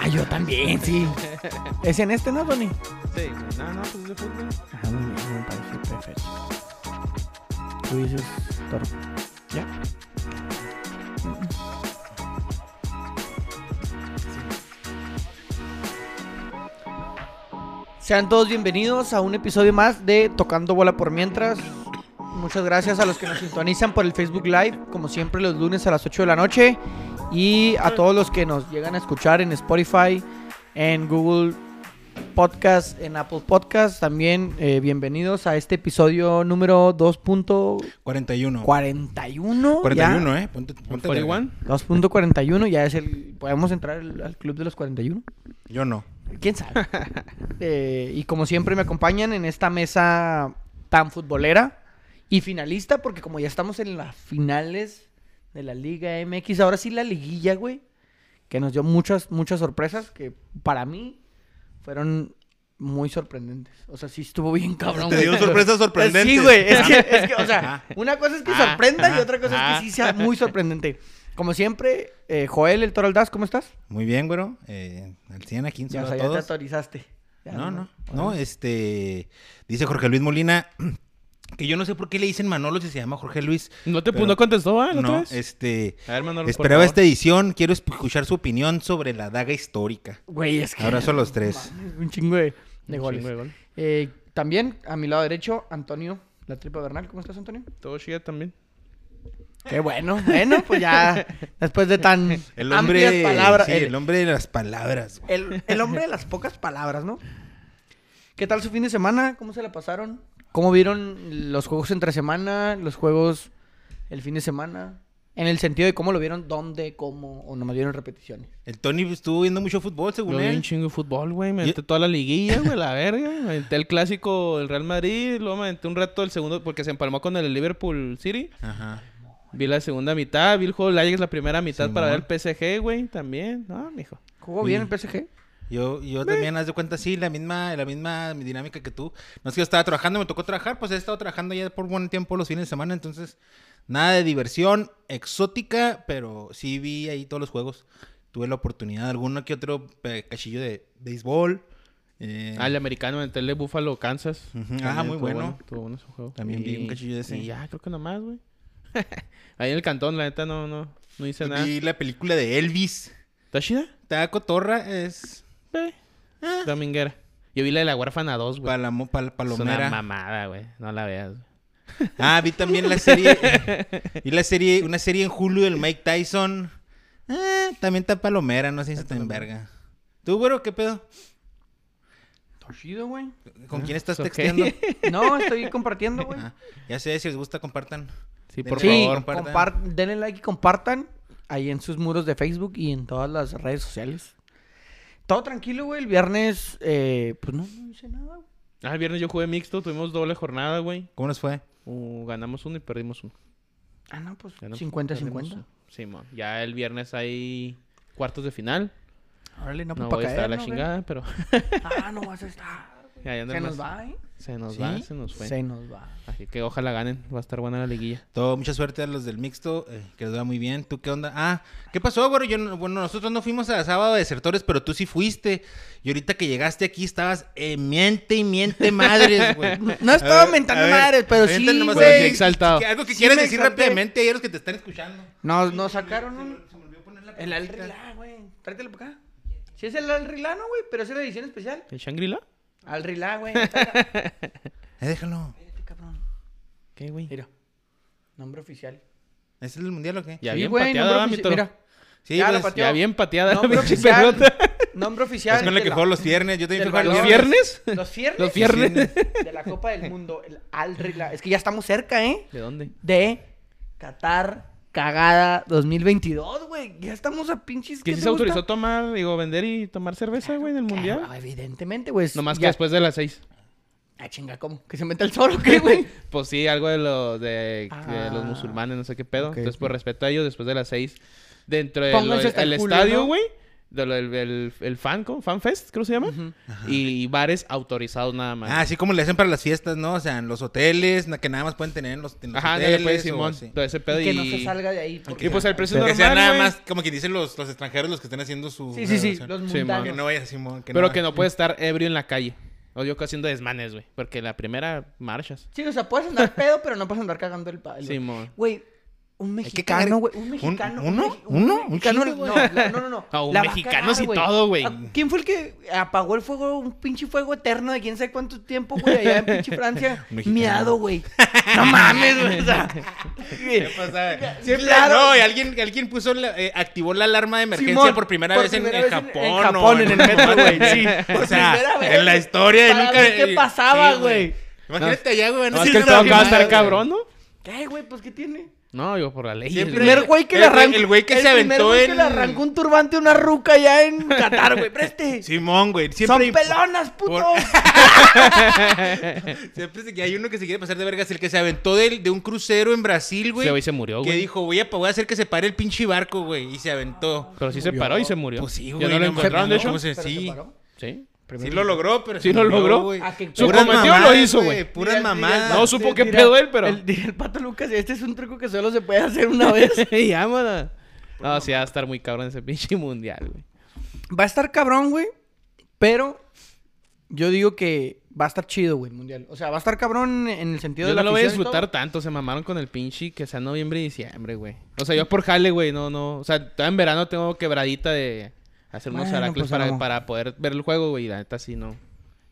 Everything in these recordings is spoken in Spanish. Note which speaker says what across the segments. Speaker 1: Ah, yo también, sí. Es en este, ¿no, Tony?
Speaker 2: Sí, no, no, pues es de fútbol.
Speaker 1: Ajá, Ah, muy bien, me parece perfecto. Tú dices toro. ¿Ya? Sean todos bienvenidos a un episodio más de Tocando Bola por Mientras. Muchas gracias a los que nos sintonizan por el Facebook Live, como siempre los lunes a las 8 de la noche. Y a todos los que nos llegan a escuchar en Spotify, en Google Podcast, en Apple Podcast. También eh, bienvenidos a este episodio número 2.41.
Speaker 3: 41.
Speaker 1: 41,
Speaker 3: 41, ¿eh? Ponte, ponte verga.
Speaker 2: 41.
Speaker 1: 2.41, ya es el... Podemos entrar al, al club de los 41.
Speaker 3: Yo no.
Speaker 1: ¿Quién sabe? Eh, y como siempre me acompañan en esta mesa tan futbolera y finalista, porque como ya estamos en las finales de la Liga MX, ahora sí la liguilla, güey, que nos dio muchas, muchas sorpresas que para mí fueron muy sorprendentes. O sea, sí estuvo bien cabrón,
Speaker 3: Te
Speaker 1: güey.
Speaker 3: dio sorpresas sorprendentes.
Speaker 1: Sí, güey. Es que, es que, o sea,
Speaker 3: Ah.
Speaker 1: una cosa es que
Speaker 2: Ah.
Speaker 1: sorprenda y
Speaker 2: Ah.
Speaker 1: otra cosa es
Speaker 2: Ah.
Speaker 1: que sí sea muy sorprendente. Como siempre, eh, Joel, el Toro Aldaz, ¿cómo estás?
Speaker 3: Muy bien, güero. Eh, al 100, a 15,
Speaker 1: Ya, o sea,
Speaker 3: a
Speaker 1: ya te
Speaker 3: todos.
Speaker 1: autorizaste. Ya,
Speaker 3: No, no.
Speaker 1: Bueno.
Speaker 3: No, este. Dice Jorge Luis Molina que yo no sé por qué le dicen Manolo si se llama Jorge Luis.
Speaker 2: No te
Speaker 3: Pero-
Speaker 2: no este contestó, ¿ah? ¿La otra
Speaker 3: No,
Speaker 2: vez?
Speaker 3: este.
Speaker 2: A ver, Manolo, por
Speaker 3: Esperaba
Speaker 2: favor.
Speaker 3: esta edición. Quiero escuchar su opinión sobre la daga histórica.
Speaker 1: Güey, es que.
Speaker 3: Abrazo a los tres.
Speaker 1: Mames, Un chingo de, de
Speaker 2: Un
Speaker 1: goles.
Speaker 2: chingo de gol.
Speaker 1: Eh, también, a mi lado derecho, Antonio, la tripa Bernal. ¿Cómo estás, Antonio?
Speaker 2: Todo chida también.
Speaker 1: Qué bueno. Bueno, pues ya. Después de tan.
Speaker 3: El
Speaker 1: amplias
Speaker 3: hombre.
Speaker 1: palabras.
Speaker 3: sí,
Speaker 1: el,
Speaker 3: el... hombre de las palabras. güey.
Speaker 1: el- el hombre de las pocas palabras, ¿no? ¿Qué tal su fin de semana? ¿Cómo se la pasaron? ¿Cómo vieron los juegos entre semana? ¿Los juegos el fin de semana? En el sentido de cómo lo vieron, dónde, cómo, o nomás vieron repeticiones.
Speaker 3: El Tony estuvo viendo mucho fútbol, según
Speaker 2: Yo vi un
Speaker 3: él.
Speaker 2: chingo de fútbol, güey. Me aventé toda la liguilla, güey, la verga. Me aventé el clásico del Real Madrid. Luego me aventé un rato el segundo porque se empalmó con el Liverpool City.
Speaker 3: Ajá.
Speaker 2: Vi la segunda mitad. Vi el juego del Ajax la primera mitad
Speaker 3: Sí,
Speaker 2: para
Speaker 3: mamá.
Speaker 2: ver el PSG, güey, también. No, mijo.
Speaker 3: Mm.
Speaker 1: ¿Jugó bien el PSG?
Speaker 3: Yo, yo también, haz de cuenta, sí, la misma, la misma dinámica que tú. No es que yo estaba trabajando, me tocó trabajar, pues he estado trabajando ya por buen tiempo los fines de semana, entonces nada de diversión exótica, pero sí vi ahí todos los juegos. Tuve la oportunidad, alguno que otro eh, cachillo de béisbol. eh,
Speaker 2: Al Ah, americano, en tele Buffalo, Kansas.
Speaker 3: Ujú.
Speaker 2: También
Speaker 3: Ah, muy
Speaker 2: estuvo
Speaker 3: bueno.
Speaker 2: Estuvo bueno ese juego.
Speaker 3: También vi un cachillo de ese.
Speaker 2: Y ya, creo que nomás, güey. Ahí en el cantón, la neta, no, no, no hice nada.
Speaker 3: vi la película de Elvis.
Speaker 2: ¿Está chida?
Speaker 3: Está cotorra, es
Speaker 2: Ve.
Speaker 3: Ah.
Speaker 2: Dominguera. Yo vi la de la huérfana 2, güey.
Speaker 3: palamo- pal-
Speaker 2: Es una
Speaker 3: palomera.
Speaker 2: mamada, güey. No la veas. güey.
Speaker 3: Ah, vi también la serie. vi la serie, una serie en Hulu del Mike Tyson. Ah, también está Palomera, no sé si está en verga. ¿Tú, güero, qué pedo?
Speaker 1: Toshido, güey.
Speaker 3: ¿Con quién estás
Speaker 2: ok.
Speaker 3: texteando?
Speaker 1: No, estoy compartiendo, güey.
Speaker 3: Ah, ya sé, si les gusta, compartan.
Speaker 2: Sí, por
Speaker 1: Sí,
Speaker 2: favor.
Speaker 3: compartan.
Speaker 1: compar- denle like y compartan ahí en sus muros de Facebook y en todas las redes sociales. Todo tranquilo, güey. El viernes, eh, pues no, no hice nada, güey.
Speaker 2: Ah, el viernes yo jugué mixto. Tuvimos doble jornada, güey.
Speaker 3: ¿Cómo nos fue?
Speaker 2: Uh, ganamos uno y perdimos uno.
Speaker 1: Ah, no, pues
Speaker 2: Ganamos-
Speaker 1: 50-50.
Speaker 2: perdimos uno. Sí, mon. Ya el viernes hay cuartos de final.
Speaker 1: Órale, no,
Speaker 2: No,
Speaker 1: pues
Speaker 2: voy
Speaker 1: para
Speaker 2: a estar a
Speaker 1: caer,
Speaker 2: la
Speaker 1: ¿no, güey?
Speaker 2: chingada, pero...
Speaker 1: Ah, no vas a estar.
Speaker 2: ya, ya
Speaker 1: Se nos
Speaker 2: más-
Speaker 1: va, ¿eh?
Speaker 2: Se nos
Speaker 3: ¿Sí?
Speaker 2: va, se nos fue.
Speaker 1: Se nos va.
Speaker 2: Así que ojalá ganen. Va a estar buena la liguilla.
Speaker 3: Todo, mucha suerte a los del mixto, eh, que les va muy bien. ¿Tú qué onda? Ah, ¿qué pasó, güero? Yo, no- bueno, nosotros no fuimos a sábado de desertores, pero tú sí fuiste. Y ahorita que llegaste aquí estabas eh, miente y miente madres, güey.
Speaker 1: No estaba
Speaker 3: A ver,
Speaker 1: mentando
Speaker 3: a ver,
Speaker 1: madres, pero
Speaker 3: ahorita
Speaker 1: sí,
Speaker 3: nomás
Speaker 1: güey.
Speaker 3: algo que-
Speaker 2: Exaltado.
Speaker 3: que- Algo que
Speaker 1: Sí
Speaker 3: quieras
Speaker 1: me
Speaker 3: decir
Speaker 1: exalté.
Speaker 3: rápidamente y a los que te están escuchando.
Speaker 1: Nos, nos sacaron un...
Speaker 3: Se me olvidó poner la
Speaker 1: El Alrilá, güey. Tráetelo para acá. Sí es el Alrilá, ¿no, güey? Pero es la edición especial.
Speaker 2: ¿El Shangri-La?
Speaker 1: Alrilá, güey. Espérate,
Speaker 3: Eh, déjalo.
Speaker 1: cabrón.
Speaker 2: ¿Qué, güey?
Speaker 1: Mira. Nombre oficial.
Speaker 3: ¿Es el mundial o qué?
Speaker 2: Ya
Speaker 1: Sí,
Speaker 2: bien
Speaker 1: güey,
Speaker 2: pateada,
Speaker 1: nombre
Speaker 2: mi
Speaker 1: ofici-
Speaker 2: toro.
Speaker 1: Mira,
Speaker 3: Sí,
Speaker 1: Ya la
Speaker 3: pues,
Speaker 1: pateó.
Speaker 2: Ya bien pateada la
Speaker 1: nombre
Speaker 2: pinche
Speaker 1: oficial.
Speaker 2: pelota.
Speaker 1: Nombre oficial.
Speaker 3: Es con la
Speaker 1: de
Speaker 3: que juego los viernes. Yo también
Speaker 1: del
Speaker 3: juego los
Speaker 1: balón.
Speaker 2: ¿Los
Speaker 3: viernes.
Speaker 2: viernes?
Speaker 1: Los viernes.
Speaker 2: Los viernes.
Speaker 1: De la Copa del Mundo. El Al Rila- Es que ya estamos cerca, ¿eh?
Speaker 2: ¿De dónde?
Speaker 1: De Qatar Cagada 2022, güey. Ya estamos a pinches. ¿qué
Speaker 2: Que sí
Speaker 1: te
Speaker 2: se
Speaker 1: gusta?
Speaker 2: autorizó tomar, digo, vender y tomar cerveza, güey, en el mundial.
Speaker 1: Ah, evidentemente, güey.
Speaker 2: Nomás que
Speaker 1: Ya-
Speaker 2: después de las seis.
Speaker 1: Ah, chinga, ¿cómo? ¿Que se meta el sol o qué, güey?
Speaker 2: Pues sí, algo de los de, de los
Speaker 1: Ah.
Speaker 2: musulmanes, no sé qué pedo.
Speaker 1: Ok,
Speaker 2: Entonces, por
Speaker 1: ok.
Speaker 2: respeto a ellos, después de las seis, dentro del
Speaker 1: Pónganse hasta el
Speaker 2: el
Speaker 1: culo,
Speaker 2: estadio,
Speaker 1: ¿no?
Speaker 2: güey, de lo del- del- el fan, ¿cómo? fan fest, creo que se llama, y, bares autorizados nada más.
Speaker 3: Ah, así como le hacen para las fiestas, ¿no? O sea, en los hoteles, na- que nada más pueden tener en los, en los
Speaker 2: Ajá,
Speaker 3: hoteles.
Speaker 2: dale pues
Speaker 3: o
Speaker 2: Simón,
Speaker 3: así.
Speaker 2: todo ese pedo
Speaker 1: Y
Speaker 2: y,
Speaker 1: que no se salga de ahí. porque-
Speaker 2: y pues el precio
Speaker 3: Pero que
Speaker 2: normal,
Speaker 3: sean nada
Speaker 2: güey.
Speaker 3: más, como quien dicen los, los extranjeros los que estén haciendo su...
Speaker 1: Sí, sí, sí,
Speaker 3: grabación.
Speaker 1: los
Speaker 2: Sí,
Speaker 3: Que
Speaker 1: mundanos.
Speaker 3: no vayas, Simón. Que
Speaker 2: pero
Speaker 3: no.
Speaker 2: que no puede estar ebrio en la calle. O yo que haciendo desmanes, güey, porque la primera marchas.
Speaker 1: Sí, o sea, puedes andar pedo, pero no puedes andar cagando el palo.
Speaker 2: Simón.
Speaker 1: Güey, un
Speaker 3: Hay que cagar
Speaker 1: mexicano,
Speaker 3: en-
Speaker 1: güey. Un mexicano.
Speaker 3: ¿Uno?
Speaker 1: güey,
Speaker 3: ¿Uno? Un
Speaker 1: mexicano-
Speaker 3: chingo,
Speaker 1: no,
Speaker 3: güey.
Speaker 1: la- no, no, no.
Speaker 2: No, un
Speaker 1: La va a
Speaker 2: mexicano
Speaker 1: cagar,
Speaker 2: y
Speaker 1: güey.
Speaker 2: todo, güey.
Speaker 1: ¿A- ¿Quién fue el que apagó el fuego? Un pinche fuego eterno de quién sabe cuánto tiempo, güey, allá en pinche Francia.
Speaker 3: Un mexicano.
Speaker 1: Miado, güey. No mames, güey. O sea,
Speaker 3: ¿Qué pasa?
Speaker 1: Siempre-
Speaker 3: No, y alguien, alguien puso la- eh, activó la alarma de emergencia
Speaker 1: Simón,
Speaker 3: por primera
Speaker 1: por
Speaker 3: vez en,
Speaker 1: primera
Speaker 3: en
Speaker 1: vez en-
Speaker 3: Japón.
Speaker 1: en
Speaker 3: o
Speaker 1: Japón, en el metro, güey, sí.
Speaker 3: O
Speaker 1: Por
Speaker 3: sea,
Speaker 1: primera vez.
Speaker 3: en la historia.
Speaker 1: Para
Speaker 3: nunca,
Speaker 1: ver qué
Speaker 3: eh,
Speaker 1: pasaba,
Speaker 3: sí,
Speaker 1: güey.
Speaker 3: Imagínate allá, güey.
Speaker 2: No,
Speaker 3: sé
Speaker 2: es
Speaker 3: si
Speaker 2: que el
Speaker 3: no
Speaker 2: pedo que va a
Speaker 3: imaginas,
Speaker 2: estar
Speaker 3: güey.
Speaker 2: cabrón, ¿no?
Speaker 1: ¿Qué, güey? Pues, ¿qué tiene?
Speaker 2: No, digo, por la ley.
Speaker 3: Siempre-
Speaker 1: El primer güey que le
Speaker 3: El güey-
Speaker 1: arrancó.
Speaker 3: el güey que se
Speaker 1: primer
Speaker 3: aventó
Speaker 1: güey
Speaker 3: en-
Speaker 1: que le arrancó un turbante a una ruca allá en Qatar, güey. Preste.
Speaker 3: Simón, güey.
Speaker 1: Son
Speaker 3: Siempre, hay-
Speaker 1: pelonas, puto.
Speaker 3: por- siempre se- que hay uno que se quiere pasar de vergas. El que se aventó del- de, un crucero en Brasil, güey.
Speaker 2: Ese güey se murió,
Speaker 3: Que
Speaker 2: güey.
Speaker 3: dijo, voy a, voy a hacer que se pare el pinche barco, güey. Y se aventó.
Speaker 2: Pero sí se paró y se murió.
Speaker 3: Pues sí,
Speaker 2: Ya
Speaker 3: güey.
Speaker 2: no lo
Speaker 3: mames,
Speaker 2: encontraron, de
Speaker 3: ¿no?
Speaker 2: hecho.
Speaker 3: Pues,
Speaker 1: Pero se
Speaker 3: sí.
Speaker 1: paró.
Speaker 2: Sí.
Speaker 3: Sí lo logró, pero
Speaker 2: Sí lo logró.
Speaker 1: Ah, que-
Speaker 2: Su
Speaker 1: Puras
Speaker 2: cometido
Speaker 3: mamadas,
Speaker 2: lo hizo, güey.
Speaker 3: Puras
Speaker 1: Diga-
Speaker 3: mamadas.
Speaker 1: diga-
Speaker 2: No supo
Speaker 1: sí,
Speaker 2: qué
Speaker 1: diga-
Speaker 2: pedo él, pero-
Speaker 1: El, diga el pato Lucas, este es un truco que solo se puede hacer una vez.
Speaker 2: Y vámonos.
Speaker 3: Pues
Speaker 2: No, sí, va a estar muy cabrón ese pinche mundial, güey.
Speaker 1: Va a estar cabrón, güey. Pero yo digo que va a estar chido, güey, el mundial. O sea, va a estar cabrón en el sentido
Speaker 2: Yo
Speaker 1: de
Speaker 2: no
Speaker 1: la
Speaker 2: lo voy a
Speaker 1: afición y
Speaker 2: disfrutar tanto. Se mamaron con el pinche que sea noviembre y diciembre, güey. O sea, yo por jale, güey. No, no. O sea, todavía en verano tengo quebradita de hacer unos
Speaker 1: Bueno,
Speaker 2: aracles
Speaker 1: pues,
Speaker 2: para,
Speaker 1: vamos.
Speaker 2: para poder ver el juego, güey. Y la neta, sí, no.
Speaker 1: todo.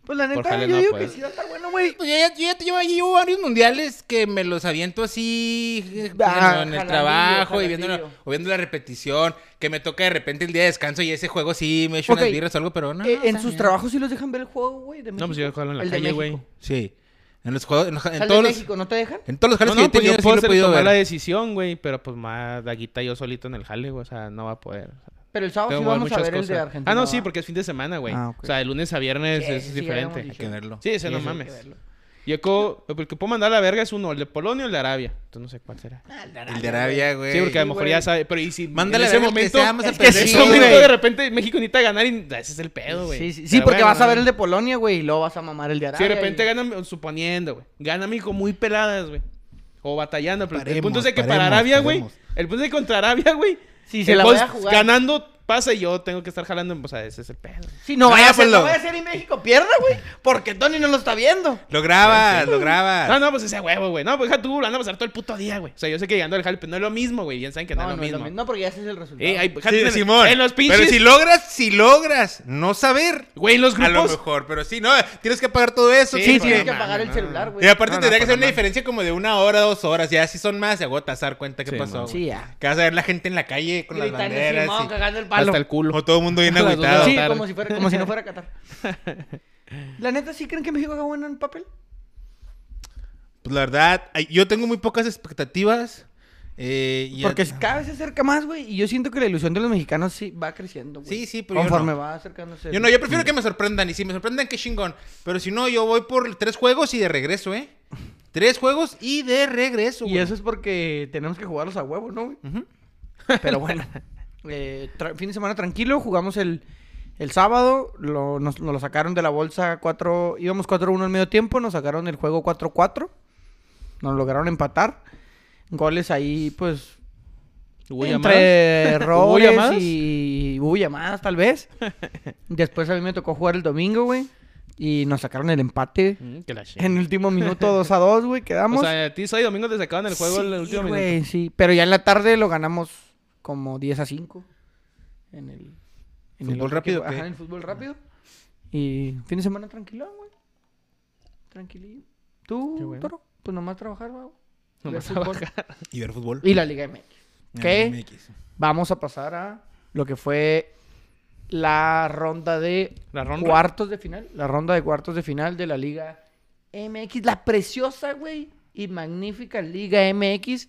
Speaker 1: Pues la
Speaker 2: Por
Speaker 1: neta,
Speaker 2: jale
Speaker 1: yo
Speaker 2: no
Speaker 1: digo
Speaker 2: puedo.
Speaker 1: que sí va a estar bueno, güey.
Speaker 3: Pues Yo ya, yo ya te llevo, ahí, llevo varios mundiales que me los aviento así eh,
Speaker 1: Ah,
Speaker 3: en el
Speaker 1: jaladillo,
Speaker 3: trabajo y viendo, la,
Speaker 1: jaladillo.
Speaker 3: o viendo la repetición, que me toca de repente el día de descanso y ese juego sí me echo
Speaker 1: Ok.
Speaker 3: unas birras o algo, pero no.
Speaker 1: Eh,
Speaker 3: o
Speaker 1: en
Speaker 3: sea,
Speaker 1: sus
Speaker 3: ya.
Speaker 1: trabajos sí los dejan ver el juego, güey. de
Speaker 2: No, pues
Speaker 1: México.
Speaker 2: yo juego en la
Speaker 1: El de
Speaker 2: calle, güey.
Speaker 1: México.
Speaker 3: Sí. En los juegos, en, los- en
Speaker 1: Al de
Speaker 3: todos los,
Speaker 1: México, ¿no te dejan?
Speaker 3: en todos los
Speaker 2: No,
Speaker 3: jales
Speaker 2: no,
Speaker 3: que
Speaker 2: pues
Speaker 3: yo he
Speaker 2: yo
Speaker 3: tenido
Speaker 2: puedo
Speaker 3: sí lo he
Speaker 2: hacer-
Speaker 3: podido
Speaker 2: tomar
Speaker 3: ver.
Speaker 2: la decisión, güey. Pero pues más daguita yo solito en el jale, güey. O sea, no va a poder. O sea,
Speaker 1: Pero el sábado
Speaker 2: tengo
Speaker 1: Ah, sí
Speaker 2: que mover
Speaker 1: vamos a
Speaker 2: muchas
Speaker 1: ver el de
Speaker 2: cosas.
Speaker 1: Argentina.
Speaker 2: Ah, no,
Speaker 1: ¿va?
Speaker 2: sí, porque es fin de semana, güey.
Speaker 1: Ah, ok.
Speaker 2: O sea, de lunes a viernes
Speaker 1: Sí,
Speaker 2: es
Speaker 1: sí, ya habíamos
Speaker 2: diferente.
Speaker 1: dicho.
Speaker 3: Hay que verlo.
Speaker 2: Sí, ese
Speaker 1: Sí,
Speaker 2: no
Speaker 1: ese hay
Speaker 2: mames.
Speaker 1: que verlo.
Speaker 2: Yo co- el que puedo mandar a la verga es uno, el de Polonia o el de Arabia. Entonces no sé cuál será.
Speaker 1: Ah, el de
Speaker 3: El de Arabia, güey.
Speaker 2: Sí, porque a lo
Speaker 1: Sí,
Speaker 2: mejor
Speaker 1: güey.
Speaker 2: ya sabe. Pero y si
Speaker 3: Mándale
Speaker 2: en
Speaker 3: a
Speaker 2: ese
Speaker 3: ver el que
Speaker 2: momento.
Speaker 3: sea más
Speaker 2: es que si
Speaker 1: apetecido, güey.
Speaker 2: de repente México necesita ganar y ese es el pedo, güey.
Speaker 1: Sí, sí, sí,
Speaker 2: Pero
Speaker 1: porque
Speaker 2: bueno,
Speaker 1: vas a ver
Speaker 2: no.
Speaker 1: el de Polonia, güey, y luego vas a mamar el de Arabia.
Speaker 2: Si de repente
Speaker 1: y-
Speaker 2: gana, suponiendo, güey. Gana México muy peladas, güey. O batallando. Pero el
Speaker 3: Paremos,
Speaker 2: punto es de que para
Speaker 3: paremos,
Speaker 2: Arabia, güey.
Speaker 3: paremos.
Speaker 2: El punto es de que contra Arabia, güey.
Speaker 1: Sí, se
Speaker 2: el
Speaker 1: la voy a
Speaker 2: Bols
Speaker 1: jugar.
Speaker 2: Ganando pasa y yo tengo que estar jalando. O sea, ese es el pedo.
Speaker 1: Sí, no,
Speaker 3: No,
Speaker 1: vaya a ser,
Speaker 3: pues,
Speaker 1: no
Speaker 3: lo-
Speaker 1: vaya a ser y México pierda, güey, porque Tony no lo está viendo.
Speaker 3: Lo grabas, lo grabas.
Speaker 2: No, no, pues ese huevo, güey. No, pues deja tú, lo anda a pasar todo el puto día, güey. O sea, yo sé que llegando al jale, pero no es lo mismo, güey. Bien saben que no, es lo mismo.
Speaker 1: No, porque ya ese es el resultado.
Speaker 2: Eh, hay- deja
Speaker 3: Sí,
Speaker 2: tú en-
Speaker 3: Simón.
Speaker 2: En los pinches.
Speaker 3: Pero si logras, si logras no saber,
Speaker 2: Güey, en los
Speaker 3: a lo
Speaker 2: grupos.
Speaker 3: mejor, pero sí, no, tienes que pagar todo eso.
Speaker 2: Sí,
Speaker 1: sí,
Speaker 3: pues,
Speaker 1: tienes
Speaker 3: no
Speaker 1: que
Speaker 3: mames.
Speaker 1: apagar el
Speaker 2: no,
Speaker 1: celular,
Speaker 2: no.
Speaker 1: güey.
Speaker 3: Y aparte
Speaker 2: No, no,
Speaker 3: tendría que
Speaker 2: para
Speaker 3: ser una
Speaker 2: nada.
Speaker 3: diferencia como de una hora, dos horas. Ya si son más, se agota a dar cuenta qué
Speaker 2: Sí,
Speaker 3: pasó.
Speaker 2: man.
Speaker 1: Ah,
Speaker 3: güey.
Speaker 1: Sí, ya.
Speaker 3: Que vas a ver la gente en la calle con las
Speaker 1: Gritando,
Speaker 3: banderas.
Speaker 1: Simón,
Speaker 3: y-
Speaker 1: cagando el palo.
Speaker 2: Hasta el culo.
Speaker 3: O todo el mundo bien
Speaker 2: A las dos de la
Speaker 3: agüitado.
Speaker 1: Sí,
Speaker 2: Qatar.
Speaker 1: como si, fuera, como si no fuera Qatar. La neta, ¿sí creen que México haga bueno en papel?
Speaker 3: Pues la verdad, ay, yo tengo muy pocas expectativas. eh, y-
Speaker 1: Porque cada vez se acerca más, güey, y yo siento que la ilusión de los mexicanos sí va creciendo, güey.
Speaker 3: Sí, sí, pero yo
Speaker 1: Conforme
Speaker 3: no.
Speaker 1: va acercándose.
Speaker 3: Yo no, yo prefiero que me sorprendan. Y si me sorprenden, qué chingón. Pero si no, yo voy por tres juegos y de regreso, ¿eh? Tres juegos y de regreso,
Speaker 1: Y
Speaker 3: güey.
Speaker 1: eso es porque tenemos que jugarlos a huevo, ¿no, güey?
Speaker 3: Ujú.
Speaker 1: Pero bueno, eh, tra- fin de semana tranquilo, jugamos el, el sábado, lo- nos, nos lo sacaron de la bolsa 4, íbamos 4-1 al medio tiempo, nos sacaron el juego 4-4, nos lograron empatar, goles ahí pues
Speaker 2: ¿Hubo
Speaker 1: entre
Speaker 2: llamadas? ¿Hubo
Speaker 1: errores
Speaker 2: llamadas?
Speaker 1: y hubo llamadas tal vez. Después a mí me tocó jugar el domingo, güey, y nos sacaron el empate
Speaker 2: Mm, que la chingada.
Speaker 1: en el último minuto 2 a 2, güey, quedamos.
Speaker 2: O sea, a ti soy domingo te sacaban el juego en el último
Speaker 1: Sí,
Speaker 2: minuto.
Speaker 1: güey, sí. Pero ya en la tarde lo ganamos como 10 a 5. En el... en el
Speaker 3: ¿Fútbol
Speaker 1: otro
Speaker 3: rápido
Speaker 1: equipo.
Speaker 3: o qué?
Speaker 1: Ajá, en el fútbol rápido. Y fin de semana tranquilo, güey. Tranquilillo.
Speaker 2: Qué
Speaker 1: ¿Tú,
Speaker 2: bueno.
Speaker 1: Toro? Pues nomás trabajar, güey.
Speaker 2: Nomás
Speaker 3: Y ver fútbol.
Speaker 1: Y la Liga MX.
Speaker 3: Ah,
Speaker 1: ¿Qué?
Speaker 3: MX.
Speaker 1: Vamos a pasar a lo que fue la ronda de
Speaker 2: La ronda.
Speaker 1: cuartos de final. La ronda de cuartos de final de la Liga MX. La preciosa, güey, y magnífica Liga MX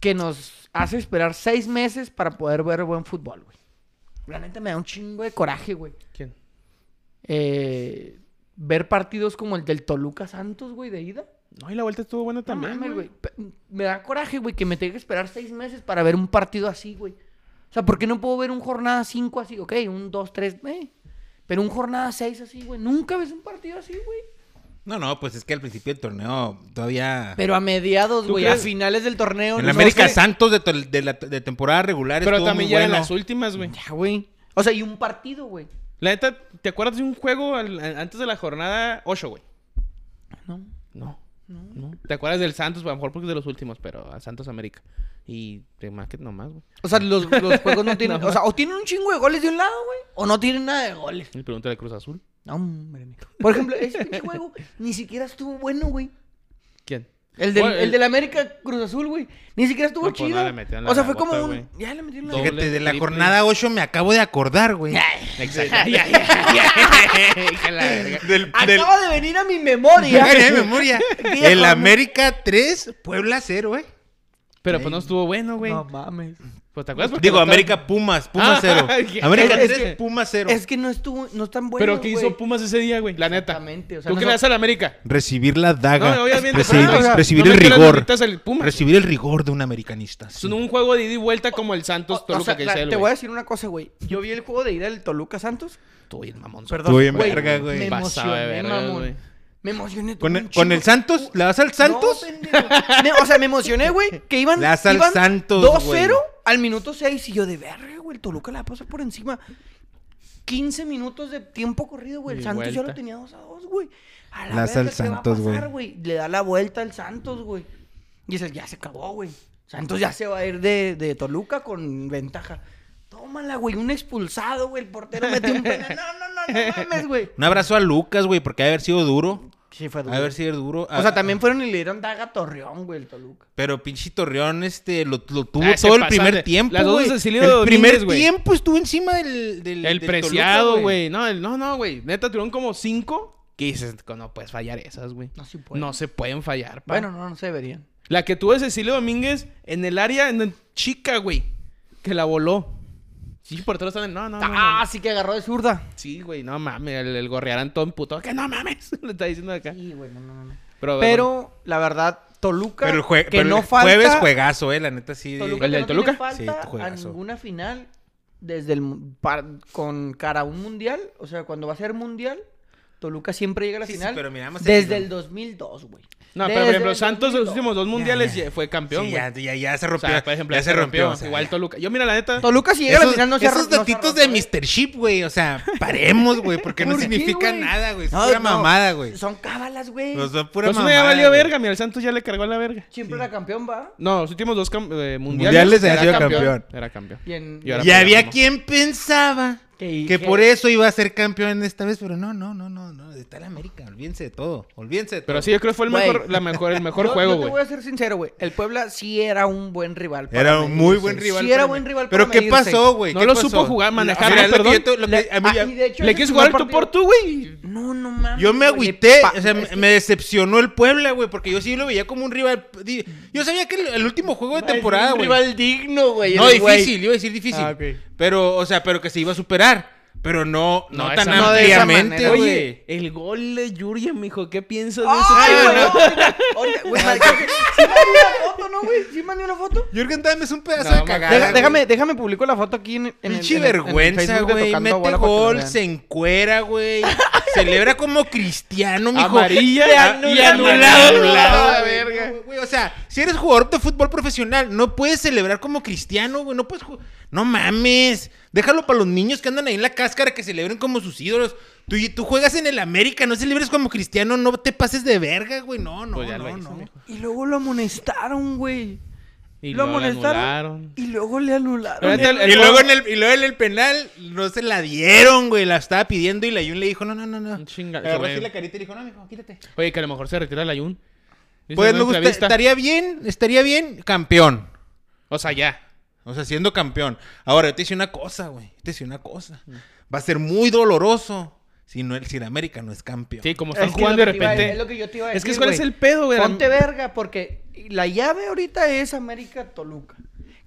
Speaker 1: que nos hace esperar seis meses para poder ver buen fútbol, güey. La neta me da un chingo de coraje, güey.
Speaker 2: ¿Quién?
Speaker 1: Eh, ver partidos como el del Toluca Santos, güey, de ida.
Speaker 2: No, y la vuelta estuvo buena
Speaker 1: No
Speaker 2: también,
Speaker 1: mames,
Speaker 2: güey.
Speaker 1: güey. Pe- Me da coraje, güey, que me tenga que esperar seis meses para ver un partido así, güey. O sea, ¿por qué no puedo ver un jornada 5 así? Ok, un 2, 3, eh. Pero un jornada 6 así, güey. Nunca ves un partido así, güey.
Speaker 3: No, no, pues es que al principio del torneo todavía...
Speaker 1: Pero a mediados,
Speaker 2: ¿Tú
Speaker 1: güey, a
Speaker 2: crees?
Speaker 1: finales del torneo.
Speaker 3: en
Speaker 1: no
Speaker 3: la América
Speaker 1: sé.
Speaker 3: Santos de, tol- de la de temporada regular
Speaker 2: Pero
Speaker 3: estuvo
Speaker 2: también
Speaker 3: muy
Speaker 2: ya en
Speaker 3: bueno.
Speaker 2: las últimas, güey.
Speaker 1: Ya, güey. O sea, y un partido, güey.
Speaker 2: La neta, ¿te acuerdas de un juego al- a- antes de la jornada 8, güey?
Speaker 1: No.
Speaker 2: No. No. ¿Te acuerdas del Santos? Pues, A lo mejor porque es de los últimos, pero a Santos América. Y de Market nomás, güey.
Speaker 1: O sea, los, los juegos no tienen. o sea, o tienen un chingo de goles de un lado, güey. O no tienen nada de goles.
Speaker 2: Y pregunta de Cruz Azul.
Speaker 1: No, hombre. mijo. Por ejemplo, ese pinche juego ni siquiera estuvo bueno, güey.
Speaker 2: ¿Quién?
Speaker 1: El del,
Speaker 2: Bueno,
Speaker 1: el
Speaker 2: el-
Speaker 1: del América Cruz Azul, güey. Ni siquiera estuvo
Speaker 2: No, pues,
Speaker 1: chido.
Speaker 2: no le metieron la
Speaker 1: o sea, fue
Speaker 2: bota,
Speaker 1: como un.
Speaker 2: güey.
Speaker 1: Ya le metieron la
Speaker 2: Doble,
Speaker 3: Fíjate, de la
Speaker 2: triple.
Speaker 3: jornada 8 me acabo de acordar, güey. Del, del-
Speaker 1: Acaba de venir a mi memoria.
Speaker 3: Ay, de memoria.
Speaker 1: Aquella
Speaker 3: El
Speaker 1: jornada-
Speaker 3: América 3, Puebla 0, güey.
Speaker 2: Pero pues no estuvo bueno, güey.
Speaker 1: No mames.
Speaker 2: Pues, ¿te acuerdas? Porque
Speaker 3: Digo,
Speaker 2: no estaba-
Speaker 3: América Pumas, Pumas
Speaker 2: Ah,
Speaker 3: 0.
Speaker 2: ya.
Speaker 3: América
Speaker 1: Es
Speaker 3: 3,
Speaker 1: que-
Speaker 3: Pumas 0.
Speaker 1: Es que no estuvo. No es tan bueno.
Speaker 2: Pero ¿qué hizo
Speaker 1: güey.
Speaker 2: Pumas ese día, güey? La neta.
Speaker 1: Exactamente, o sea,
Speaker 2: ¿Tú
Speaker 1: no
Speaker 2: qué
Speaker 1: son-
Speaker 2: le das a la América?
Speaker 3: Recibir la daga.
Speaker 2: No, obviamente,
Speaker 3: recibir
Speaker 2: pero, o sea,
Speaker 3: recibir
Speaker 2: no
Speaker 3: el
Speaker 2: meter las
Speaker 3: rigor.
Speaker 2: bolitas al Pumas.
Speaker 3: Recibir el rigor de un americanista.
Speaker 2: Es
Speaker 3: sí.
Speaker 2: un juego de ida y vuelta como el Santos
Speaker 1: O- o
Speaker 2: Toluca
Speaker 1: sea,
Speaker 2: que
Speaker 1: la-
Speaker 2: dice él,
Speaker 1: te voy a
Speaker 2: güey.
Speaker 1: decir una cosa, güey. Yo vi el juego de ida del Toluca Santos.
Speaker 2: Estuvo bien mamón.
Speaker 1: Perdón.
Speaker 3: Estuvo bien
Speaker 1: güey,
Speaker 3: verga, güey.
Speaker 1: Me
Speaker 2: Pasado de
Speaker 1: emocioné,
Speaker 2: verga,
Speaker 1: mamón.
Speaker 2: güey.
Speaker 1: Me emocioné.
Speaker 3: ¿Con,
Speaker 1: tuve
Speaker 3: el,
Speaker 1: un
Speaker 3: con el
Speaker 1: chingo-
Speaker 3: Santos? ¿Le vas al Santos?
Speaker 1: No, pendejo. Me- o sea, me emocioné, güey. Que iban,
Speaker 3: Le das al
Speaker 1: iban
Speaker 3: Santos,
Speaker 1: 2-0
Speaker 3: güey.
Speaker 1: al minuto 6. Y yo, de verga, güey. El Toluca la pasa por encima. 15 minutos de tiempo corrido, güey. El
Speaker 2: Y
Speaker 1: Santos ya lo
Speaker 2: vuelta.
Speaker 1: tenía 2 a 2, güey. A la
Speaker 3: Le das
Speaker 1: verga,
Speaker 3: al
Speaker 1: ¿qué va a
Speaker 3: Santos,
Speaker 1: pasar,
Speaker 3: güey?
Speaker 1: Le da la vuelta al Santos, güey. Y dices, ya se acabó, güey. Santos ya se va a ir de, de Toluca con ventaja. Tómala, güey. Un expulsado, güey. El portero metió un penal. No, no, no, no mames, güey.
Speaker 3: Un abrazo a Lucas, güey, porque ha de haber sido duro.
Speaker 1: Sí, fue
Speaker 3: Ha
Speaker 1: duro.
Speaker 3: de haber sido duro. Ah,
Speaker 1: O sea, también fueron y le dieron daga a Torreón, güey, el Toluca.
Speaker 3: Pero pinche Torreón este, lo, lo tuvo
Speaker 2: Ah, se
Speaker 3: todo el
Speaker 2: pasaste.
Speaker 3: primer tiempo.
Speaker 2: Las dos
Speaker 3: güey.
Speaker 2: de Cecilio
Speaker 3: El
Speaker 2: Domínguez,
Speaker 3: primer
Speaker 2: güey.
Speaker 3: tiempo estuvo encima del. del
Speaker 2: El
Speaker 3: del Toluca,
Speaker 2: preciado, güey. No, el- no, no, güey. Neta, tuvieron como cinco. Que dices, no puedes fallar esas, güey.
Speaker 1: No se puede.
Speaker 2: No se pueden fallar, pa.
Speaker 1: Bueno, no, no se deberían.
Speaker 2: La que tuvo de Cecilio Domínguez en el área, en el chica, güey. Que la voló. Sí, por todos están en. No, no, no, no.
Speaker 1: Ah, sí que agarró de zurda.
Speaker 2: Sí, güey, no mames. El, el gorrearán todo emputado. Que no mames. Le está diciendo acá.
Speaker 1: Sí, güey, no, no, no.
Speaker 2: Pero,
Speaker 1: Pero, la verdad, Toluca,
Speaker 3: Pero el, jue-
Speaker 1: que
Speaker 3: pero el
Speaker 1: no falta...
Speaker 3: jueves juegazo, eh, la neta sí.
Speaker 1: Toluca,
Speaker 2: ¿El
Speaker 1: que
Speaker 2: del
Speaker 1: no
Speaker 2: Toluca?
Speaker 1: tiene falta
Speaker 3: Sí,
Speaker 1: a
Speaker 3: juegazo.
Speaker 1: ninguna final desde el... mu- par- con cara a un mundial. O sea, cuando va a ser mundial, Toluca siempre llega a la
Speaker 3: Sí, sí,
Speaker 1: final.
Speaker 3: pero mira, más
Speaker 1: desde
Speaker 3: el-
Speaker 1: el 2002, güey.
Speaker 2: No,
Speaker 1: Desde
Speaker 2: pero por ejemplo,
Speaker 1: el
Speaker 2: Santos de los
Speaker 1: 2002.
Speaker 2: últimos dos mundiales
Speaker 3: ya.
Speaker 2: fue campeón,
Speaker 3: Sí,
Speaker 2: güey.
Speaker 3: ya, ya, ya se
Speaker 2: O
Speaker 3: rompió.
Speaker 2: sea, por ejemplo,
Speaker 3: ya se rompió. o sea,
Speaker 2: Igual
Speaker 3: ya.
Speaker 2: Toluca. Yo, mira, la neta.
Speaker 1: Toluca si llega a la
Speaker 3: Esos,
Speaker 1: final no se ha
Speaker 3: esos
Speaker 1: ro- no se ha
Speaker 3: datitos
Speaker 1: roto,
Speaker 3: de
Speaker 1: güey.
Speaker 3: Mr. Chip, güey. O sea, paremos, güey, porque no
Speaker 1: ¿Por qué,
Speaker 3: significa
Speaker 1: güey?
Speaker 3: nada, güey. Es
Speaker 1: No,
Speaker 3: pura
Speaker 1: no.
Speaker 3: mamada, güey.
Speaker 1: Son cábalas, güey.
Speaker 3: Nos da pura
Speaker 2: Pues no ya
Speaker 3: mamada.
Speaker 2: valió
Speaker 3: güey.
Speaker 2: verga. Mira, el Santos ya le cargó a la verga.
Speaker 1: Siempre era campeón, va.
Speaker 2: No, los últimos dos cam- eh,
Speaker 3: Mundiales
Speaker 2: mundiales.
Speaker 3: había
Speaker 2: era
Speaker 3: sido campeón.
Speaker 2: Era campeón.
Speaker 1: Y en-
Speaker 2: Y ahora
Speaker 3: Y
Speaker 2: pues,
Speaker 3: había
Speaker 2: vamos.
Speaker 3: quien pensaba
Speaker 1: Que-
Speaker 3: que,
Speaker 1: que-
Speaker 3: por eso iba a ser campeón esta vez, pero no, no, no, no, no. Está la América, olvídense de todo. Olvídense de todo.
Speaker 2: Pero sí, yo creo que fue el
Speaker 1: Güey.
Speaker 2: mejor, la mejor, el mejor
Speaker 1: Yo-
Speaker 2: juego,
Speaker 1: Yo te voy
Speaker 2: güey.
Speaker 1: a ser sincero, güey. El Puebla sí era un buen rival. para
Speaker 3: Era un
Speaker 1: medirse.
Speaker 3: muy buen rival.
Speaker 1: Sí era
Speaker 3: para
Speaker 1: buen
Speaker 3: mí.
Speaker 1: rival.
Speaker 3: Pero
Speaker 1: para
Speaker 3: ¿qué
Speaker 1: medirse.
Speaker 3: pasó, güey?
Speaker 2: No
Speaker 3: ¿Qué
Speaker 2: lo
Speaker 3: pasó?
Speaker 2: supo jugar,
Speaker 3: La-
Speaker 2: manejar,
Speaker 3: mira,
Speaker 2: ¿no?
Speaker 3: lo que
Speaker 2: Perdón.
Speaker 3: yo te- lo que- a mí
Speaker 1: Ah,
Speaker 3: ya-
Speaker 1: y de hecho,
Speaker 2: Le
Speaker 1: ese
Speaker 2: quieres
Speaker 1: primer
Speaker 2: jugar tú
Speaker 1: partido-
Speaker 2: por tú, güey.
Speaker 1: No, no mames.
Speaker 3: Yo me
Speaker 1: güey, le
Speaker 3: agüité,
Speaker 1: pa-
Speaker 3: o sea, me, me decepcionó el Puebla, güey, porque yo sí lo veía como un rival. di- Yo sabía que el, el último juego de
Speaker 1: Ay,
Speaker 3: temporada,
Speaker 1: Un
Speaker 3: güey.
Speaker 1: rival digno, güey.
Speaker 3: No,
Speaker 1: el güey.
Speaker 3: difícil, iba a decir difícil.
Speaker 1: Ah, ok.
Speaker 3: Pero, o sea, pero que se iba a superar. Pero no, no,
Speaker 2: No,
Speaker 3: tan
Speaker 2: esa- no
Speaker 1: de esa
Speaker 3: ampliamente,
Speaker 1: manera.
Speaker 3: güey.
Speaker 2: Oye, el gol de Yuria, mijo, ¿qué piensas de ese
Speaker 1: Ay,
Speaker 2: tío,
Speaker 1: güey.
Speaker 2: no?
Speaker 1: ahorita- ahorita- güey, madre, creo que- Sí mandé una foto, ¿no, güey? Sí mandé una foto.
Speaker 3: Jürgen Damm es un pedazo
Speaker 2: No,
Speaker 3: de
Speaker 2: ma-
Speaker 3: cagada.
Speaker 1: Deja-
Speaker 3: güey.
Speaker 1: déjame, déjame publico la foto aquí en, en el-
Speaker 3: Pinche
Speaker 1: en el- en el
Speaker 3: vergüenza,
Speaker 1: Facebook de
Speaker 3: güey.
Speaker 1: Tocando
Speaker 3: Mete
Speaker 1: Bola para que lo
Speaker 3: gol,
Speaker 1: vean.
Speaker 3: se encuera, güey. Celebra como cristiano, mijo.
Speaker 2: Amarilla
Speaker 3: Te
Speaker 2: y
Speaker 3: anulan,
Speaker 2: anulado.
Speaker 3: anulado,
Speaker 2: La
Speaker 3: güey.
Speaker 2: verga.
Speaker 3: Güey, O sea, si eres jugador de fútbol profesional, no puedes celebrar como cristiano, güey. No puedes ju- No mames. Déjalo para los niños que andan ahí en la cáscara que celebren como sus ídolos. Tú, tú juegas en el América, no celebres como cristiano, no te pases de verga, güey. No, no,
Speaker 2: Pues ya
Speaker 3: no,
Speaker 2: lo hizo,
Speaker 3: no.
Speaker 2: mijo.
Speaker 1: Y luego lo amonestaron, güey.
Speaker 2: Y
Speaker 1: lo
Speaker 2: luego la
Speaker 1: amonestaron.
Speaker 2: anularon.
Speaker 1: Y luego le
Speaker 2: Pero
Speaker 1: anularon.
Speaker 2: neta, el-
Speaker 3: y,
Speaker 2: juego-
Speaker 3: luego en el, y luego en el penal no se la dieron, güey. La estaba pidiendo y la Jun le dijo, no, no, no, no.
Speaker 2: Un chinga-
Speaker 3: Le agarró
Speaker 2: güey.
Speaker 3: así pues la carita y le dijo, no, mijo, quítate.
Speaker 2: Oye, que a lo mejor se retira el Ayun. Dice
Speaker 3: Pues
Speaker 2: en
Speaker 3: me
Speaker 2: una
Speaker 3: gusta,
Speaker 2: entrevista.
Speaker 3: estaría bien, estaría bien campeón.
Speaker 2: O sea, ya.
Speaker 3: O sea, siendo campeón. Ahora, yo te hice una cosa, güey. Yo te hice una cosa. Va a ser muy doloroso si, no, si el América no es campeón.
Speaker 2: Sí, como
Speaker 1: Es
Speaker 2: están
Speaker 1: que
Speaker 2: jugando
Speaker 1: lo
Speaker 2: de
Speaker 1: que te iba a-
Speaker 2: repente.
Speaker 1: es lo que yo te iba a
Speaker 2: Es que
Speaker 1: decir,
Speaker 2: ¿cuál es
Speaker 1: güey.
Speaker 2: el pedo, güey?
Speaker 1: Ponte verga, porque la llave ahorita es América Toluca.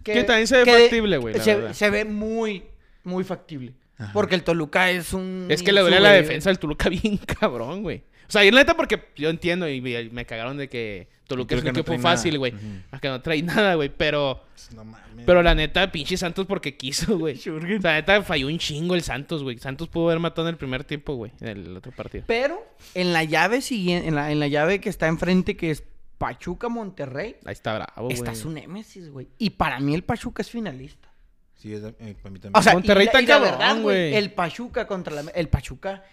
Speaker 2: Que también se ve
Speaker 1: de-
Speaker 2: factible, güey, la
Speaker 1: Se,
Speaker 2: verdad.
Speaker 1: se ve muy, muy factible. Porque el Toluca es un.
Speaker 2: Es que le duele la
Speaker 1: superior.
Speaker 2: defensa del Toluca bien cabrón, güey. O sea, y la neta porque yo entiendo y y me cagaron de que Toluca es un
Speaker 3: Toluca no
Speaker 2: equipo
Speaker 3: trae nada.
Speaker 2: fácil, güey.
Speaker 3: Ujú.
Speaker 2: A que no trae nada, güey, pero...
Speaker 3: No mames.
Speaker 2: Pero la neta, pinche Santos porque quiso, güey. O sea, la neta falló un chingo el Santos, güey. Santos pudo haber matado en el primer tiempo, güey, en el otro partido.
Speaker 1: Pero en la llave siguiente, en la, en la llave que está enfrente, que es Pachuca Monterrey,
Speaker 2: Ahí está bravo, Oh, güey.
Speaker 1: está su némesis, güey. Y para mí el Pachuca es finalista.
Speaker 3: Sí, es, eh, para mí también.
Speaker 1: O sea, y
Speaker 2: Monterrey
Speaker 1: la-
Speaker 2: está
Speaker 1: y la
Speaker 2: cabrón,
Speaker 1: verdad, güey,
Speaker 2: güey.
Speaker 1: El Pachuca contra la el Pachuca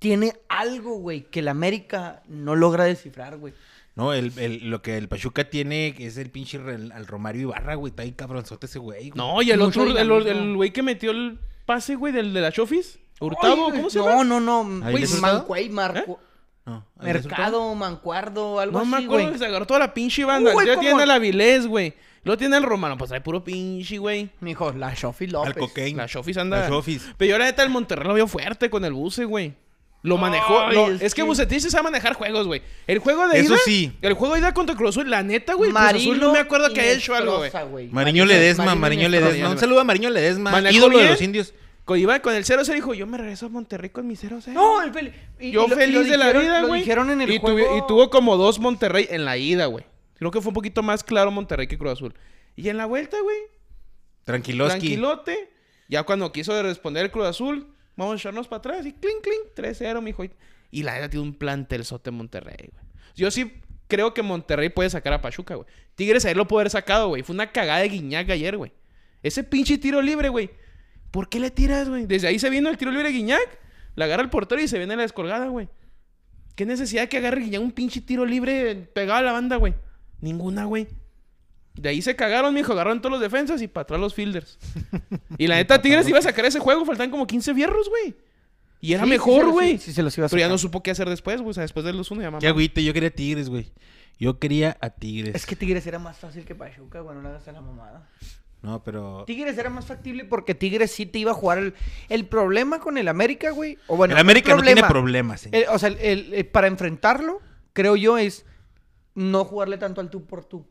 Speaker 1: tiene algo, güey, que el América no logra descifrar, güey.
Speaker 3: no, el, el- lo que el Pachuca tiene es el pinche re- al Romario Ibarra, güey. Está ahí cabronzote ese güey. güey.
Speaker 2: No, y el
Speaker 1: Mucho
Speaker 2: otro, el- el
Speaker 1: dinamismo.
Speaker 2: el güey que metió el pase, güey, del de la Chofis.
Speaker 1: Ay,
Speaker 2: Hurtado,
Speaker 1: güey,
Speaker 2: ¿cómo se
Speaker 1: no,
Speaker 2: llama?
Speaker 1: No, no, no.
Speaker 3: ¿Ahí
Speaker 1: Güey,
Speaker 3: les hurtado?
Speaker 2: ¿Eh?
Speaker 1: Mancuay, Marco.
Speaker 3: No, ¿al resultado?
Speaker 1: Mercado, Mancuardo, algo
Speaker 2: No me
Speaker 1: así,
Speaker 2: acuerdo
Speaker 1: güey.
Speaker 2: que se agarró toda la pinche banda.
Speaker 1: Uy,
Speaker 2: ya
Speaker 1: cómo-
Speaker 2: tiene la Vilés, güey. Luego tiene el Romano, pues hay puro pinche, güey.
Speaker 1: Mijo, la Shofi López.
Speaker 3: Al cocaine.
Speaker 2: La Chofis anda.
Speaker 3: La Chofis.
Speaker 2: Pero yo la neta el Monterrey lo vio fuerte con el buce, güey. Lo manejó.
Speaker 1: Ay,
Speaker 2: lo- es,
Speaker 1: es
Speaker 2: que,
Speaker 1: que-
Speaker 2: Bucetich se sabe manejar juegos, güey. El juego de
Speaker 3: Eso
Speaker 2: ida.
Speaker 3: sí.
Speaker 2: El juego de ida contra Cruz Azul, la neta, Ah, güey. Cruz Azul no me acuerdo que haya hecho algo, güey.
Speaker 3: Mariño Ledesma, Mariño Ledesma. Un saludo a Mariño Ledesma, ídolo de
Speaker 2: bien?
Speaker 3: los indios.
Speaker 2: Cuando Iba con el 0-0 dijo, yo me regreso a Monterrey con mi 0-0.
Speaker 1: No, el fel- y-
Speaker 2: yo
Speaker 1: y lo- y
Speaker 2: feliz
Speaker 1: lo
Speaker 2: de la
Speaker 1: dijeron-
Speaker 2: vida,
Speaker 1: lo
Speaker 2: güey.
Speaker 1: dijeron en el
Speaker 2: y,
Speaker 1: juego.
Speaker 2: tuvi- y tuvo como dos Monterrey en la ida, güey. Creo que fue un poquito más claro Monterrey que Cruz Azul. Y en la vuelta, güey,
Speaker 3: Tranquiloski.
Speaker 2: tranquilote. Ya cuando quiso responder el Cruz Azul, vamos a echarnos para atrás y clink, clink, 3-0, mijo. Y la neta tiene un plantelzote en Monterrey, güey. Yo sí creo que Monterrey puede sacar a Pachuca, güey. Tigres ayer lo puede haber sacado, güey. Fue una cagada de Guiñac ayer, güey. Ese pinche tiro libre, güey. ¿Por qué le tiras, güey? Desde ahí se vino el tiro libre de Guiñac, la agarra el portero y se viene la descolgada, güey. ¿Qué necesidad de que agarre Guiñac un pinche tiro libre pegado a la banda, güey? Ninguna, güey. De ahí se cagaron, mijo. Agarraron todos los defensas y para atrás los fielders. Y la neta, Tigres iba a sacar ese juego. Faltan como 15 fierros, güey. Y era
Speaker 1: Sí, sí se
Speaker 2: mejor,
Speaker 1: los-
Speaker 2: güey.
Speaker 1: sí se los iba a
Speaker 2: Pero ya
Speaker 1: sacar.
Speaker 2: no supo qué hacer después, güey. O sea, después de los uno ya mamá.
Speaker 3: Qué agüite, yo quería Tigres, güey. Yo quería a Tigres.
Speaker 1: Es que Tigres era más fácil que Pachuca, güey, no le hagas a la mamada.
Speaker 3: No, pero.
Speaker 1: Tigres era más factible porque Tigres sí te iba a jugar el, el problema con el América, güey. O bueno,
Speaker 3: el América no tiene problemas, señor.
Speaker 1: El- o sea, el- el- eh, para enfrentarlo, creo yo, es no jugarle tanto al tú por tú.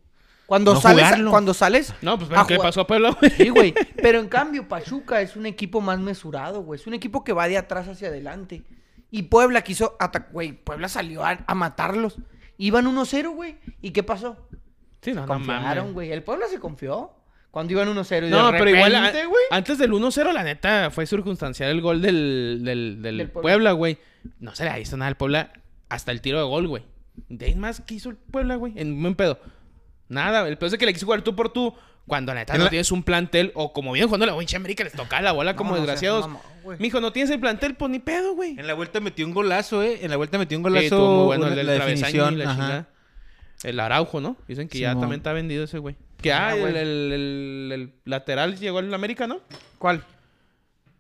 Speaker 1: Cuando
Speaker 3: No
Speaker 1: sales,
Speaker 3: jugarlo.
Speaker 1: cuando sales.
Speaker 2: No, pues,
Speaker 1: a
Speaker 2: ¿qué le
Speaker 1: jugar-
Speaker 2: pasó a Puebla, güey?
Speaker 1: Sí, güey. Pero en cambio, Pachuca es un equipo más mesurado, güey. Es un equipo que va de atrás hacia adelante. Y Puebla quiso atacar, güey. Puebla salió a, a matarlos. Iban 1-0, güey. ¿Y qué pasó?
Speaker 2: Sí, no, no mames.
Speaker 1: Confiaron, güey. El Puebla se confió cuando iban 1-0. y
Speaker 2: No,
Speaker 1: de
Speaker 2: pero igual, ah, a-
Speaker 1: repente, güey.
Speaker 2: antes del 1-0, la neta, fue circunstancial el gol del, del, del
Speaker 1: Del Puebla.
Speaker 2: Puebla, güey. No se le ha visto nada al Puebla hasta el tiro de gol, güey. De ahí más que hizo el Puebla, güey. En buen pedo. Nada, el pedo es que le quiso jugar tú por tú. Cuando la neta
Speaker 3: En
Speaker 2: no
Speaker 3: la-
Speaker 2: tienes un plantel, o como bien jugando la pinche América, les tocaba la bola como
Speaker 1: no, o sea,
Speaker 2: desgraciados.
Speaker 1: mamá, güey.
Speaker 2: Mijo, no tienes el plantel, pues ni pedo, güey.
Speaker 3: En la vuelta metió un golazo, ¿eh? En la vuelta metió un
Speaker 2: Sí,
Speaker 3: golazo.
Speaker 2: estuvo muy bueno
Speaker 3: una-
Speaker 2: el del
Speaker 3: la
Speaker 2: travesaño y
Speaker 3: definición.
Speaker 2: la
Speaker 3: ajá.
Speaker 2: chingada. El Araujo, ¿no? Dicen que ya
Speaker 3: Simón.
Speaker 2: también está vendido ese güey. Que ah,
Speaker 1: Ah,
Speaker 2: el,
Speaker 1: güey.
Speaker 2: el- el- el lateral llegó al América, ¿no?
Speaker 1: ¿Cuál?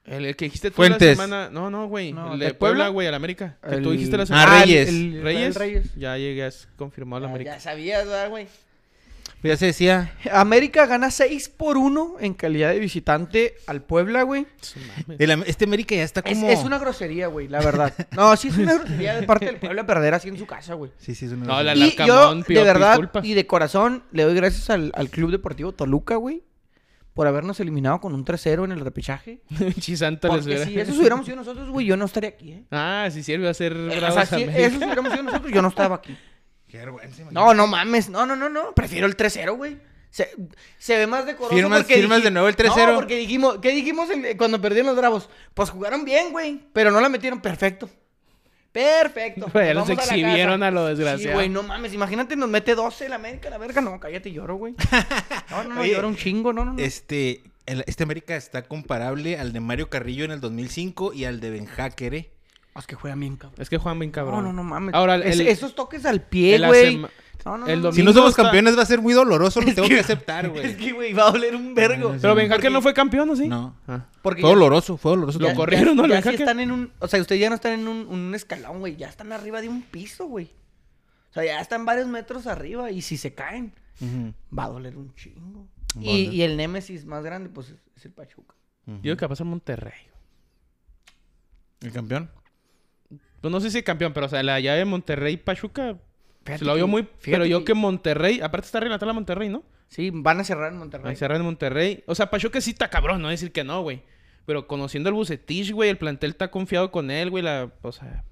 Speaker 2: El, el que dijiste tú
Speaker 3: Fuentes.
Speaker 2: la semana. No, no, güey.
Speaker 1: No,
Speaker 2: el
Speaker 1: ¿de
Speaker 2: de Puebla,
Speaker 1: Puebla?
Speaker 2: güey, al América. Que tú
Speaker 1: El-
Speaker 2: dijiste la
Speaker 3: Ah,
Speaker 2: semana.
Speaker 3: Reyes.
Speaker 1: el- el
Speaker 2: Reyes.
Speaker 1: Reyes.
Speaker 2: Ya llegué, has confirmado al
Speaker 1: Ah,
Speaker 2: América.
Speaker 1: Ya sabías, ¿verdad, güey.
Speaker 3: Pues ya se decía.
Speaker 1: América gana 6 por 1 en calidad de visitante al Puebla, güey.
Speaker 2: Su madre.
Speaker 3: el Am- este América ya está
Speaker 1: Es,
Speaker 3: como.
Speaker 1: es una grosería, güey, la verdad. No, sí es una grosería de parte del Puebla perder así en su casa, güey.
Speaker 3: Sí, sí, es una.
Speaker 2: No, la-
Speaker 3: grosería.
Speaker 1: Y
Speaker 2: Alarcamón
Speaker 1: yo,
Speaker 2: pidió
Speaker 1: de verdad
Speaker 2: disculpas.
Speaker 1: y de corazón, le doy gracias al, al Club Deportivo Toluca, güey, por habernos eliminado con un 3-0 en el repechaje.
Speaker 2: Chisanta les
Speaker 1: Porque
Speaker 2: hubiera-
Speaker 1: si eso hubiéramos sido nosotros, güey, yo no estaría aquí, ¿eh?
Speaker 2: Ah, sí sirve a ser
Speaker 1: O
Speaker 2: bravos
Speaker 1: sea, si
Speaker 2: América.
Speaker 1: eso hubiéramos sido nosotros, yo no estaba aquí.
Speaker 3: Qué vergüenza, man.
Speaker 1: No, no mames. No, no, no, no. Prefiero el 3-0, güey. Se, se ve más decoroso
Speaker 3: Firmas-
Speaker 1: porque
Speaker 3: firmas
Speaker 1: dij-
Speaker 3: de nuevo el 3-0.
Speaker 1: No, porque dijimos... ¿Qué dijimos en- cuando perdieron los Bravos? Pues jugaron bien, güey. Pero no la metieron perfecto. Perfecto.
Speaker 2: Güey,
Speaker 1: Nos
Speaker 2: los
Speaker 1: vamos la
Speaker 2: exhibieron
Speaker 1: casa.
Speaker 2: a lo
Speaker 1: Sí,
Speaker 2: desgraciado.
Speaker 1: güey. No mames. Imagínate, nos mete 12 la América. La verga. No, cállate. Lloro, güey. No, no, no.
Speaker 3: Oye,
Speaker 1: lloro un chingo. No, no, no.
Speaker 3: Este. el- este América está comparable al de Mario Carrillo en el 2005 y al de Ben Hacker, ¿eh?
Speaker 1: Es que juegan bien, cabrón.
Speaker 2: Es que juegan bien cabrón.
Speaker 1: No, no, no mames.
Speaker 2: Ahora,
Speaker 1: Es-
Speaker 2: el-
Speaker 1: esos toques al pie,
Speaker 2: en la
Speaker 1: güey.
Speaker 2: sema-
Speaker 1: No, no,
Speaker 2: el
Speaker 1: no.
Speaker 3: Si
Speaker 2: Domingo
Speaker 3: no somos
Speaker 2: está-
Speaker 3: campeones va a ser muy doloroso, lo tengo que aceptar,
Speaker 1: Es
Speaker 3: güey.
Speaker 1: que, güey, va a doler un vergo.
Speaker 2: Pero Ben Hacker no fue campeón, ¿o sí?
Speaker 3: No.
Speaker 2: Ah.
Speaker 1: Porque
Speaker 3: Fue
Speaker 1: ya-
Speaker 3: doloroso, fue doloroso.
Speaker 2: Lo
Speaker 1: Ya-
Speaker 3: también.
Speaker 2: corrí. corrieron,
Speaker 1: ya-
Speaker 2: ¿no,
Speaker 1: Ya,
Speaker 2: Alejandro?
Speaker 1: sí están en un... O sea, ustedes ya no están en un, un escalón, güey. Ya están arriba de un piso, güey. O sea, ya están varios metros arriba. Y si se caen,
Speaker 3: Ujú.
Speaker 1: va a doler un chingo.
Speaker 3: Va a
Speaker 1: Y,
Speaker 3: doler.
Speaker 1: y el némesis más grande, pues, es, es el Pachuca.
Speaker 2: Yo creo que va a pasar Monterrey.
Speaker 3: ¿El campeón?
Speaker 2: Pues no sé si campeón, pero o sea, la llave de Monterrey Pachuca se
Speaker 1: Fíjate
Speaker 2: lo vio
Speaker 1: que-
Speaker 2: muy.
Speaker 1: fíjate
Speaker 2: Pero yo
Speaker 1: que-
Speaker 2: que Monterrey, aparte está relatada la Monterrey, ¿no?
Speaker 1: Sí, van a cerrar en
Speaker 2: Ahí
Speaker 1: Monterrey.
Speaker 2: cerrar en Monterrey. O sea, Pachuca sí está cabrón, no decir que no, güey. Pero conociendo el Bucetich, güey, el plantel está confiado con él, güey. La, o sea,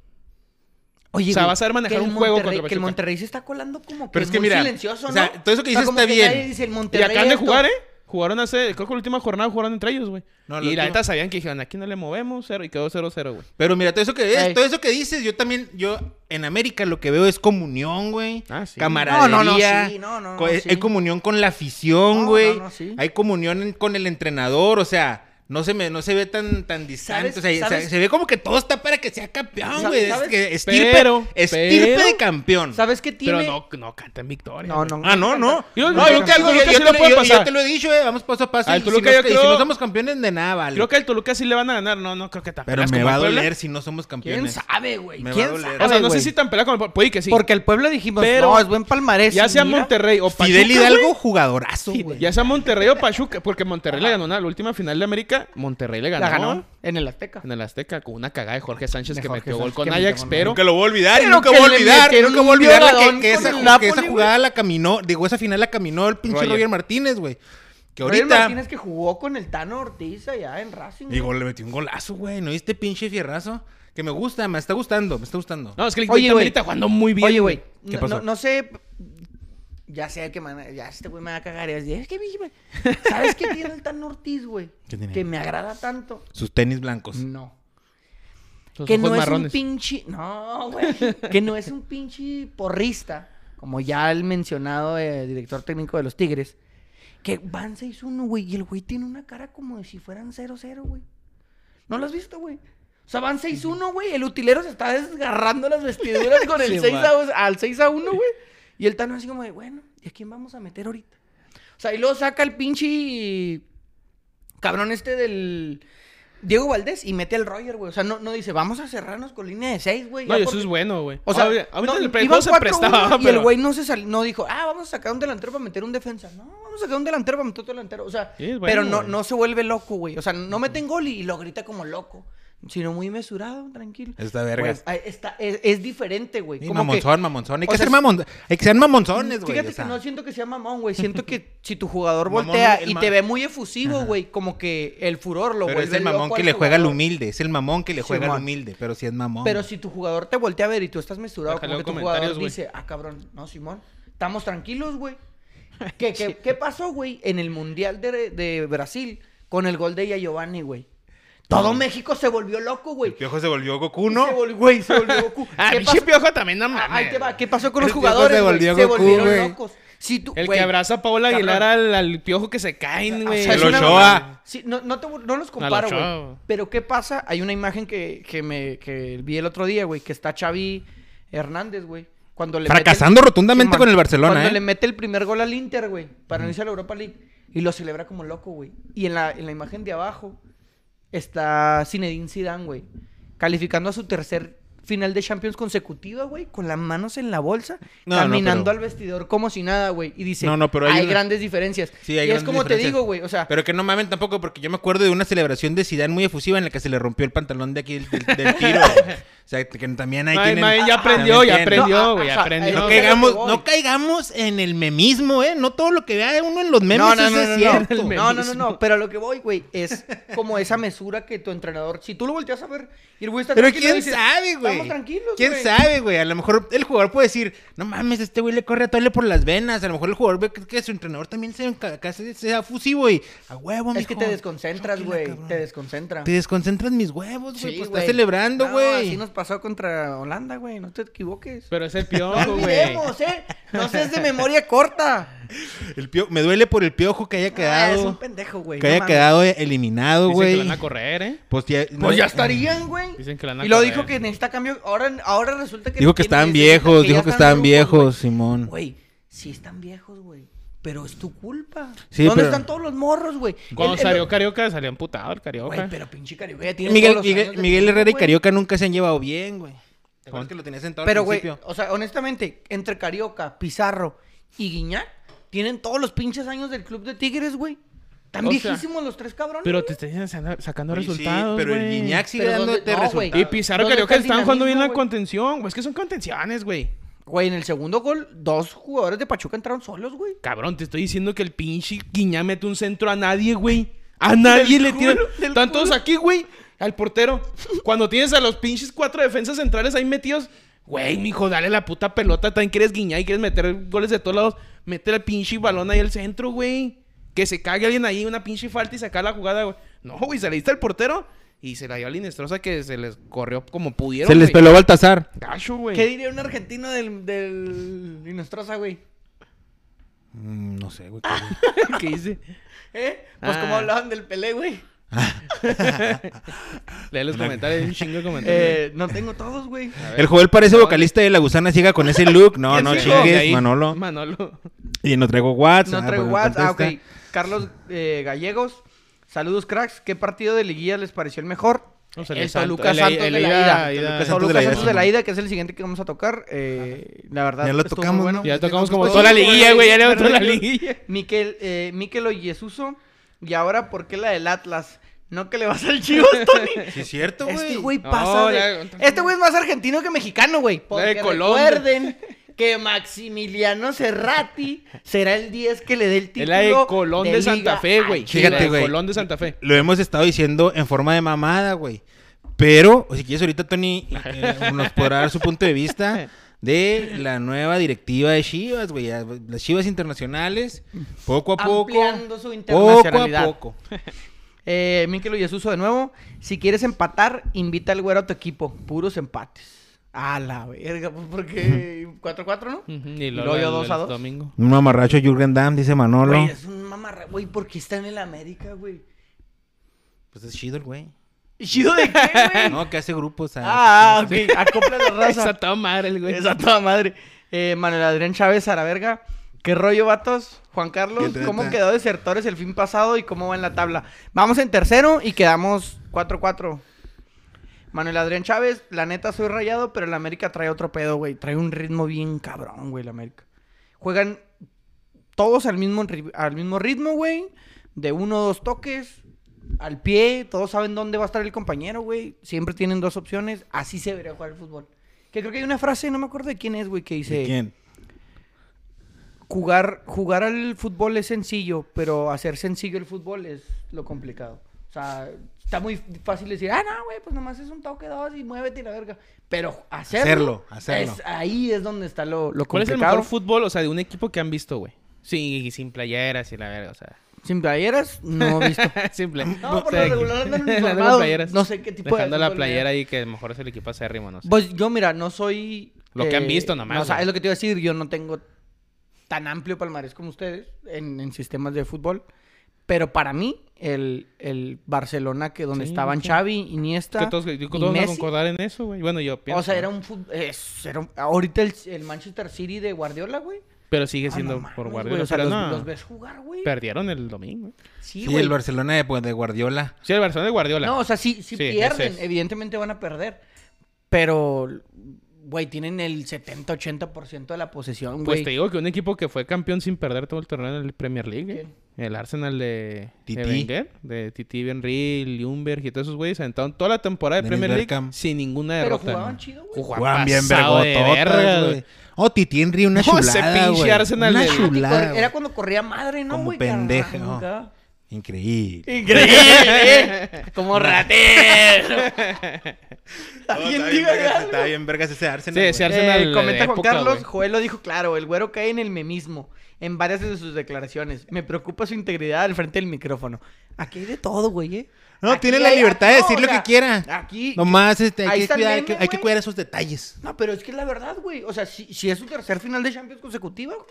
Speaker 1: Oye,
Speaker 2: O sea,
Speaker 1: güey,
Speaker 2: va a saber manejar
Speaker 1: que el
Speaker 2: un juego
Speaker 1: Monterrey-
Speaker 2: contra
Speaker 1: Que el
Speaker 2: Pachuca.
Speaker 1: Monterrey se está colando como que,
Speaker 3: Pero es que
Speaker 1: muy
Speaker 3: mira,
Speaker 1: silencioso, ¿no?
Speaker 3: o sea, todo eso que dices
Speaker 1: como
Speaker 3: está bien.
Speaker 1: nadie dice, el
Speaker 2: y
Speaker 1: Monterrey
Speaker 2: acaban de
Speaker 1: esto.
Speaker 2: jugar, ¿eh? Jugaron hace, creo que la última jornada jugaron entre ellos, güey.
Speaker 3: No, la
Speaker 2: y la
Speaker 3: última.
Speaker 2: neta sabían que dijeron, aquí no le movemos, cero, y quedó 0-0, güey.
Speaker 3: Pero mira, todo eso que es,
Speaker 1: Ey.
Speaker 3: todo eso que dices, yo también, yo en América lo que veo es comunión, güey.
Speaker 2: Ah, sí.
Speaker 3: Camaradería.
Speaker 1: No, no, no, sí, no, no,
Speaker 3: co- eh,
Speaker 1: no,
Speaker 3: hay-
Speaker 1: sí.
Speaker 3: Hay comunión con la
Speaker 1: No,
Speaker 3: afición,
Speaker 1: no,
Speaker 3: güey.
Speaker 1: no, sí.
Speaker 3: Hay comunión en- con el entrenador, o sea, no se me, no se ve tan, tan distante.
Speaker 1: ¿Sabes-
Speaker 3: o sea, se-
Speaker 1: sabes?
Speaker 3: se, ve como que todo está para que sea campeón,
Speaker 1: Sa-
Speaker 3: güey. Es
Speaker 1: ¿sabes?
Speaker 3: que estirpe,
Speaker 2: Pero,
Speaker 3: estirpe
Speaker 2: pero-
Speaker 3: de campeón.
Speaker 1: ¿Sabes qué tiene?
Speaker 2: Pero no, no cantan victoria.
Speaker 1: No, no.
Speaker 2: güey.
Speaker 3: Ah, no, no.
Speaker 2: Yo-
Speaker 3: no,
Speaker 2: yo-
Speaker 3: yo, te digo,
Speaker 2: yo-
Speaker 3: yo-
Speaker 2: yo
Speaker 3: yo
Speaker 2: sí
Speaker 3: te
Speaker 2: lo
Speaker 3: lo-
Speaker 2: puedo
Speaker 3: yo- yo
Speaker 2: pasar.
Speaker 3: te lo he dicho, eh, vamos paso a paso.
Speaker 2: Al
Speaker 3: y, si
Speaker 2: Toluca
Speaker 3: nos-
Speaker 2: yo
Speaker 3: y si
Speaker 2: creo-
Speaker 3: no somos campeones de nada, vale.
Speaker 2: Creo que al Toluca sí le van a ganar. No, no creo que tan
Speaker 3: Pero
Speaker 2: pelas
Speaker 3: me
Speaker 2: como
Speaker 3: va a
Speaker 2: el Puebla.
Speaker 3: doler si no somos
Speaker 1: ¿Quién
Speaker 3: campeones.
Speaker 1: sabe, güey?
Speaker 3: Me va a
Speaker 1: ¿Quién
Speaker 3: doler.
Speaker 1: sabe,
Speaker 2: O sea, no
Speaker 1: güey?
Speaker 2: sé si tan pelea como el Puebla. Puede que sí.
Speaker 1: Porque al pueblo dijimos,
Speaker 2: Pero-
Speaker 1: no, es buen palmarés.
Speaker 2: ya
Speaker 1: y
Speaker 2: sea
Speaker 1: mira,
Speaker 2: Monterrey o Pachuca.
Speaker 3: Fidel
Speaker 2: güey.
Speaker 3: Hidalgo, jugadorazo, güey.
Speaker 2: Ya sea Monterrey o Pachuca. Porque Monterrey le ganó en la última final de América. Monterrey le ganó.
Speaker 1: La ganó en el Azteca.
Speaker 2: En el Azteca con una cagada de Jorge Sánchez
Speaker 1: De
Speaker 2: que
Speaker 1: Jorge
Speaker 2: metió gol
Speaker 1: Sánchez
Speaker 2: con
Speaker 1: que
Speaker 2: Ajax,
Speaker 1: metió gol.
Speaker 2: pero...
Speaker 3: Nunca lo voy a olvidar, y
Speaker 1: Pero
Speaker 3: nunca
Speaker 1: que
Speaker 3: voy a
Speaker 1: le
Speaker 3: olvidar,
Speaker 1: metieron
Speaker 3: nunca voy a
Speaker 1: un
Speaker 3: olvidar la que,
Speaker 1: violadón
Speaker 3: que
Speaker 1: con
Speaker 3: esa,
Speaker 1: el
Speaker 3: que
Speaker 1: Napoli,
Speaker 3: esa
Speaker 1: güey.
Speaker 3: jugada la caminó, digo, esa final la caminó el pinche
Speaker 2: Roger.
Speaker 3: Roger, Martínez, güey. Que
Speaker 1: Roger
Speaker 3: ahorita,
Speaker 1: Martínez que jugó con el Tano Ortiz allá en Racing. güey.
Speaker 3: digo, le metió un golazo, güey, ¿no viste pinche fierrazo? Que me gusta, me está gustando, me está gustando.
Speaker 2: No, es que el
Speaker 1: Oye,
Speaker 2: Oye,
Speaker 1: güey.
Speaker 2: está jugando muy bien.
Speaker 1: Oye, güey,
Speaker 3: ¿Qué
Speaker 1: no,
Speaker 3: pasó?
Speaker 1: no- no sé. Ya sé que me van a- ya este güey me va a cagar. y así, Es que, güey, ¿sabes qué tiene el Tano Ortiz, güey?
Speaker 3: ¿Qué tiene? Pues,
Speaker 1: Que me agrada tanto.
Speaker 3: Sus tenis blancos.
Speaker 1: No.
Speaker 2: Sus
Speaker 1: que
Speaker 2: ojos
Speaker 1: no
Speaker 2: marrones.
Speaker 1: es un pinche. No, güey. que no es un pinche porrista. Como ya el mencionado eh, director técnico de los Tigres. Que van 6-1, güey. Y el güey tiene una cara como de si fueran 0-0, güey. ¿No lo has visto, güey? O sea, van 6-1, güey. El utilero se está desgarrando las vestiduras con el
Speaker 2: Sí,
Speaker 1: 6 a, al 6-1, güey. Y el Tano así como de, bueno, ¿y a quién vamos a meter ahorita? O sea, y luego saca el pinche cabrón este del Diego Valdés y mete al Roger, güey. O sea, no, no dice, vamos a cerrarnos con línea de seis, güey.
Speaker 2: No,
Speaker 1: ya
Speaker 2: y eso
Speaker 1: porque-
Speaker 2: es bueno, güey.
Speaker 1: O sea,
Speaker 2: Ahorita- ahorita
Speaker 1: no,
Speaker 2: el pre-
Speaker 1: iban
Speaker 2: no se
Speaker 1: 4-1
Speaker 2: prestaba,
Speaker 1: y
Speaker 2: pero-
Speaker 1: el güey no se sal- no dijo, ah, vamos a sacar un delantero para meter un defensa. No, vamos a sacar un delantero para meter otro delantero. O sea,
Speaker 2: Sí, es bueno,
Speaker 1: pero no,
Speaker 2: güey.
Speaker 1: no se vuelve loco, güey. O sea, no meten gol y, y lo grita como loco. Sino muy mesurado, tranquilo.
Speaker 3: Está
Speaker 1: Pues,
Speaker 3: vergas.
Speaker 1: ah, está, es, es diferente, güey.
Speaker 3: Sí,
Speaker 1: Como que-
Speaker 3: mamonzón, mamonzón. Hay
Speaker 1: o
Speaker 3: que,
Speaker 1: sea,
Speaker 3: ser mamon- hay que ser mamonzones, güey.
Speaker 1: Fíjate
Speaker 3: o sea.
Speaker 1: que no siento que sea mamón, güey. Siento que si tu jugador
Speaker 3: Mamón,
Speaker 1: voltea
Speaker 3: el
Speaker 1: y
Speaker 3: ma-
Speaker 1: te ve muy efusivo, güey, como que el furor lo
Speaker 3: Pero es
Speaker 1: vuelve
Speaker 3: el mamón
Speaker 1: loco
Speaker 3: que
Speaker 1: al
Speaker 3: le juega al
Speaker 1: jugador.
Speaker 3: humilde, es el mamón que le juega al
Speaker 1: Simón.
Speaker 3: humilde, pero sí es mamón.
Speaker 1: Pero si tu jugador te voltea a ver y tú estás mesurado, como que
Speaker 2: Déjale los
Speaker 1: tu jugador
Speaker 2: comentarios, güey.
Speaker 1: dice, ah, cabrón, no, Simón, estamos tranquilos, güey. ¿Qué, qué, qué pasó, güey, en el Mundial de, de Brasil con el gol de Ella Giovanni, güey? Todo México se volvió loco, güey.
Speaker 3: El piojo se volvió Goku,
Speaker 1: Se
Speaker 3: ¿no?
Speaker 1: vol- Güey, se volvió Goku.
Speaker 2: Ah,
Speaker 1: ¿Qué
Speaker 2: pinche
Speaker 1: pasó?
Speaker 2: piojo también, no
Speaker 1: Ah,
Speaker 2: mames.
Speaker 1: ahí te va. ¿Qué pasó con
Speaker 3: El
Speaker 1: los
Speaker 3: piojo se
Speaker 1: jugadores, güey?
Speaker 3: volvió
Speaker 1: Se
Speaker 3: Goku,
Speaker 1: volvieron
Speaker 3: güey.
Speaker 1: locos. Si tú,
Speaker 2: El
Speaker 1: güey,
Speaker 2: que abraza a Paola
Speaker 1: cabrón.
Speaker 2: Aguilar al, al piojo que se caen, güey.
Speaker 1: O sea,
Speaker 3: El
Speaker 1: es una
Speaker 3: Ochoa.
Speaker 1: mamada. Sí, no, no, te- no los comparo,
Speaker 2: Ochoa.
Speaker 1: güey. Pero ¿qué pasa? Hay una imagen que, que me que vi el otro día, güey, que está Xavi Hernández, güey. Cuando le
Speaker 3: Fracasando
Speaker 1: mete
Speaker 3: rotundamente con el Barcelona,
Speaker 1: Cuando
Speaker 3: ¿eh?
Speaker 1: le mete el primer gol al Inter, güey, para iniciar la Europa League. Y lo celebra como loco, güey. Y en la, en la imagen de abajo está Zinedine Zidane, güey. Calificando a su tercer final de Champions consecutiva, güey, con las manos en la bolsa,
Speaker 3: No, no,
Speaker 1: caminando
Speaker 3: pero-
Speaker 1: al vestidor como si nada, güey. Y dice,
Speaker 3: No, no, pero hay
Speaker 1: hay
Speaker 3: una-
Speaker 1: grandes diferencias.
Speaker 3: Sí, hay
Speaker 1: y es
Speaker 3: grandes
Speaker 1: como te
Speaker 3: diferencias.
Speaker 1: digo, güey, o sea,
Speaker 3: Pero que no mamen tampoco, porque yo me acuerdo de una celebración de Zidane muy efusiva en la que se le rompió el pantalón de aquí del, del- del tiro. güey. o sea, que también ahí
Speaker 2: Ay,
Speaker 3: tienen... Ah,
Speaker 2: mae, ya aprendió, ya
Speaker 3: también tienen.
Speaker 2: aprendió,
Speaker 1: Ah, No,
Speaker 2: güey,
Speaker 1: o sea,
Speaker 2: aprendió.
Speaker 1: el
Speaker 3: No
Speaker 1: que-
Speaker 2: Qué
Speaker 3: caigamos,
Speaker 1: voy.
Speaker 3: no caigamos en el memismo, ¿eh? No todo lo que vea uno en los memes
Speaker 1: no, no,
Speaker 3: es
Speaker 1: no, no,
Speaker 3: cierto.
Speaker 1: no, no, no, no, no, pero a lo que voy, güey, es como esa mesura que tu entrenador, si tú lo volteas a ver y el güey está
Speaker 3: Pero
Speaker 1: tranquilo,
Speaker 3: quién
Speaker 1: dices,
Speaker 3: sabe, güey.
Speaker 1: Estamos tranquilos,
Speaker 3: ¿Quién
Speaker 1: güey".
Speaker 3: sabe, güey? A lo mejor el jugador puede decir, no mames, este güey le corre a Tole por las venas. A lo mejor el jugador ve que, que su entrenador también sea, casi sea fusivo y a huevo,
Speaker 1: Es que
Speaker 3: mijo.
Speaker 1: te desconcentras,
Speaker 3: Chóquela,
Speaker 1: güey,
Speaker 3: cabrón.
Speaker 1: te desconcentra.
Speaker 3: Te desconcentras mis huevos, güey.
Speaker 1: Sí,
Speaker 3: pues
Speaker 1: güey.
Speaker 3: estás celebrando,
Speaker 1: No,
Speaker 3: güey.
Speaker 1: así nos pasó contra Holanda, güey, no te equivoques.
Speaker 2: Pero es el
Speaker 1: no
Speaker 2: piojo, güey.
Speaker 1: olvidemos, ¿eh? No seas de memoria corta.
Speaker 3: El pio- Me duele por el piojo que haya
Speaker 1: Ah, es
Speaker 3: quedado.
Speaker 1: un pendejo, güey.
Speaker 3: que
Speaker 1: no
Speaker 3: haya
Speaker 1: mames.
Speaker 3: quedado eliminado,
Speaker 2: Dicen que lo
Speaker 3: güey.
Speaker 2: van a correr, ¿eh?
Speaker 3: Pues ya,
Speaker 1: Pues ya estarían, güey.
Speaker 2: Dicen que la van a
Speaker 1: Y lo
Speaker 2: correr.
Speaker 1: dijo que necesita cambio. Ahora, ahora resulta que.
Speaker 3: Dijo que
Speaker 1: tiene-
Speaker 3: estaban
Speaker 1: dice
Speaker 3: viejos,
Speaker 1: ya
Speaker 3: dijo que
Speaker 1: están
Speaker 3: estaban
Speaker 1: rucos,
Speaker 3: viejos,
Speaker 1: güey.
Speaker 3: Simón.
Speaker 1: Güey, sí están viejos, güey. Pero es tu culpa.
Speaker 3: Sí,
Speaker 1: ¿Dónde
Speaker 3: pero-
Speaker 1: están todos los morros, güey?
Speaker 2: Cuando
Speaker 1: El- el-
Speaker 2: salió Carioca, salió amputado el Carioca.
Speaker 1: Güey, pero pinche Carioca ya tiene todos
Speaker 3: Miguel,
Speaker 1: los años
Speaker 3: Miguel,
Speaker 1: del
Speaker 3: Miguel
Speaker 1: mundo,
Speaker 3: Herrera y
Speaker 1: güey.
Speaker 3: Carioca nunca se han llevado bien, güey. ¿Te acuerdas que lo tenías sentado
Speaker 1: Pero,
Speaker 3: al
Speaker 1: güey,
Speaker 3: principio?
Speaker 1: o sea, honestamente, entre Carioca, Pizarro y Guiñac, tienen todos los pinches años del club de Tigres, güey. Están
Speaker 2: O sea,
Speaker 1: viejísimos los tres cabrones.
Speaker 2: Pero
Speaker 1: güey.
Speaker 2: te están sa- sacando
Speaker 3: Oye, sí,
Speaker 2: resultados,
Speaker 3: pero el
Speaker 2: güey.
Speaker 3: Guiñac sigue
Speaker 1: Pero ¿dónde-
Speaker 3: dándote
Speaker 1: no, güey.
Speaker 3: resultados.
Speaker 2: Y Pizarro
Speaker 1: ¿Dónde
Speaker 2: Carioca
Speaker 1: está el
Speaker 2: están jugando bien la
Speaker 1: dinamismo, güey?
Speaker 2: contención. güey. Es que son contenciones, güey.
Speaker 1: Güey, en el segundo gol, dos jugadores de Pachuca entraron solos, güey.
Speaker 2: Cabrón, te estoy diciendo que el pinche Guiñac mete un centro a nadie, güey. A nadie le
Speaker 1: culo,
Speaker 2: tiran.
Speaker 1: del
Speaker 2: Están todos
Speaker 1: culo.
Speaker 2: aquí, güey. Al portero. Cuando tienes a los pinches cuatro defensas centrales ahí metidos. Güey, mijo, dale la puta pelota. También quieres guiñar y quieres meter goles de todos lados. Mete el pinche balón ahí al centro, güey. Que se cague alguien ahí, una pinche falta y sacar la jugada, güey. No, güey, se le diste al portero y se la dio a Linestrosa que se les corrió como pudieron.
Speaker 3: Se les
Speaker 2: güey.
Speaker 3: peló Baltasar.
Speaker 2: Gacho, güey.
Speaker 1: ¿Qué diría un argentino del, del Inostrosa, güey?
Speaker 3: Mm, no sé, güey.
Speaker 2: ¿Qué hice?
Speaker 1: ¿Eh? Pues
Speaker 2: Ah.
Speaker 1: como hablaban del Pelé, güey.
Speaker 2: Lee los comentarios, hay un chingo de comentarios.
Speaker 1: Eh, no tengo todos, güey.
Speaker 3: El Joel parece vocalista de La Gusana Ciega con ese look. No,
Speaker 2: ¿Qué
Speaker 3: no
Speaker 2: sigo?
Speaker 3: chingues,
Speaker 2: Ahí.
Speaker 3: Manolo.
Speaker 2: Manolo.
Speaker 3: Y no traigo WhatsApp.
Speaker 1: No traigo WhatsApp. Ah, ok. Carlos eh, Gallegos. Saludos, cracks. ¿Qué partido de liguilla les pareció el mejor?
Speaker 2: No, se le
Speaker 1: el
Speaker 2: saltó.
Speaker 1: Toluca
Speaker 2: El-
Speaker 1: Santos
Speaker 2: el
Speaker 1: de la
Speaker 2: ida-
Speaker 1: ida.
Speaker 2: ida-
Speaker 1: El
Speaker 3: Toluca
Speaker 1: Toluca Santos de la
Speaker 3: sí.
Speaker 1: ida, que es el siguiente que vamos a tocar. Eh, la verdad,
Speaker 3: Ya lo
Speaker 1: estuvo muy
Speaker 3: tocamos,
Speaker 1: bueno. Pues
Speaker 3: ¿no?
Speaker 2: Ya tocamos como
Speaker 1: Estuvo
Speaker 2: toda la
Speaker 1: muy bueno.
Speaker 2: liguilla, güey. Ya levantó
Speaker 1: Pero-
Speaker 2: la liguilla.
Speaker 1: Miquel, eh, Miquel Oyesuso. Y ahora, ¿por qué la del Atlas? No que le vas al Chivas, Tony.
Speaker 3: Sí, es cierto, güey.
Speaker 1: Este güey
Speaker 2: No,
Speaker 1: pasa de-
Speaker 2: ya-
Speaker 1: Este güey es más argentino que mexicano, güey. Porque
Speaker 2: Colombia.
Speaker 1: recuerden que Maximiliano Cerrati será el 10 que le dé el título
Speaker 2: Es la de Colón de,
Speaker 1: Liga
Speaker 2: Santa Fe,
Speaker 1: a
Speaker 2: güey.
Speaker 1: Chivas.
Speaker 3: Fíjate,
Speaker 2: La de
Speaker 3: güey.
Speaker 2: Colón de Santa Fe.
Speaker 3: Lo hemos estado diciendo en forma de mamada, güey. Pero, o si quieres, ahorita Tony eh, nos podrá dar su punto de vista de la nueva directiva de Chivas, güey. Ya, Las Chivas internacionales, poco a poco.
Speaker 1: Ampliando su
Speaker 3: Poco
Speaker 1: internacionalidad.
Speaker 3: a poco.
Speaker 1: Eh, Mikel Oyesuso de nuevo. Si quieres empatar, invita al güero a tu equipo. Puros empates. A la verga, pues, porque 4-4, ¿no?
Speaker 2: Y
Speaker 1: luego yo dos a dos.
Speaker 2: Domingo.
Speaker 3: Un mamarracho Jürgen Damm, dice Manolo.
Speaker 1: Güey, es un mamarra. Güey, ¿por qué está en el América, güey?
Speaker 3: Pues es chido el güey.
Speaker 1: ¿Chido de qué, güey?
Speaker 3: No, que hace grupos.
Speaker 1: Ah, ah, ok. Acopla la raza.
Speaker 2: Esa toda madre, el güey.
Speaker 1: Es a toda madre. Eh, Manuel Adrián Chávez a la verga. ¿Qué rollo, vatos? Juan Carlos,
Speaker 3: ¿Qué trata?
Speaker 1: ¿cómo quedó desertores el fin pasado y cómo va en la tabla? Vamos en tercero y quedamos 4-4. Manuel Adrián Chávez, la neta soy rayado, pero el América trae otro pedo, güey. Trae un ritmo bien cabrón, güey, el América. Juegan todos al mismo, ri- al mismo ritmo, güey. De uno o dos toques, al pie. Todos saben dónde va a estar el compañero, güey. Siempre tienen dos opciones. Así se debería jugar el fútbol. Que creo que hay una frase, no me acuerdo de quién es, güey, que dice...
Speaker 3: ¿De quién?
Speaker 1: Jugar, jugar al fútbol es sencillo, pero hacer sencillo el fútbol es lo complicado. O sea, está muy fácil decir, ah, no, güey, pues nomás es un toque, dos y muévete y la verga. Pero hacerlo,
Speaker 3: Hacerlo, hacerlo.
Speaker 1: es- ahí es donde está lo, lo
Speaker 2: ¿Cuál es el
Speaker 1: complicado.
Speaker 2: mejor fútbol, o sea, de un equipo que han visto, güey? Sí, y sin playeras y la verga, o sea.
Speaker 1: Sin playeras, no he visto.
Speaker 2: Simple.
Speaker 1: No, por
Speaker 2: O sea,
Speaker 1: lo regular andan
Speaker 2: andando con
Speaker 1: uniformados.
Speaker 2: playeras.
Speaker 1: No sé qué tipo de
Speaker 2: Dejando la
Speaker 1: fútbol
Speaker 2: playera ahí que a lo mejor es el equipo acérrimo, no sé.
Speaker 1: Pues yo, mira, no soy... eh,
Speaker 2: Lo que han visto nomás,
Speaker 1: no, o sea,
Speaker 2: güey.
Speaker 1: es lo que te iba a decir, yo no tengo tan amplio palmarés como ustedes en, en sistemas de fútbol. Pero para mí, el, el Barcelona, que donde
Speaker 2: Sí,
Speaker 1: estaban
Speaker 2: sí.
Speaker 1: Xavi, Iniesta
Speaker 2: Que todos, que
Speaker 1: y
Speaker 2: todos van a
Speaker 1: Messi,
Speaker 2: concordar en eso, güey. Bueno, yo pienso.
Speaker 1: O sea, era
Speaker 2: ¿no?
Speaker 1: un fútbol... ahorita el, el Manchester City de Guardiola, güey.
Speaker 2: Pero sigue
Speaker 1: ah,
Speaker 2: siendo
Speaker 1: no mames,
Speaker 2: por
Speaker 1: güey,
Speaker 2: Guardiola.
Speaker 1: O sea,
Speaker 2: pero
Speaker 1: los,
Speaker 2: no,
Speaker 1: los ves jugar, güey.
Speaker 2: Perdieron el domingo.
Speaker 1: Sí,
Speaker 3: Y
Speaker 1: güey.
Speaker 3: el Barcelona de, pues, de Guardiola.
Speaker 2: Sí, el Barcelona de Guardiola.
Speaker 1: No, o sea, sí, sí
Speaker 2: Sí, ese
Speaker 1: pierden.
Speaker 2: es.
Speaker 1: Evidentemente van a perder. Pero, güey, tienen el 70-80% de la posesión,
Speaker 2: Pues
Speaker 1: güey.
Speaker 2: te digo que un equipo que fue campeón sin perder todo el torneo en la Premier League, ¿eh? el Arsenal de
Speaker 3: Tití.
Speaker 2: de Wenger, de Titi Benril, Ljungberg y todos esos güeyes, se aventaron toda la temporada de
Speaker 3: Dennis
Speaker 2: Premier League
Speaker 3: Bergkamp.
Speaker 2: sin ninguna
Speaker 1: Pero
Speaker 2: derrota.
Speaker 1: jugaban
Speaker 2: ¿no?
Speaker 1: chido, güey.
Speaker 2: Jugaban
Speaker 3: Juegan bien
Speaker 2: pasado de verga,
Speaker 3: vergototas, güey.
Speaker 2: güey.
Speaker 3: Oh, Titi Henry, una
Speaker 2: No, ese
Speaker 3: chulada,
Speaker 2: pinche
Speaker 3: güey.
Speaker 2: Arsenal
Speaker 3: Una
Speaker 2: de-
Speaker 3: chulada,
Speaker 1: Cor-
Speaker 3: güey.
Speaker 1: Era cuando corría madre, ¿no,
Speaker 3: Como
Speaker 1: güey?
Speaker 3: pendejo.
Speaker 1: Carranca.
Speaker 3: Increíble.
Speaker 1: Increíble. Como ratero. Alguien diga algo.
Speaker 3: Está bien vergas ese Arsenal,
Speaker 2: Sí,
Speaker 3: güey.
Speaker 2: ese Arsenal
Speaker 1: Eh, comenta
Speaker 2: de
Speaker 1: Juan
Speaker 2: época,
Speaker 1: Carlos,
Speaker 2: güey.
Speaker 1: Joel lo dijo claro, el güero cae en el memismo en varias de sus declaraciones. Me preocupa su integridad al frente del micrófono. Aquí hay de todo, güey, ¿eh?
Speaker 3: No,
Speaker 1: Aquí
Speaker 3: tiene la
Speaker 1: hay-
Speaker 3: libertad de
Speaker 1: no,
Speaker 3: decir
Speaker 1: o
Speaker 3: lo
Speaker 1: sea,
Speaker 3: que quiera.
Speaker 1: Aquí
Speaker 3: Nomás este,
Speaker 1: Ahí
Speaker 3: hay,
Speaker 1: está
Speaker 3: que
Speaker 1: el
Speaker 3: cuidar, hay
Speaker 1: meme,
Speaker 3: que- hay que
Speaker 1: güey.
Speaker 3: cuidar esos detalles.
Speaker 1: No, pero es que es la verdad, güey. O sea, si, si es su tercer final de Champions consecutiva, güey.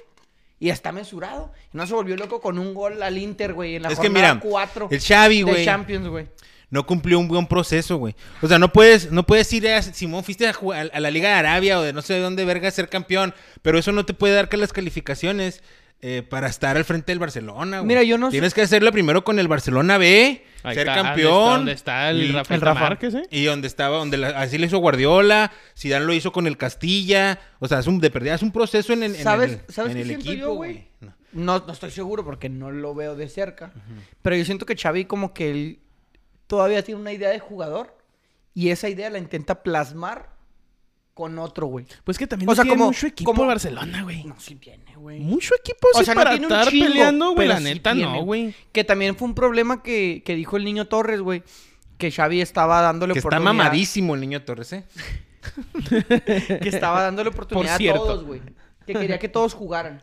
Speaker 1: Y está mensurado. No se volvió loco con un gol al Inter, güey, en la
Speaker 3: Es que
Speaker 1: jornada
Speaker 3: mira,
Speaker 1: 4
Speaker 3: el Xavi,
Speaker 1: de
Speaker 3: güey.
Speaker 1: Champions, güey.
Speaker 3: No cumplió un buen proceso, güey. O sea, no puedes, no puedes ir a Simón, fuiste a, jugar a la Liga de Arabia o de no sé dónde verga a ser campeón, pero eso no te puede dar que las calificaciones eh, para estar al frente del Barcelona, güey.
Speaker 1: Mira, yo no sé-
Speaker 3: Tienes que hacerlo primero con el Barcelona B,
Speaker 2: Ahí
Speaker 3: ser
Speaker 2: está,
Speaker 3: campeón.
Speaker 2: ¿Dónde está el
Speaker 3: y-
Speaker 2: Rafael
Speaker 1: el Rafa.
Speaker 2: Márquez, eh?
Speaker 3: Y donde estaba, donde la- así le hizo Guardiola, Zidane lo hizo con el Castilla, o sea, es un, de perdida, es un proceso en, en- en
Speaker 1: ¿Sabes-
Speaker 3: el,
Speaker 1: sabes
Speaker 3: en
Speaker 1: qué
Speaker 3: el
Speaker 1: siento yo,
Speaker 3: equipo,
Speaker 1: güey?
Speaker 3: güey. No.
Speaker 1: No, no estoy seguro porque no lo veo de cerca. Pero yo siento que Xavi como que él todavía tiene una idea de jugador. Y esa idea la intenta plasmar con otro, güey.
Speaker 2: Pues que también
Speaker 1: O
Speaker 2: no
Speaker 1: sea,
Speaker 2: tiene
Speaker 1: como-
Speaker 2: mucho equipo
Speaker 1: como-
Speaker 2: el Barcelona, güey.
Speaker 1: No, sí tiene, güey.
Speaker 2: Mucho equipo
Speaker 1: O
Speaker 2: Pues sí,
Speaker 1: sea, no
Speaker 2: para
Speaker 1: tiene un
Speaker 2: estar
Speaker 1: chingo,
Speaker 2: peleando, güey.
Speaker 1: pero
Speaker 2: La
Speaker 1: sí
Speaker 2: neta,
Speaker 1: tiene,
Speaker 2: no, güey.
Speaker 1: Que también fue un problema que, que dijo el niño Torres, güey. Que Xavi estaba dándole
Speaker 3: Que está
Speaker 1: oportunidad.
Speaker 3: mamadísimo el niño Torres, ¿eh?
Speaker 1: Que estaba dándole oportunidad a
Speaker 2: cierto.
Speaker 1: todos, güey. Que quería que todos jugaran.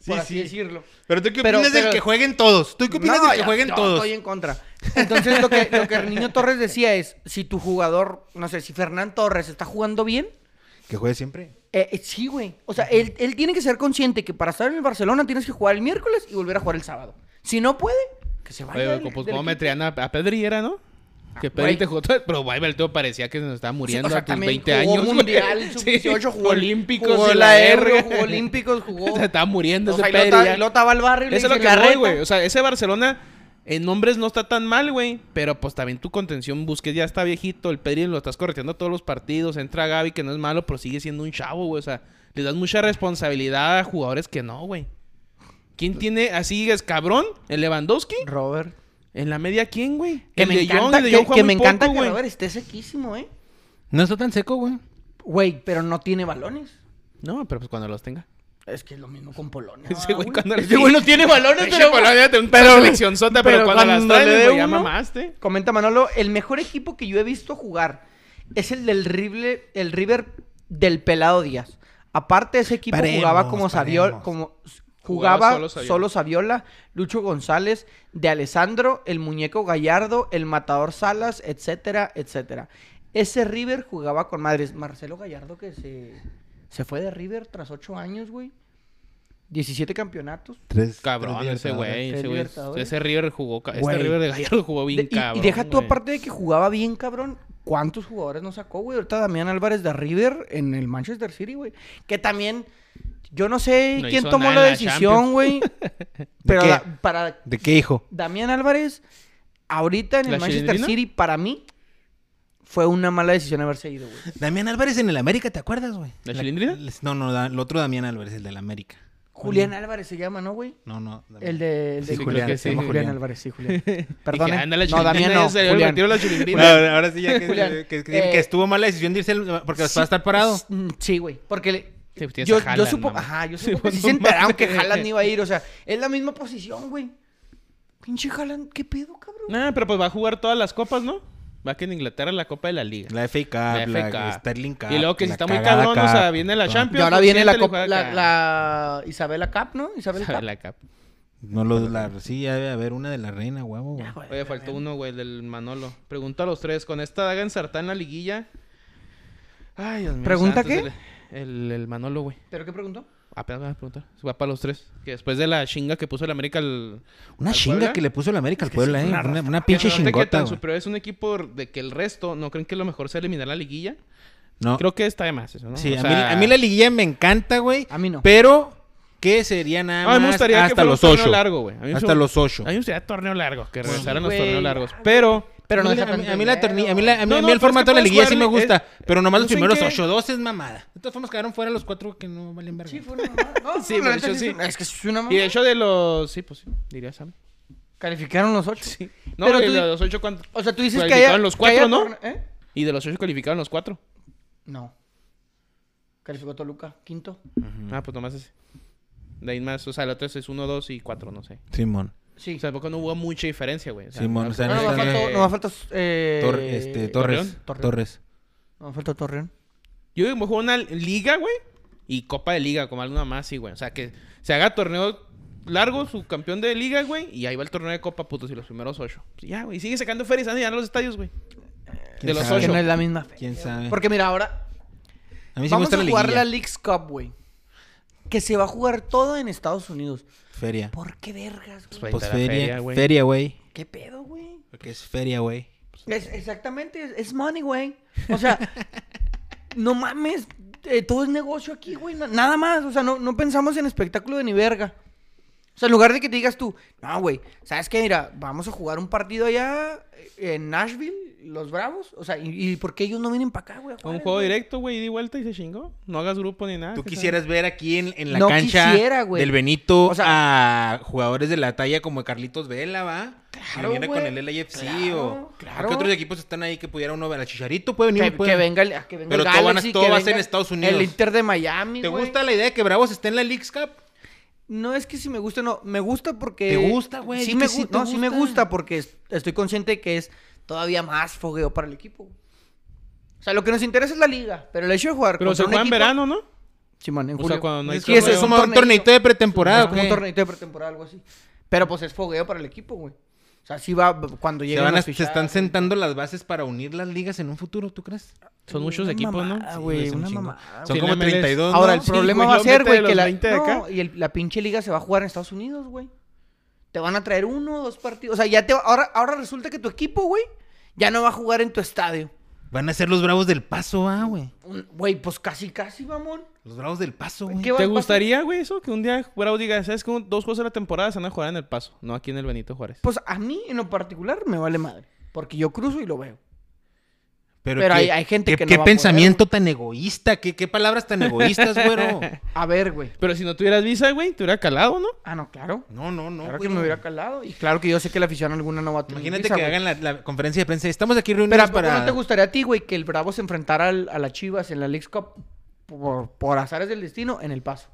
Speaker 3: Sí,
Speaker 1: por así
Speaker 3: sí.
Speaker 1: decirlo.
Speaker 3: Pero tú qué
Speaker 1: Pero-
Speaker 3: opinas del
Speaker 1: pero-
Speaker 3: que jueguen todos. ¿Tú qué opinas
Speaker 1: No, pues
Speaker 3: del que
Speaker 1: yo-
Speaker 3: jueguen
Speaker 1: yo
Speaker 3: todos?
Speaker 1: Estoy en contra. Entonces, lo que, lo que el niño Torres decía es: si tu jugador, no sé, si Fernán Torres está jugando bien,
Speaker 3: Que juegue siempre.
Speaker 1: eh, eh, sí, güey. O sea, él, él tiene que ser consciente que para estar en el Barcelona tienes que jugar el miércoles y volver a jugar el sábado. Si no puede, que se vaya.
Speaker 2: Oye,
Speaker 1: del-
Speaker 2: güey, pues
Speaker 1: del
Speaker 2: cómo
Speaker 1: equipo. Ah,
Speaker 2: metían a, a Pedri era, ¿no? Que Pedri
Speaker 1: güey.
Speaker 2: te jugó todo. Pero, güey, el tío parecía que se nos estaba
Speaker 1: Sí,
Speaker 2: muriendo
Speaker 1: o sea,
Speaker 2: a tus
Speaker 1: también
Speaker 2: 20
Speaker 1: jugó
Speaker 2: años. güey.
Speaker 1: Mundial,
Speaker 2: Sí,
Speaker 1: sub-18, jugó
Speaker 2: Olímpicos
Speaker 1: jugó
Speaker 2: y
Speaker 1: la
Speaker 2: verga.
Speaker 1: Euro, jugó Olímpicos, jugó.
Speaker 2: Se estaba muriendo
Speaker 1: O sea,
Speaker 2: ese
Speaker 1: y lo ta-
Speaker 2: Pedri.
Speaker 1: y lo estaba al barrio. y le
Speaker 2: Eso es lo
Speaker 1: dicen,
Speaker 2: que
Speaker 1: "La
Speaker 2: voy,
Speaker 1: reta".
Speaker 2: güey. O sea, ese Barcelona en nombres no está tan mal, güey. Pero pues también tu contención Busquets ya está viejito. El Pedri lo estás correteando todos los partidos. Entra Gaby, que no es malo, pero sigue siendo un chavo, güey. O sea, le das mucha responsabilidad a jugadores que no, güey. ¿Quién tiene así, es cabrón? ¿El Lewandowski?
Speaker 1: Robert.
Speaker 2: ¿En la media quién, güey?
Speaker 1: Que
Speaker 2: El
Speaker 1: me
Speaker 2: De Jong,
Speaker 1: encanta,
Speaker 2: el De
Speaker 1: que,
Speaker 2: Jong juega
Speaker 1: que me
Speaker 2: muy
Speaker 1: encanta
Speaker 2: poco,
Speaker 1: que
Speaker 2: güey.
Speaker 1: Robert esté sequísimo, ¿eh?
Speaker 3: No está tan seco, güey.
Speaker 1: Güey, pero no tiene balones.
Speaker 2: No, pero pues cuando los tenga.
Speaker 1: Es que es lo mismo con Polonia.
Speaker 2: Ese güey cuando
Speaker 1: Ese güey no tiene balones,
Speaker 2: Pinche
Speaker 1: pero...
Speaker 2: Polonia tiene un-
Speaker 1: pero-
Speaker 2: selección sota, pero,
Speaker 1: pero
Speaker 2: cuando,
Speaker 1: cuando
Speaker 2: las
Speaker 1: le
Speaker 2: traen,
Speaker 1: dé
Speaker 2: güey, ya
Speaker 1: uno-
Speaker 2: mamaste.
Speaker 1: Comenta Manolo, el mejor equipo que yo he visto jugar es el del River, el River del Pelado Díaz. Aparte, ese equipo
Speaker 3: Paremos,
Speaker 1: jugaba como
Speaker 3: paremos.
Speaker 1: Saviola, como
Speaker 2: Jugaba
Speaker 1: jugaba
Speaker 2: solo
Speaker 1: solo
Speaker 2: Saviola.
Speaker 1: Saviola. Lucho González, de Alessandro, el muñeco Gallardo, el matador Salas, etcétera, etcétera. Ese River jugaba con madres. Marcelo Gallardo que se, se fue de River tras ocho años, güey. 17 campeonatos.
Speaker 3: Tres.
Speaker 2: Cabrón,
Speaker 3: tres
Speaker 2: ese güey.
Speaker 1: Tres
Speaker 2: Ese, güey,
Speaker 1: Libertadores.
Speaker 2: ese River jugó. ca- Este
Speaker 1: Güey.
Speaker 2: River de Gallardo jugó bien
Speaker 1: De- y-
Speaker 2: cabrón.
Speaker 1: y, deja tú,
Speaker 2: güey.
Speaker 1: aparte de que jugaba bien, cabrón, ¿cuántos jugadores no sacó, güey? Ahorita Damián Álvarez de River en el Manchester City, güey. Que también, yo no sé
Speaker 2: No
Speaker 1: quién
Speaker 2: hizo
Speaker 1: tomó
Speaker 2: nada
Speaker 1: la
Speaker 2: en la Champions.
Speaker 1: decisión, güey. pero
Speaker 3: qué?
Speaker 1: la- para
Speaker 3: ¿De qué hijo?
Speaker 1: Damián Álvarez, ahorita en
Speaker 2: ¿La
Speaker 1: el Manchester
Speaker 2: chilindrina?
Speaker 1: City, para mí, fue una mala decisión haberse ido, güey.
Speaker 3: Damián Álvarez en el América, ¿te acuerdas, güey?
Speaker 2: ¿La chilindrina?
Speaker 3: No, no, da- el otro Damián Álvarez, el del América.
Speaker 1: Julián Álvarez se llama, ¿no, güey?
Speaker 3: No, no. Damián.
Speaker 1: El de, el de
Speaker 2: Sí, creo que sí.
Speaker 1: Julián
Speaker 3: Julián.
Speaker 1: Álvarez, sí, Julián.
Speaker 2: Dije,
Speaker 1: Perdón. eh.
Speaker 2: ándale,
Speaker 1: No, Damián no. Julián.
Speaker 3: No,
Speaker 2: Julián.
Speaker 3: ahora ahora sí ya que,
Speaker 1: Julián,
Speaker 3: que- que-
Speaker 1: eh,
Speaker 3: que estuvo mala decisión de irse al- porque va a estar parado.
Speaker 1: Mm, Sí, güey. Porque le-
Speaker 2: Sí, pues, tienes
Speaker 1: yo,
Speaker 2: a Haaland,
Speaker 1: yo supo,
Speaker 2: mamá.
Speaker 1: ajá, yo
Speaker 2: Sí,
Speaker 1: supo
Speaker 2: pues,
Speaker 1: que sí
Speaker 2: no
Speaker 1: se enteraron
Speaker 2: mames.
Speaker 1: que Haaland iba a ir. O sea, es la misma posición, güey. Pinche Haaland, ¿qué pedo, cabrón?
Speaker 2: Nah, pero pues va a jugar todas las copas, ¿no? Va que en Inglaterra la Copa de la Liga.
Speaker 3: La FA Cup,
Speaker 2: La
Speaker 3: la,
Speaker 2: FA Cup.
Speaker 3: Sterling Cup.
Speaker 2: Y luego que si
Speaker 3: la
Speaker 2: está muy
Speaker 3: cagada
Speaker 2: cabrón, o sea,
Speaker 3: Cup.
Speaker 2: viene la
Speaker 3: No,
Speaker 2: Champions.
Speaker 1: Y ahora
Speaker 2: pues,
Speaker 1: viene la,
Speaker 2: siéntale,
Speaker 1: cop-
Speaker 2: juega
Speaker 1: la,
Speaker 2: acá.
Speaker 1: la Isabela Cup, ¿no? Isabela Cup.
Speaker 2: La cap.
Speaker 3: No, lo, la, sí, ya debe haber una de la reina, huevo, güey.
Speaker 1: Ah, güey,
Speaker 2: Oye, faltó uno, güey, el del Manolo. Pregunta a los tres. Con esta daga ensartada en la liguilla. Ay, Dios mío.
Speaker 1: ¿Pregunta
Speaker 2: santos,
Speaker 1: qué?
Speaker 2: El, el, el Manolo, güey.
Speaker 1: ¿Pero qué preguntó?
Speaker 2: Apenas me vas a preguntar. Va para los tres. Que después de la chinga que puso el América al.
Speaker 3: Una
Speaker 2: al
Speaker 3: chinga
Speaker 2: Puebla,
Speaker 3: que le puso el América al Puebla, ¿eh? Una, una
Speaker 2: que
Speaker 3: pinche
Speaker 2: se note Que
Speaker 3: chingota,
Speaker 2: tan
Speaker 3: güey.
Speaker 2: superior es un equipo de que el resto. ¿No creen que lo mejor sea eliminar la liguilla?
Speaker 3: No.
Speaker 2: Creo que está de más eso, ¿no?
Speaker 3: Sí,
Speaker 2: O
Speaker 3: a, mí,
Speaker 2: sea,
Speaker 3: a mí la liguilla me encanta, güey.
Speaker 1: A mí no.
Speaker 3: Pero, ¿qué sería nada
Speaker 2: a
Speaker 3: más
Speaker 2: mí Ah, me gustaría que
Speaker 3: hasta
Speaker 2: fuera un
Speaker 3: los
Speaker 2: torneo
Speaker 3: ocho?
Speaker 2: largo, güey. A mí me
Speaker 3: Hasta
Speaker 2: gustaría-
Speaker 3: los ocho.
Speaker 2: A mí me gustaría torneo largo. Que regresaran los
Speaker 1: güey.
Speaker 2: torneos largos. Pero. pues,
Speaker 1: Pero no
Speaker 3: a mí,
Speaker 1: deja tanto
Speaker 3: a mí la
Speaker 1: dinero.
Speaker 3: torni- a mí la- a mí-
Speaker 2: No,
Speaker 3: a mí
Speaker 2: no, pero es
Speaker 3: el formato
Speaker 2: que
Speaker 3: de la
Speaker 2: puedes
Speaker 3: liguilla sí me
Speaker 2: jugarle,
Speaker 3: gusta,
Speaker 2: es-
Speaker 3: pero nomás
Speaker 2: no
Speaker 3: los
Speaker 2: sé en
Speaker 3: primeros
Speaker 2: qué-
Speaker 3: 8, 12 es mamada. De todas formas quedaron fuera los cuatro que no valen verga.
Speaker 1: Sí, fue una mamada. No,
Speaker 2: Sí,
Speaker 1: no, la
Speaker 2: pero
Speaker 1: neta
Speaker 2: yo sí.
Speaker 1: es una- Es que es una
Speaker 2: Y de
Speaker 1: mamada.
Speaker 2: hecho de los... Sí, pues sí. Diría Sam.
Speaker 1: Calificaron los ocho.
Speaker 2: No,
Speaker 1: Pero
Speaker 2: y
Speaker 1: tú-
Speaker 2: de los ocho cuánto...
Speaker 1: O sea, tú dices que
Speaker 2: Calificaron
Speaker 1: haya-
Speaker 2: Pues, los
Speaker 1: que haya
Speaker 2: cuatro, ¿no?
Speaker 1: torne- ¿Eh?
Speaker 2: Y de los ocho calificaron los cuatro.
Speaker 1: No. Calificó Toluca, quinto.
Speaker 3: Mm.
Speaker 2: Ah, pues nomás ese. De ahí más, o sea, el otro es uno, dos y cuatro, no sé.
Speaker 3: Simón.
Speaker 1: Sí. Ah,
Speaker 2: O sea, tampoco no hubo mucha diferencia, güey. O sea,
Speaker 3: Simón, o sea,
Speaker 1: no,
Speaker 2: no,
Speaker 1: no,
Speaker 3: está
Speaker 1: me
Speaker 3: bien.
Speaker 1: faltó, no me falta. Eh,
Speaker 3: Tor- este, Torres.
Speaker 2: Torreón.
Speaker 1: Torreón.
Speaker 3: Torres.
Speaker 1: No me falta Torreón.
Speaker 2: Yo digo, mejor una liga, güey, y copa de liga, como alguna más, sí, güey. O sea, que se haga torneo largo, subcampeón de liga, güey, y ahí va el torneo de copa, putos, y los primeros ocho. Pues ya, güey, sigue sacando ferias, anda a los estadios, güey. De los
Speaker 3: sabe?
Speaker 1: Que
Speaker 2: ocho.
Speaker 1: no es la misma fe.
Speaker 3: ¿Quién sabe?
Speaker 1: Porque mira, ahora
Speaker 3: A mí sí me
Speaker 1: vamos
Speaker 3: gusta
Speaker 1: a
Speaker 3: la
Speaker 1: jugar
Speaker 3: liguilla.
Speaker 1: la League's Cup, güey. Que se va a jugar todo en Estados Unidos.
Speaker 3: Feria.
Speaker 1: ¿Por qué vergas, güey?
Speaker 2: Pues,
Speaker 3: Pues
Speaker 2: Está la feria,
Speaker 3: feria,
Speaker 2: güey.
Speaker 3: feria, güey.
Speaker 1: ¿Qué pedo, güey?
Speaker 3: Porque es feria, güey.
Speaker 1: Es- exactamente, es, es money, güey. O sea, no mames, eh, todo es negocio aquí, güey. na- nada más, o sea, no, no pensamos en espectáculo de ni verga. O sea, en lugar de que te digas tú, no, güey, ¿sabes qué? Mira, vamos a jugar un partido allá eh, en Nashville, los Bravos. O sea, ¿y, y por qué ellos no vienen para acá, güey? a
Speaker 2: Fue un
Speaker 1: Juárez,
Speaker 2: juego
Speaker 1: güey?
Speaker 2: directo, güey, y di vuelta y se chingó. No hagas grupo ni nada.
Speaker 3: Tú
Speaker 2: que
Speaker 3: quisieras ver aquí en, en la
Speaker 1: No
Speaker 3: cancha
Speaker 1: quisiera, güey.
Speaker 3: del Benito
Speaker 1: O sea-
Speaker 3: a jugadores de la talla como Carlitos Vela, ¿va? Que
Speaker 2: Claro,
Speaker 3: viniera
Speaker 2: güey.
Speaker 3: con el LAFC
Speaker 2: Claro,
Speaker 3: o.
Speaker 2: claro.
Speaker 3: Porque otros equipos están ahí que pudiera uno ver. A Chicharito puede venir.
Speaker 1: Que,
Speaker 3: puede-
Speaker 1: que venga el, que venga
Speaker 3: Pero
Speaker 1: el
Speaker 3: todo van a-
Speaker 1: Galaxy,
Speaker 3: todo
Speaker 1: que
Speaker 3: va a ser
Speaker 1: venga
Speaker 3: en Estados Unidos.
Speaker 1: El Inter de Miami,
Speaker 3: ¿Te
Speaker 1: güey.
Speaker 3: gusta la idea de que Bravos esté en la Leagues Cup?
Speaker 1: No es que si me gusta, no. Me gusta porque.
Speaker 3: ¿Te gusta, güey?
Speaker 1: Sí,
Speaker 3: Di
Speaker 1: me,
Speaker 3: que sí
Speaker 1: gu-
Speaker 3: te
Speaker 1: no, sí me
Speaker 3: gusta.
Speaker 1: gusta porque es- estoy consciente que es todavía más fogueo para el equipo. O sea, lo que nos interesa es la liga, pero el hecho de jugar.
Speaker 2: Pero se
Speaker 1: contra un
Speaker 2: juega en
Speaker 1: equipo-
Speaker 2: verano, ¿no?
Speaker 1: Simón, en
Speaker 2: O sea,
Speaker 1: julio.
Speaker 2: cuando no hay
Speaker 1: es
Speaker 2: torneo.
Speaker 1: que ese es un
Speaker 3: como un
Speaker 1: torneito.
Speaker 3: torneito de pretemporada.
Speaker 1: Es como un
Speaker 3: ¿o qué?
Speaker 1: torneito de pretemporada, algo así. Pero pues es fogueo para el equipo, güey. O sea, sí va cuando
Speaker 3: Se,
Speaker 1: llegan
Speaker 3: van a-
Speaker 1: las
Speaker 3: se
Speaker 1: fichadas.
Speaker 3: están sentando las bases para unir las ligas en un futuro, ¿tú crees?
Speaker 2: Son muchos
Speaker 1: Una
Speaker 2: equipos,
Speaker 1: mamada,
Speaker 2: ¿no?
Speaker 1: güey,
Speaker 3: es un
Speaker 1: una
Speaker 3: chingo.
Speaker 1: mamada,
Speaker 3: Son
Speaker 2: güey.
Speaker 3: como
Speaker 2: Sí, la MLS.
Speaker 3: 32.
Speaker 1: Ahora,
Speaker 3: ¿no? pues,
Speaker 1: el problema
Speaker 2: güey,
Speaker 1: va a
Speaker 2: luego
Speaker 1: ser,
Speaker 2: mete
Speaker 1: güey,
Speaker 2: de
Speaker 1: que
Speaker 2: los
Speaker 1: la,
Speaker 2: 20 de acá.
Speaker 1: no, y el- la pinche liga se va a jugar en Estados Unidos, güey. Te van a traer uno o dos partidos. O sea, ya te ahora, ahora resulta que tu equipo, güey, ya no va a jugar en tu estadio.
Speaker 3: Van a ser los Bravos del Paso, ah, güey.
Speaker 1: Un- Güey, pues casi, casi, mamón.
Speaker 3: Los Bravos del Paso, güey.
Speaker 1: ¿Qué va
Speaker 2: ¿Te
Speaker 1: a pasar?
Speaker 2: gustaría, güey, eso? Que un día Bravo diga, ¿sabes que Dos juegos de la temporada se van a jugar en El Paso, no aquí en el Benito Juárez.
Speaker 1: Pues a mí, en lo particular, me vale madre. Porque yo cruzo y lo veo.
Speaker 3: Pero,
Speaker 1: Pero
Speaker 3: qué-
Speaker 1: hay- hay gente
Speaker 3: qué-
Speaker 1: que no
Speaker 3: Qué
Speaker 1: va a poder,
Speaker 3: pensamiento tan egoísta, qué, qué palabras tan egoístas, güero.
Speaker 1: A ver, güey.
Speaker 2: Pero si no tuvieras visa, güey, te hubiera calado, ¿no?
Speaker 1: Ah, no, claro.
Speaker 3: No, no, no.
Speaker 1: claro que
Speaker 3: güey.
Speaker 1: me hubiera calado. Y claro que yo sé que la afición alguna no va a tener
Speaker 3: Imagínate
Speaker 1: prisa,
Speaker 3: que
Speaker 1: güey.
Speaker 3: hagan la, la conferencia de prensa. Estamos aquí reunidos
Speaker 1: Pero ¿a poco
Speaker 3: para.
Speaker 1: no te gustaría a ti, güey, que el Bravo se enfrentara al- a las Chivas en la League Cup por, por azares del destino en el paso?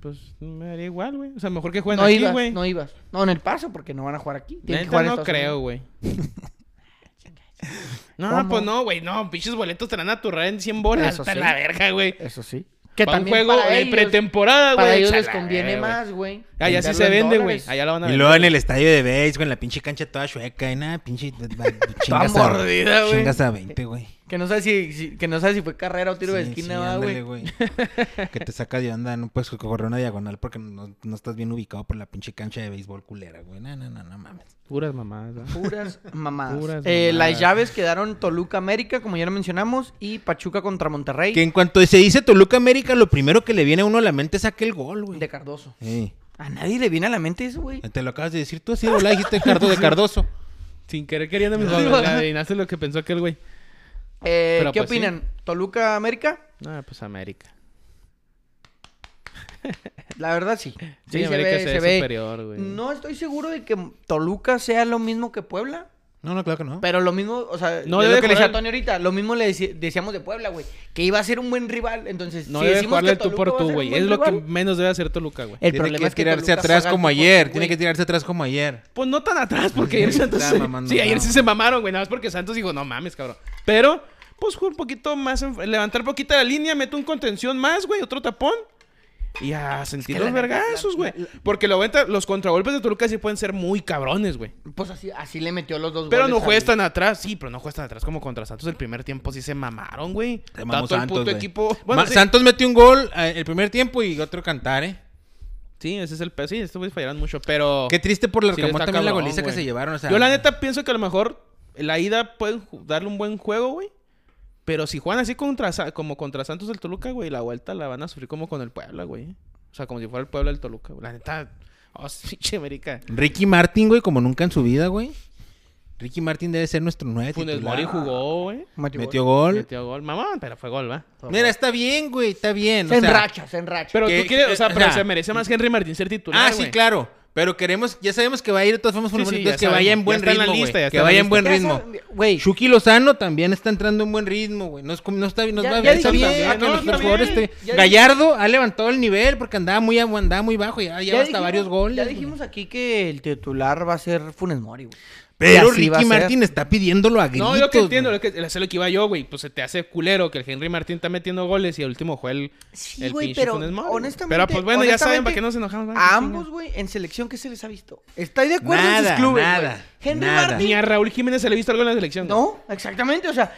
Speaker 2: Pues me daría igual, güey. O sea, mejor que jueguen
Speaker 1: no
Speaker 2: aquí,
Speaker 1: ibas,
Speaker 2: güey.
Speaker 1: no ibas. No, en el paso, porque no van a jugar aquí. Tienen
Speaker 2: Neta,
Speaker 1: que jugar en
Speaker 2: no
Speaker 1: Estados
Speaker 2: creo,
Speaker 1: Unidos.
Speaker 2: güey. No,
Speaker 1: ¿Cómo?
Speaker 2: pues no, güey, no, pinches boletos te la van a turrar en 100 bolas,
Speaker 1: Eso
Speaker 2: hasta
Speaker 1: sí.
Speaker 2: la verga, güey.
Speaker 1: Eso sí. Que
Speaker 2: Para un
Speaker 1: también
Speaker 2: juego
Speaker 1: para
Speaker 2: de
Speaker 1: ellos,
Speaker 2: pretemporada, güey.
Speaker 1: para ellos
Speaker 2: a
Speaker 1: les
Speaker 2: la
Speaker 1: conviene
Speaker 2: verga,
Speaker 1: más, güey.
Speaker 2: güey. Allá sí
Speaker 1: venderlo
Speaker 2: se
Speaker 1: en
Speaker 2: vende, güey.
Speaker 1: dólares.
Speaker 2: Allá la van a
Speaker 3: Y
Speaker 2: vender.
Speaker 3: luego en el estadio de Bates, con la pinche cancha toda chueca y nada, pinche. va- chingas a-
Speaker 1: mordida, güey.
Speaker 3: Chingas a 20, güey.
Speaker 1: Que no sabes si, si- que no sabes si fue carrera o tiro de
Speaker 3: Sí, sí,
Speaker 1: esquina, va,
Speaker 3: ándale,
Speaker 1: güey.
Speaker 3: güey. que te saca de onda, no puedes correr una diagonal porque no, no estás bien ubicado por la pinche cancha de béisbol culera, güey. No, no, no, no mames.
Speaker 2: Puras mamadas, ¿no?
Speaker 1: Puras mamadas.
Speaker 2: Puras
Speaker 1: Eh,
Speaker 2: mamadas.
Speaker 1: Las llaves quedaron Toluca América, como ya lo mencionamos, y Pachuca contra Monterrey
Speaker 3: Que en cuanto se dice Toluca América, lo primero que le viene a uno a la mente es aquel gol, güey.
Speaker 1: de Cardoso.
Speaker 3: Ey,
Speaker 1: A nadie le viene a la mente eso, güey.
Speaker 3: Te lo acabas de decir tú así de volada, dijiste Cardo de Cardoso.
Speaker 2: Sin querer queriendo, me
Speaker 1: Sí,
Speaker 2: le
Speaker 1: güey.
Speaker 2: adivinaste lo que pensó aquel güey.
Speaker 1: Eh,
Speaker 2: Pero,
Speaker 1: ¿Qué
Speaker 2: pues, sí.
Speaker 1: opinan? ¿Toluca América?
Speaker 2: Ah, pues América.
Speaker 1: La verdad sí.
Speaker 2: Sí,
Speaker 1: se
Speaker 2: América
Speaker 1: ve-
Speaker 2: se
Speaker 1: se
Speaker 2: ve
Speaker 1: ve.
Speaker 2: superior, güey.
Speaker 1: No estoy seguro de que Toluca sea lo mismo que Puebla,
Speaker 3: No, no, claro que no.
Speaker 1: pero lo mismo, o sea,
Speaker 2: No
Speaker 1: es
Speaker 2: debe
Speaker 1: lo que le decía
Speaker 2: jugar-
Speaker 1: Tony ahorita, lo mismo le deci- decíamos de Puebla, güey, que iba a ser un buen rival, entonces
Speaker 2: No
Speaker 1: si
Speaker 2: debe
Speaker 1: decimos que
Speaker 2: jugarle tú por
Speaker 1: Toluca va a
Speaker 2: tú,
Speaker 1: ser un
Speaker 2: güey.
Speaker 1: buen
Speaker 2: Es lo que
Speaker 1: rival,
Speaker 2: menos debe hacer Toluca, güey.
Speaker 1: el
Speaker 3: tiene
Speaker 1: problema
Speaker 3: que
Speaker 1: es que
Speaker 3: tirarse
Speaker 1: Toluca
Speaker 3: atrás
Speaker 1: juega
Speaker 3: como
Speaker 1: tú por
Speaker 3: ayer.
Speaker 1: tú,
Speaker 3: Tiene que
Speaker 1: güey.
Speaker 3: tirarse atrás como ayer.
Speaker 2: Pues no tan atrás, porque ayer Santos.
Speaker 3: Está mamando,
Speaker 2: sí, ayer
Speaker 3: no.
Speaker 2: sí se mamaron, güey. Nada más porque Santos dijo, no mames, cabrón. Pero, pues jugar un poquito más. en- Levantar poquito la línea, meto un contención más, güey. Otro tapón. Y a sentir
Speaker 1: la
Speaker 2: los
Speaker 1: neta,
Speaker 2: vergazos,
Speaker 1: la-
Speaker 2: güey.
Speaker 1: la-
Speaker 2: Porque la vuelta- los contragolpes de Toluca sí pueden ser muy cabrones, güey.
Speaker 1: Pues así, así le metió los dos
Speaker 2: Pero no
Speaker 1: goles
Speaker 2: juegas
Speaker 1: al-
Speaker 2: tan atrás, sí, pero no juegas tan atrás como contra Santos. El primer tiempo sí se mamaron, güey.
Speaker 3: Te
Speaker 2: Está
Speaker 3: mamó
Speaker 2: todo el
Speaker 3: Santos,
Speaker 2: puto
Speaker 3: güey.
Speaker 2: equipo.
Speaker 3: Ma-
Speaker 2: Bueno, sí.
Speaker 3: Santos metió un gol eh, el primer tiempo y otro cantar, ¿eh?
Speaker 2: Sí, ese es el peso. Sí, estos güeyes fallaron mucho, pero.
Speaker 3: Qué triste por la
Speaker 2: Oh. Sí,
Speaker 3: Arcamón
Speaker 2: está
Speaker 3: también la
Speaker 2: cabrón,
Speaker 3: goliza que
Speaker 2: güey.
Speaker 3: se llevaron. O sea,
Speaker 2: Yo la neta pienso que a lo mejor la ida pueden ju- darle un buen juego, güey. Pero si juegan así contra, Sa- como contra Santos del Toluca, güey, la vuelta la van a sufrir como con el Puebla, güey. O sea, como si fuera el Puebla del Toluca, güey. La neta. Oh, sí, che, América.
Speaker 3: Ricky Martin, güey, como nunca en su vida, güey. Ricky Martin debe ser nuestro nueve
Speaker 2: Funes
Speaker 3: titular.
Speaker 2: Mori jugó, güey.
Speaker 1: Metió
Speaker 3: Metió
Speaker 1: gol.
Speaker 3: gol.
Speaker 2: Metió gol. Mamá, pero fue gol, ¿va?
Speaker 3: Mira, está bien, güey, está bien.
Speaker 1: Se
Speaker 3: o sea-
Speaker 1: enracha, se enracha.
Speaker 2: Pero
Speaker 3: Que-
Speaker 2: tú quieres, o sea,
Speaker 3: que-
Speaker 2: pero
Speaker 3: ajá.
Speaker 2: se merece más Henry Martín ser titular.
Speaker 3: Ah, sí,
Speaker 2: güey.
Speaker 3: claro. Pero queremos, ya sabemos que va a ir de todas formas
Speaker 2: Sí,
Speaker 3: Funes
Speaker 2: sí,
Speaker 3: Mori,
Speaker 2: ya
Speaker 3: entonces que vaya
Speaker 2: sabemos.
Speaker 3: en buen
Speaker 2: Ya está en la
Speaker 3: ritmo,
Speaker 2: lista,
Speaker 3: güey.
Speaker 2: ya está
Speaker 3: que
Speaker 2: en la
Speaker 3: vaya en
Speaker 2: lista.
Speaker 3: buen
Speaker 1: Ya
Speaker 3: ritmo.
Speaker 1: saben, Güey,
Speaker 3: Chucky Lozano también está entrando en buen ritmo, güey. Nos, com- nos está, nos
Speaker 1: Ya-
Speaker 3: va
Speaker 1: ya
Speaker 3: bien, está
Speaker 1: dijimos
Speaker 3: bien.
Speaker 1: también,
Speaker 3: que
Speaker 1: no,
Speaker 3: los
Speaker 1: está
Speaker 3: jugadores
Speaker 1: bien.
Speaker 3: te-
Speaker 1: Ya
Speaker 3: este, Gallardo ha levantado el nivel porque andaba muy, ab- andaba muy bajo y ya lleva
Speaker 1: ya
Speaker 3: hasta
Speaker 1: dijimos-
Speaker 3: varios goles.
Speaker 1: Ya
Speaker 3: güey.
Speaker 1: dijimos aquí que el titular va a ser Funes Mori, güey.
Speaker 3: Pero
Speaker 1: Y así va a
Speaker 3: Ricky
Speaker 1: ser.
Speaker 3: Martin está pidiéndolo a gritos.
Speaker 2: No, yo que entiendo,
Speaker 3: güey.
Speaker 2: lo que, es lo que iba yo, güey. Pues se te hace culero que el Henry Martín está metiendo goles y el último juega el.
Speaker 1: Pues Sí,
Speaker 2: el
Speaker 1: güey,
Speaker 2: pinche
Speaker 1: pero
Speaker 2: Funes Mori, güey.
Speaker 1: honestamente-
Speaker 2: Pero pues bueno, ya saben
Speaker 1: honestamente,
Speaker 2: para qué nos enojamos. pues, ¿verdad?
Speaker 1: A
Speaker 2: Chinga.
Speaker 1: ambos, güey, en selección, ¿qué se les ha visto? Estoy de acuerdo en sus
Speaker 3: Nada,
Speaker 1: clubes. güey.
Speaker 3: nada,
Speaker 1: Henry
Speaker 3: nada.
Speaker 1: Martin.
Speaker 2: Ni a Raúl Jiménez se le ha visto algo en la selección. güey.
Speaker 1: No, exactamente. O sea,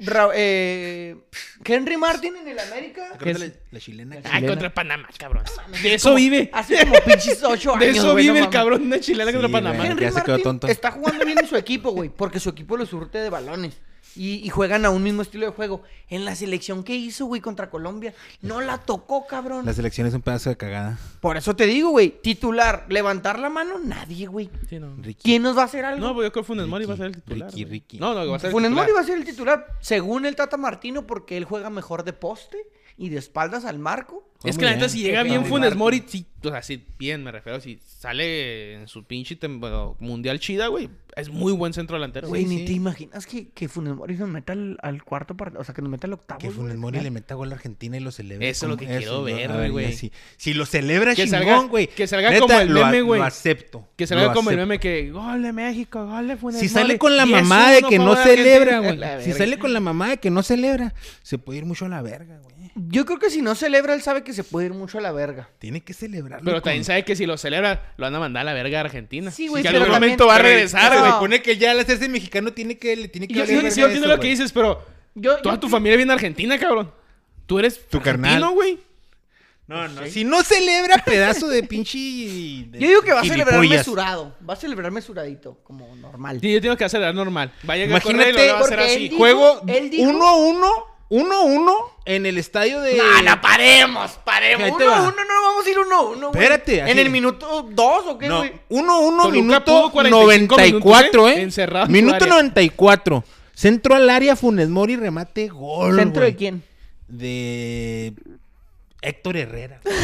Speaker 1: Ra- eh, Henry Martin en el América.
Speaker 3: Creo que la, la chilena.
Speaker 2: Ah,
Speaker 1: Chilena.
Speaker 2: contra Panamá, cabrón. De eso vive.
Speaker 1: Hace como pinches ocho Ah, años.
Speaker 2: De eso
Speaker 1: güey, no
Speaker 2: vive el
Speaker 1: mames.
Speaker 2: cabrón de chilena contra
Speaker 3: Sí,
Speaker 2: Panamá.
Speaker 3: güey.
Speaker 1: Henry
Speaker 3: Ya se quedó
Speaker 1: Martin
Speaker 3: tonto.
Speaker 1: está jugando bien en su equipo, güey, porque su equipo lo surte de balones. Y, y juegan a un mismo estilo de juego. En la selección que hizo, güey, contra Colombia, no la tocó, cabrón.
Speaker 3: La selección es un pedazo de cagada.
Speaker 1: Por eso te digo, güey, titular, levantar la mano, nadie, güey.
Speaker 2: Sí, no.
Speaker 3: Ricky.
Speaker 1: ¿Quién nos va a hacer algo?
Speaker 2: No, pues yo creo que Funes Mori va a ser el
Speaker 3: Ricky,
Speaker 2: titular.
Speaker 3: Ricky,
Speaker 2: güey.
Speaker 3: Ricky.
Speaker 2: No, no, va a ser el
Speaker 1: Funes
Speaker 2: titular.
Speaker 1: Mori va a ser el titular, según el Tata Martino, porque él juega mejor de poste y de espaldas al marco.
Speaker 2: Es que la
Speaker 3: Muy
Speaker 2: neta,
Speaker 3: bien.
Speaker 2: si llega
Speaker 1: Henry
Speaker 2: bien Funes
Speaker 1: Martin.
Speaker 2: Mori, sí o sea, si bien me refiero, si sale en su pinche tem- bueno, mundial chida, güey, es muy buen centro delantero.
Speaker 1: Güey,
Speaker 2: güey.
Speaker 1: ni
Speaker 3: sí.
Speaker 1: te imaginas que, que Funes Mori nos meta al, al cuarto partido. O sea, que nos meta al octavo.
Speaker 3: Que Funes Mori le meta gol a Argentina y lo celebre.
Speaker 2: Eso es lo
Speaker 3: como-
Speaker 2: que quiero
Speaker 3: yo-
Speaker 2: ver,
Speaker 3: a ver,
Speaker 2: güey.
Speaker 3: ya sí. Si lo celebra
Speaker 2: Que salga-
Speaker 3: chingón, güey.
Speaker 2: que salga como el
Speaker 3: lo a-
Speaker 2: meme, güey.
Speaker 3: Lo acepto.
Speaker 2: Que salga
Speaker 3: lo
Speaker 2: como el
Speaker 3: acepto.
Speaker 2: meme que gol de México, gol de Funes
Speaker 3: Si sale
Speaker 2: Mori".
Speaker 3: con la
Speaker 2: 10-1
Speaker 3: mamá de que no
Speaker 2: favor de
Speaker 3: celebra,
Speaker 2: Argentina.
Speaker 3: güey.
Speaker 2: La
Speaker 3: Si
Speaker 2: verga.
Speaker 3: sale con la mamá de que no celebra, se puede ir mucho a la verga, güey.
Speaker 1: Yo creo que si no celebra, él sabe que se puede ir mucho a la verga.
Speaker 3: Tiene que celebrarlo.
Speaker 2: Pero
Speaker 3: con-
Speaker 2: también sabe que si lo celebra, lo van a mandar a la verga a Argentina.
Speaker 1: Sí, güey,
Speaker 2: Que en
Speaker 1: pero
Speaker 2: algún
Speaker 1: también-
Speaker 2: momento va a
Speaker 1: pero-
Speaker 2: regresar,
Speaker 1: No.
Speaker 2: güey.
Speaker 3: Se supone que ya al hacerse mexicano tiene que le tiene que
Speaker 2: Yo,
Speaker 3: valer
Speaker 2: yo,
Speaker 3: verga
Speaker 2: yo entiendo
Speaker 3: eso,
Speaker 2: lo que
Speaker 3: güey.
Speaker 2: dices, pero
Speaker 1: Yo, yo
Speaker 2: toda tu
Speaker 1: pi-
Speaker 2: familia viene de Argentina, cabrón. Tú eres
Speaker 3: Tu
Speaker 2: argentino,
Speaker 3: carnal.
Speaker 2: güey.
Speaker 3: No, no. Si no celebra pedazo de pinche
Speaker 1: Yo digo que va a celebrar
Speaker 3: gilipollas.
Speaker 1: mesurado. Va a celebrar mesuradito, como normal.
Speaker 2: Sí, yo tengo que hacer la normal. Vaya que
Speaker 3: Imagínate,
Speaker 2: correr y lo va a hacer
Speaker 1: porque él
Speaker 2: así.
Speaker 1: dijo-
Speaker 3: Juego
Speaker 1: él dijo-
Speaker 3: 1-1, 1-1 en el estadio de
Speaker 1: No, no, paremos, paremos.
Speaker 3: Ahí
Speaker 1: Uno,
Speaker 3: te va.
Speaker 1: uno, no vamos a ir uno, uno. güey.
Speaker 3: Espérate, así.
Speaker 1: ¿En el minuto dos o qué,
Speaker 3: No,
Speaker 1: güey?
Speaker 3: 1-1
Speaker 2: Toluca
Speaker 3: minuto
Speaker 2: pudo 45
Speaker 3: 94,
Speaker 2: minutos, ¿eh?
Speaker 3: eh.
Speaker 2: Encerrado en su
Speaker 3: Minuto
Speaker 2: área.
Speaker 3: 94. Centro al área Funes Mori remate gol.
Speaker 1: ¿Centro
Speaker 3: güey.
Speaker 1: de quién?
Speaker 3: De Héctor Herrera. güey.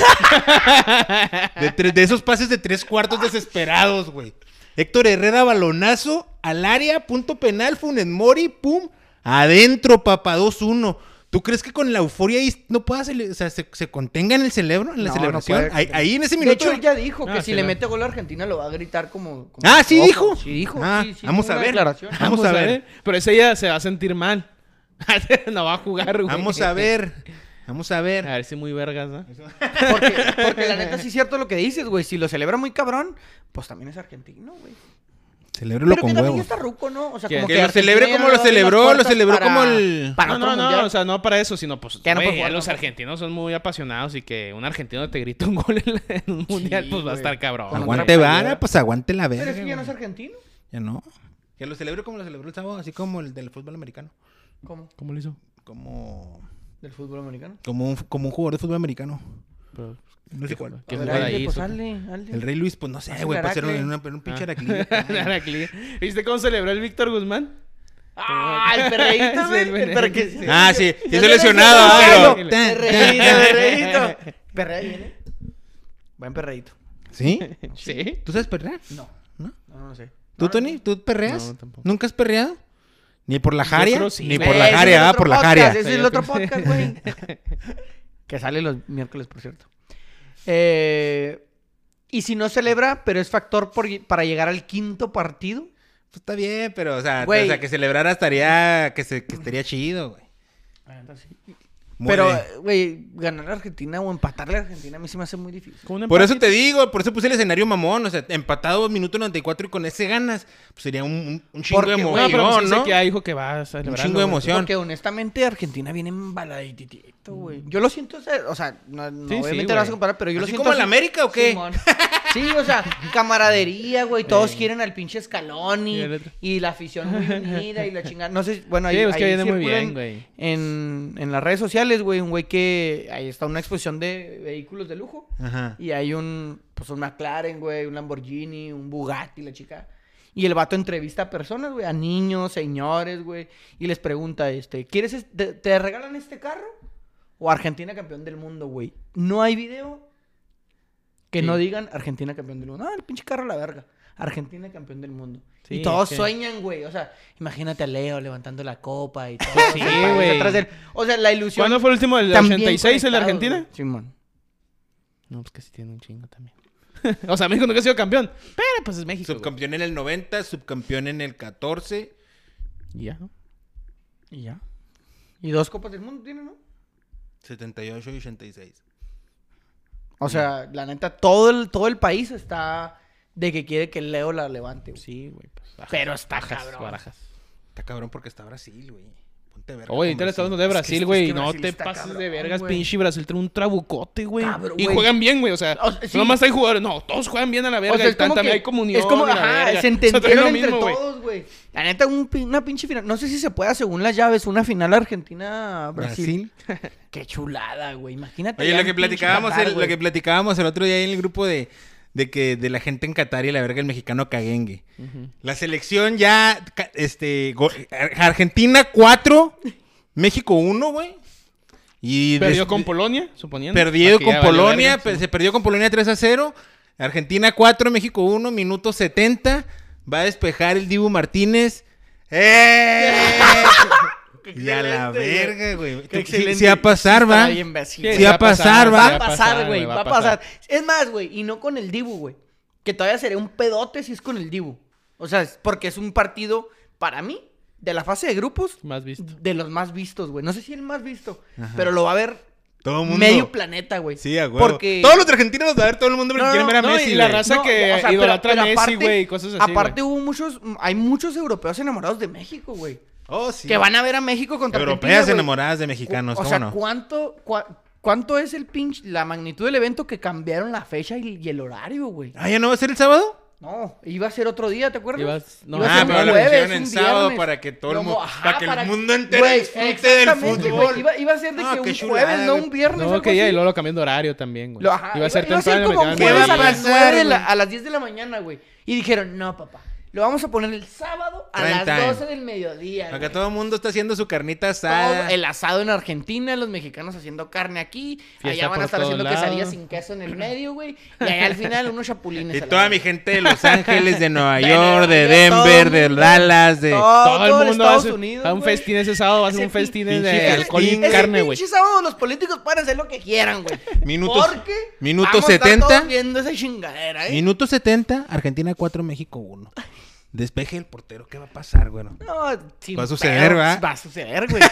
Speaker 3: de, tres- de esos pases de tres cuartos desesperados, güey. Héctor Herrera, balonazo al área, punto penal, Funes Mori, pum, adentro, papá, 2-1. ¿Tú crees que con la euforia ahí no pueda cele- o sea, se, se contenga en el celebro, en la
Speaker 1: No,
Speaker 3: celebración?
Speaker 1: no puede.
Speaker 3: ahí, ahí en ese
Speaker 1: De
Speaker 3: minuto.
Speaker 1: hecho, él ya dijo
Speaker 2: Ah,
Speaker 1: que
Speaker 2: sí,
Speaker 1: si le
Speaker 2: no.
Speaker 1: mete gol a Argentina lo va a gritar como. como
Speaker 3: Ah, sí
Speaker 1: loco.
Speaker 3: dijo.
Speaker 1: Sí dijo.
Speaker 3: Ah,
Speaker 1: sí, sí,
Speaker 3: vamos
Speaker 1: tuvo
Speaker 3: a
Speaker 1: una
Speaker 3: ver.
Speaker 1: declaración.
Speaker 3: Vamos a ver.
Speaker 2: Pero ese día se va a sentir mal. no va a jugar, güey.
Speaker 3: Vamos a ver. Vamos a
Speaker 2: A
Speaker 3: ver.
Speaker 2: ver si muy vergas, ¿no?
Speaker 1: Porque, porque la neta sí es cierto lo que dices, güey. Si lo celebra muy cabrón, pues también es argentino, güey. Pero
Speaker 3: Celebrelo
Speaker 1: que
Speaker 3: con
Speaker 1: también ya
Speaker 3: huevo.
Speaker 1: está ruco, ¿no? O sea,
Speaker 2: Que-
Speaker 1: como
Speaker 2: que
Speaker 1: que,
Speaker 3: lo
Speaker 1: Argentina
Speaker 3: celebre
Speaker 1: ya no
Speaker 3: como lo
Speaker 1: le abre las
Speaker 3: celebró, lo
Speaker 1: puertas
Speaker 3: celebró
Speaker 1: para-
Speaker 3: como el-
Speaker 1: Para
Speaker 2: No,
Speaker 1: otro
Speaker 2: no,
Speaker 1: mundial.
Speaker 2: no, o sea, no para eso, sino pues,
Speaker 1: Que ya no
Speaker 2: güey,
Speaker 1: puede jugar,
Speaker 2: ya los
Speaker 1: ¿no?
Speaker 2: argentinos son muy apasionados y que un argentino te grita un gol en, en un mundial, pues va a
Speaker 1: güey.
Speaker 2: estar cabrón.
Speaker 1: Con
Speaker 3: Aguante vara, pues aguante la verga.
Speaker 1: Pero es que ya no es
Speaker 3: güey.
Speaker 1: argentino.
Speaker 3: Ya no. Que lo celebre como lo celebró el sábado, así como el del fútbol americano.
Speaker 1: ¿Cómo?
Speaker 2: ¿Cómo lo hizo?
Speaker 3: Como.
Speaker 1: Del fútbol americano.
Speaker 3: Como un, como un jugador de fútbol americano.
Speaker 2: ah.
Speaker 3: No sé cuál.
Speaker 1: A
Speaker 2: ¿Quién
Speaker 1: ver,
Speaker 2: juega
Speaker 1: hazle,
Speaker 2: ahí,
Speaker 1: pues,
Speaker 2: eso?
Speaker 1: hazle, hazle.
Speaker 3: El Rey Luis, pues no sé,
Speaker 1: Hace
Speaker 3: güey.
Speaker 1: un
Speaker 3: Pasaron en
Speaker 1: aracle.
Speaker 3: una, en un pinche
Speaker 2: Ah.
Speaker 3: aracle.
Speaker 2: Dale, clic. ¿Viste cómo celebró el Víctor Guzmán?
Speaker 1: Ah, el perreíto,
Speaker 2: Sí,
Speaker 1: güey.
Speaker 2: el
Speaker 1: El
Speaker 2: perreíto.
Speaker 1: perreíto.
Speaker 3: Ah, sí, sí se
Speaker 1: le-
Speaker 3: lesionado,
Speaker 1: le-
Speaker 2: ah,
Speaker 1: le-
Speaker 2: pero-
Speaker 1: Perreíto, perreíto. Perrea viene. Buen perreíto.
Speaker 3: ¿Sí?
Speaker 2: Sí.
Speaker 3: ¿Tú sabes perrear?
Speaker 1: No,
Speaker 3: ¿No?
Speaker 1: no, no sé.
Speaker 3: ¿Tú, Tony? ¿Tú perreas?
Speaker 2: No, tampoco.
Speaker 3: ¿Nunca has perreado? Ni por la jaria.
Speaker 2: creo sí,
Speaker 3: Ni
Speaker 2: güey.
Speaker 3: por la
Speaker 1: Eh, Ese es
Speaker 3: jaria,
Speaker 1: el
Speaker 3: ah,
Speaker 1: otro
Speaker 3: por la
Speaker 1: podcast,
Speaker 3: jaria.
Speaker 1: Ese es el
Speaker 2: Sí,
Speaker 1: otro
Speaker 2: yo creo-
Speaker 1: podcast, güey. que sale los miércoles, por cierto. Eh, y si no celebra, pero es factor por lle- para llegar al quinto partido.
Speaker 3: Pues está bien, pero, o sea,
Speaker 1: Güey.
Speaker 3: o sea, que celebrara estaría, que, se, que estaría chido, güey. Muy
Speaker 1: Pero,
Speaker 3: bien.
Speaker 1: eh, güey, ganar a Argentina o empatarle a Argentina a mí se me hace muy difícil.
Speaker 2: Con un
Speaker 3: Por
Speaker 2: empate.
Speaker 3: eso te digo, por eso puse el escenario mamón, o sea, empatado minuto 94 y con ese ganas, pues sería un, un, un chingo
Speaker 1: Porque,
Speaker 3: de
Speaker 1: güey, pues,
Speaker 2: No,
Speaker 3: emoción,
Speaker 2: pero sí sé
Speaker 3: ¿no?
Speaker 2: que ya dijo que va a celebrar.
Speaker 3: Un chingo de emoción.
Speaker 1: Porque honestamente Argentina viene embaladitito, güey. Yo lo siento, o sea, o sea, no, no,
Speaker 2: Sí, sí,
Speaker 1: obviamente
Speaker 2: güey.
Speaker 1: lo vas a comparar, pero yo lo
Speaker 3: ¿Así
Speaker 1: siento.
Speaker 3: como el América o qué?
Speaker 1: Simón. Sí, o sea, camaradería, güey. Todos quieren al pinche Scaloni
Speaker 2: Y
Speaker 1: y,
Speaker 2: el otro.
Speaker 1: la afición muy unida y la chingada. No sé, bueno, ahí,
Speaker 2: Sí, pues que
Speaker 1: ahí
Speaker 2: viene muy
Speaker 1: circulan
Speaker 2: bien, güey.
Speaker 1: En, en las redes sociales, güey, un güey que ahí está una exposición de vehículos de lujo.
Speaker 3: Ajá.
Speaker 1: Y hay un, pues un McLaren, güey, un Lamborghini, un Bugatti, la chica. Y el vato entrevista a personas, güey, a niños, señores, güey. Y les pregunta, este, ¿quieres, es- te, te regalan este carro? O Argentina campeón del mundo, güey. No hay video que
Speaker 2: Sí.
Speaker 1: no digan Argentina campeón del mundo. Ah, el pinche carro a la verga. Argentina campeón del mundo.
Speaker 2: Sí,
Speaker 1: y todos
Speaker 2: es que-
Speaker 1: sueñan, güey. O sea, imagínate a Leo levantando la copa y todo.
Speaker 2: Sí, güey.
Speaker 1: atrás de él. O sea, la ilusión.
Speaker 2: ¿Cuándo fue el último? ¿El
Speaker 1: también
Speaker 2: 86 el de
Speaker 1: conectados,
Speaker 2: Argentina?
Speaker 1: güey. Simón.
Speaker 2: No, pues que sí tiene un chingo también. o sea, México nunca ha sido campeón. Pero pues es México. güey.
Speaker 3: Subcampeón en el 90, subcampeón en el 14.
Speaker 2: Y Ya.
Speaker 1: Y ya. Y dos copas del mundo tiene, ¿no?
Speaker 3: 78 y 86.
Speaker 1: O sea, la neta, todo el, todo el país está de que quiere que Leo la levante. güey.
Speaker 2: Sí, güey. pues, bajas,
Speaker 1: Pero está
Speaker 2: bajas,
Speaker 1: cabrón.
Speaker 2: barajas.
Speaker 3: Está cabrón porque está Brasil, güey. Ponte verga.
Speaker 2: Oye, ahorita
Speaker 3: con
Speaker 2: le estamos
Speaker 3: Brasil.
Speaker 2: hablando de
Speaker 1: Es que- es
Speaker 2: Brasil,
Speaker 1: que
Speaker 2: güey.
Speaker 1: Brasil
Speaker 2: no te
Speaker 1: está
Speaker 2: pases de
Speaker 1: cabrón,
Speaker 2: vergas,
Speaker 1: güey.
Speaker 2: pinche Brasil. Tiene un trabucote, güey.
Speaker 1: Cabrón,
Speaker 2: Y
Speaker 1: güey.
Speaker 2: juegan bien, güey. O sea,
Speaker 1: O sea, sí.
Speaker 2: no más hay jugadores. No, todos juegan bien a la verga.
Speaker 1: O sea,
Speaker 2: y tan- también hay comunión.
Speaker 1: es como,
Speaker 2: y la
Speaker 1: ajá,
Speaker 2: verga.
Speaker 1: se
Speaker 2: O sea, también
Speaker 1: entendieron
Speaker 2: lo
Speaker 1: entre
Speaker 2: mismo, güey.
Speaker 1: todos, güey. La neta, un pin- una pinche final. No sé si se pueda, según las llaves, una final Argentina-Brasil. Qué chulada, güey. Imagínate.
Speaker 3: Oye,
Speaker 1: ya
Speaker 3: lo
Speaker 1: en
Speaker 3: que
Speaker 1: pinche
Speaker 3: platicábamos,
Speaker 1: Qatar,
Speaker 3: el, lo
Speaker 1: güey.
Speaker 3: que platicábamos el otro día ahí en el grupo de, de que de la gente en Qatar y la verga el mexicano caguengue. La selección ya ca- este go- Ar- Argentina 4, México 1, güey. Y
Speaker 2: Perdió
Speaker 3: des-
Speaker 2: con Polonia, suponiendo.
Speaker 3: Perdido
Speaker 2: Ah, que
Speaker 3: con
Speaker 2: ya valió
Speaker 3: Polonia,
Speaker 2: verga,
Speaker 3: pe-
Speaker 2: sí.
Speaker 3: se perdió con Polonia 3 a 0. Argentina 4, México 1, minuto 70. Va a despejar el Dibu Martínez. ¡Eh! y a la verga, güey.
Speaker 1: Qué
Speaker 3: Sí,
Speaker 1: excelente.
Speaker 3: sí va a pasar,
Speaker 1: Está
Speaker 3: va.
Speaker 1: bien, imbécil.
Speaker 3: Sí, va a pasar,
Speaker 1: Va
Speaker 3: va
Speaker 1: a pasar, güey. Va a pasar. Es más, güey, y no con el Dibu, güey. Que todavía sería un pedote si es con el Dibu. O sea, es porque es un partido, para mí, de la fase de grupos,
Speaker 2: Más visto.
Speaker 1: de los más vistos, güey. No sé si el más visto, pero lo va a ver
Speaker 3: Todo el mundo.
Speaker 1: medio planeta, güey.
Speaker 3: Sí, a huevo.
Speaker 1: Porque...
Speaker 3: Todos los argentinos los va a ver todo el mundo porque
Speaker 1: No,
Speaker 3: quieren
Speaker 1: no,
Speaker 3: ver a
Speaker 2: no, y
Speaker 3: Messi.
Speaker 2: la
Speaker 3: güey.
Speaker 2: raza- que idolatra a Messi, güey, y cosas así,
Speaker 1: Aparte hubo muchos, hay muchos europeos enamorados de México, güey.
Speaker 3: Oh, sí.
Speaker 1: Que van a ver a México contra Argentina,
Speaker 3: Europeas
Speaker 1: güey.
Speaker 3: enamoradas de mexicanos,
Speaker 1: O
Speaker 3: ¿cómo
Speaker 1: sea,
Speaker 3: no?
Speaker 1: ¿cuánto, cua- ¿cuánto es el pinche, la magnitud del evento que cambiaron la fecha y, y el horario, güey?
Speaker 3: Ah, ¿ya no va a ser el sábado?
Speaker 1: No, iba a ser otro día, ¿te acuerdas?
Speaker 2: Ibas- no,
Speaker 1: Iba a
Speaker 2: ah,
Speaker 1: ser
Speaker 2: pero
Speaker 1: un
Speaker 2: lo
Speaker 1: jueves,
Speaker 3: pusieron en
Speaker 1: un
Speaker 3: sábado
Speaker 1: viernes.
Speaker 3: para que todo el
Speaker 1: Luego,
Speaker 3: mundo-
Speaker 1: ajá,
Speaker 3: para que el mundo entero
Speaker 1: Güey,
Speaker 3: disfrute del
Speaker 1: exactamente, güey,
Speaker 3: fútbol.
Speaker 1: Iba, iba a ser de
Speaker 3: No,
Speaker 1: que
Speaker 3: qué
Speaker 1: un
Speaker 3: chulada,
Speaker 1: jueves, no
Speaker 3: güey.
Speaker 1: un viernes.
Speaker 2: No,
Speaker 1: algo
Speaker 2: que ya,
Speaker 1: así.
Speaker 2: y luego lo cambiando horario también, güey.
Speaker 1: Lo- ajá,
Speaker 2: Iba a ser
Speaker 1: iba a ser
Speaker 2: temprano.
Speaker 1: como
Speaker 2: y
Speaker 1: un
Speaker 2: le cambiaban
Speaker 1: jueves
Speaker 3: ¿Qué va
Speaker 1: a
Speaker 3: a
Speaker 2: la
Speaker 1: las
Speaker 2: mañana.
Speaker 3: pasar,
Speaker 1: 9 de la-
Speaker 3: güey?
Speaker 1: a las 10 de la mañana, güey. Y dijeron, no, papá, lo vamos a poner el sábado a
Speaker 3: Prime
Speaker 1: las
Speaker 3: time.
Speaker 1: 12 del mediodía.
Speaker 3: Acá
Speaker 1: güey.
Speaker 3: todo el mundo está haciendo su carnita
Speaker 1: Todo
Speaker 3: asada.
Speaker 1: el asado en Argentina, los mexicanos haciendo carne aquí,
Speaker 2: Fiesta
Speaker 1: allá van
Speaker 2: por
Speaker 1: a estar
Speaker 2: todo
Speaker 1: haciendo
Speaker 2: lado.
Speaker 1: quesadillas sin queso en el medio, güey. Y allá al final unos chapulines.
Speaker 3: Y
Speaker 1: a la
Speaker 3: toda
Speaker 1: verga.
Speaker 3: mi gente de Los Ángeles, de Nueva
Speaker 1: De
Speaker 3: York, de
Speaker 1: Nueva York, todo
Speaker 3: Denver,
Speaker 1: el
Speaker 3: de
Speaker 1: mundo.
Speaker 3: Dallas, de...
Speaker 1: Todo,
Speaker 2: Todo el mundo
Speaker 1: Estados
Speaker 2: hace
Speaker 1: Unidos,
Speaker 2: hace un
Speaker 1: güey.
Speaker 2: festín ese sábado, va a ser
Speaker 1: Ese
Speaker 2: un festín
Speaker 3: pinche
Speaker 2: de
Speaker 3: festín.
Speaker 2: alcohol y
Speaker 1: Ese
Speaker 2: carne, güey.
Speaker 1: pinche sábado los políticos pueden hacer lo que quieran, güey.
Speaker 3: Minutos-
Speaker 1: Porque
Speaker 3: minuto
Speaker 1: vamos a estar
Speaker 3: 70.
Speaker 1: todos viendo esa chingadera, ¿eh?
Speaker 3: Minuto 70, Argentina 4, México 1. Despeje el portero, ¿qué va a pasar, güey?
Speaker 1: No, sin
Speaker 3: Va a suceder,
Speaker 1: pedos,
Speaker 3: ¿va?
Speaker 1: Va a suceder, güey.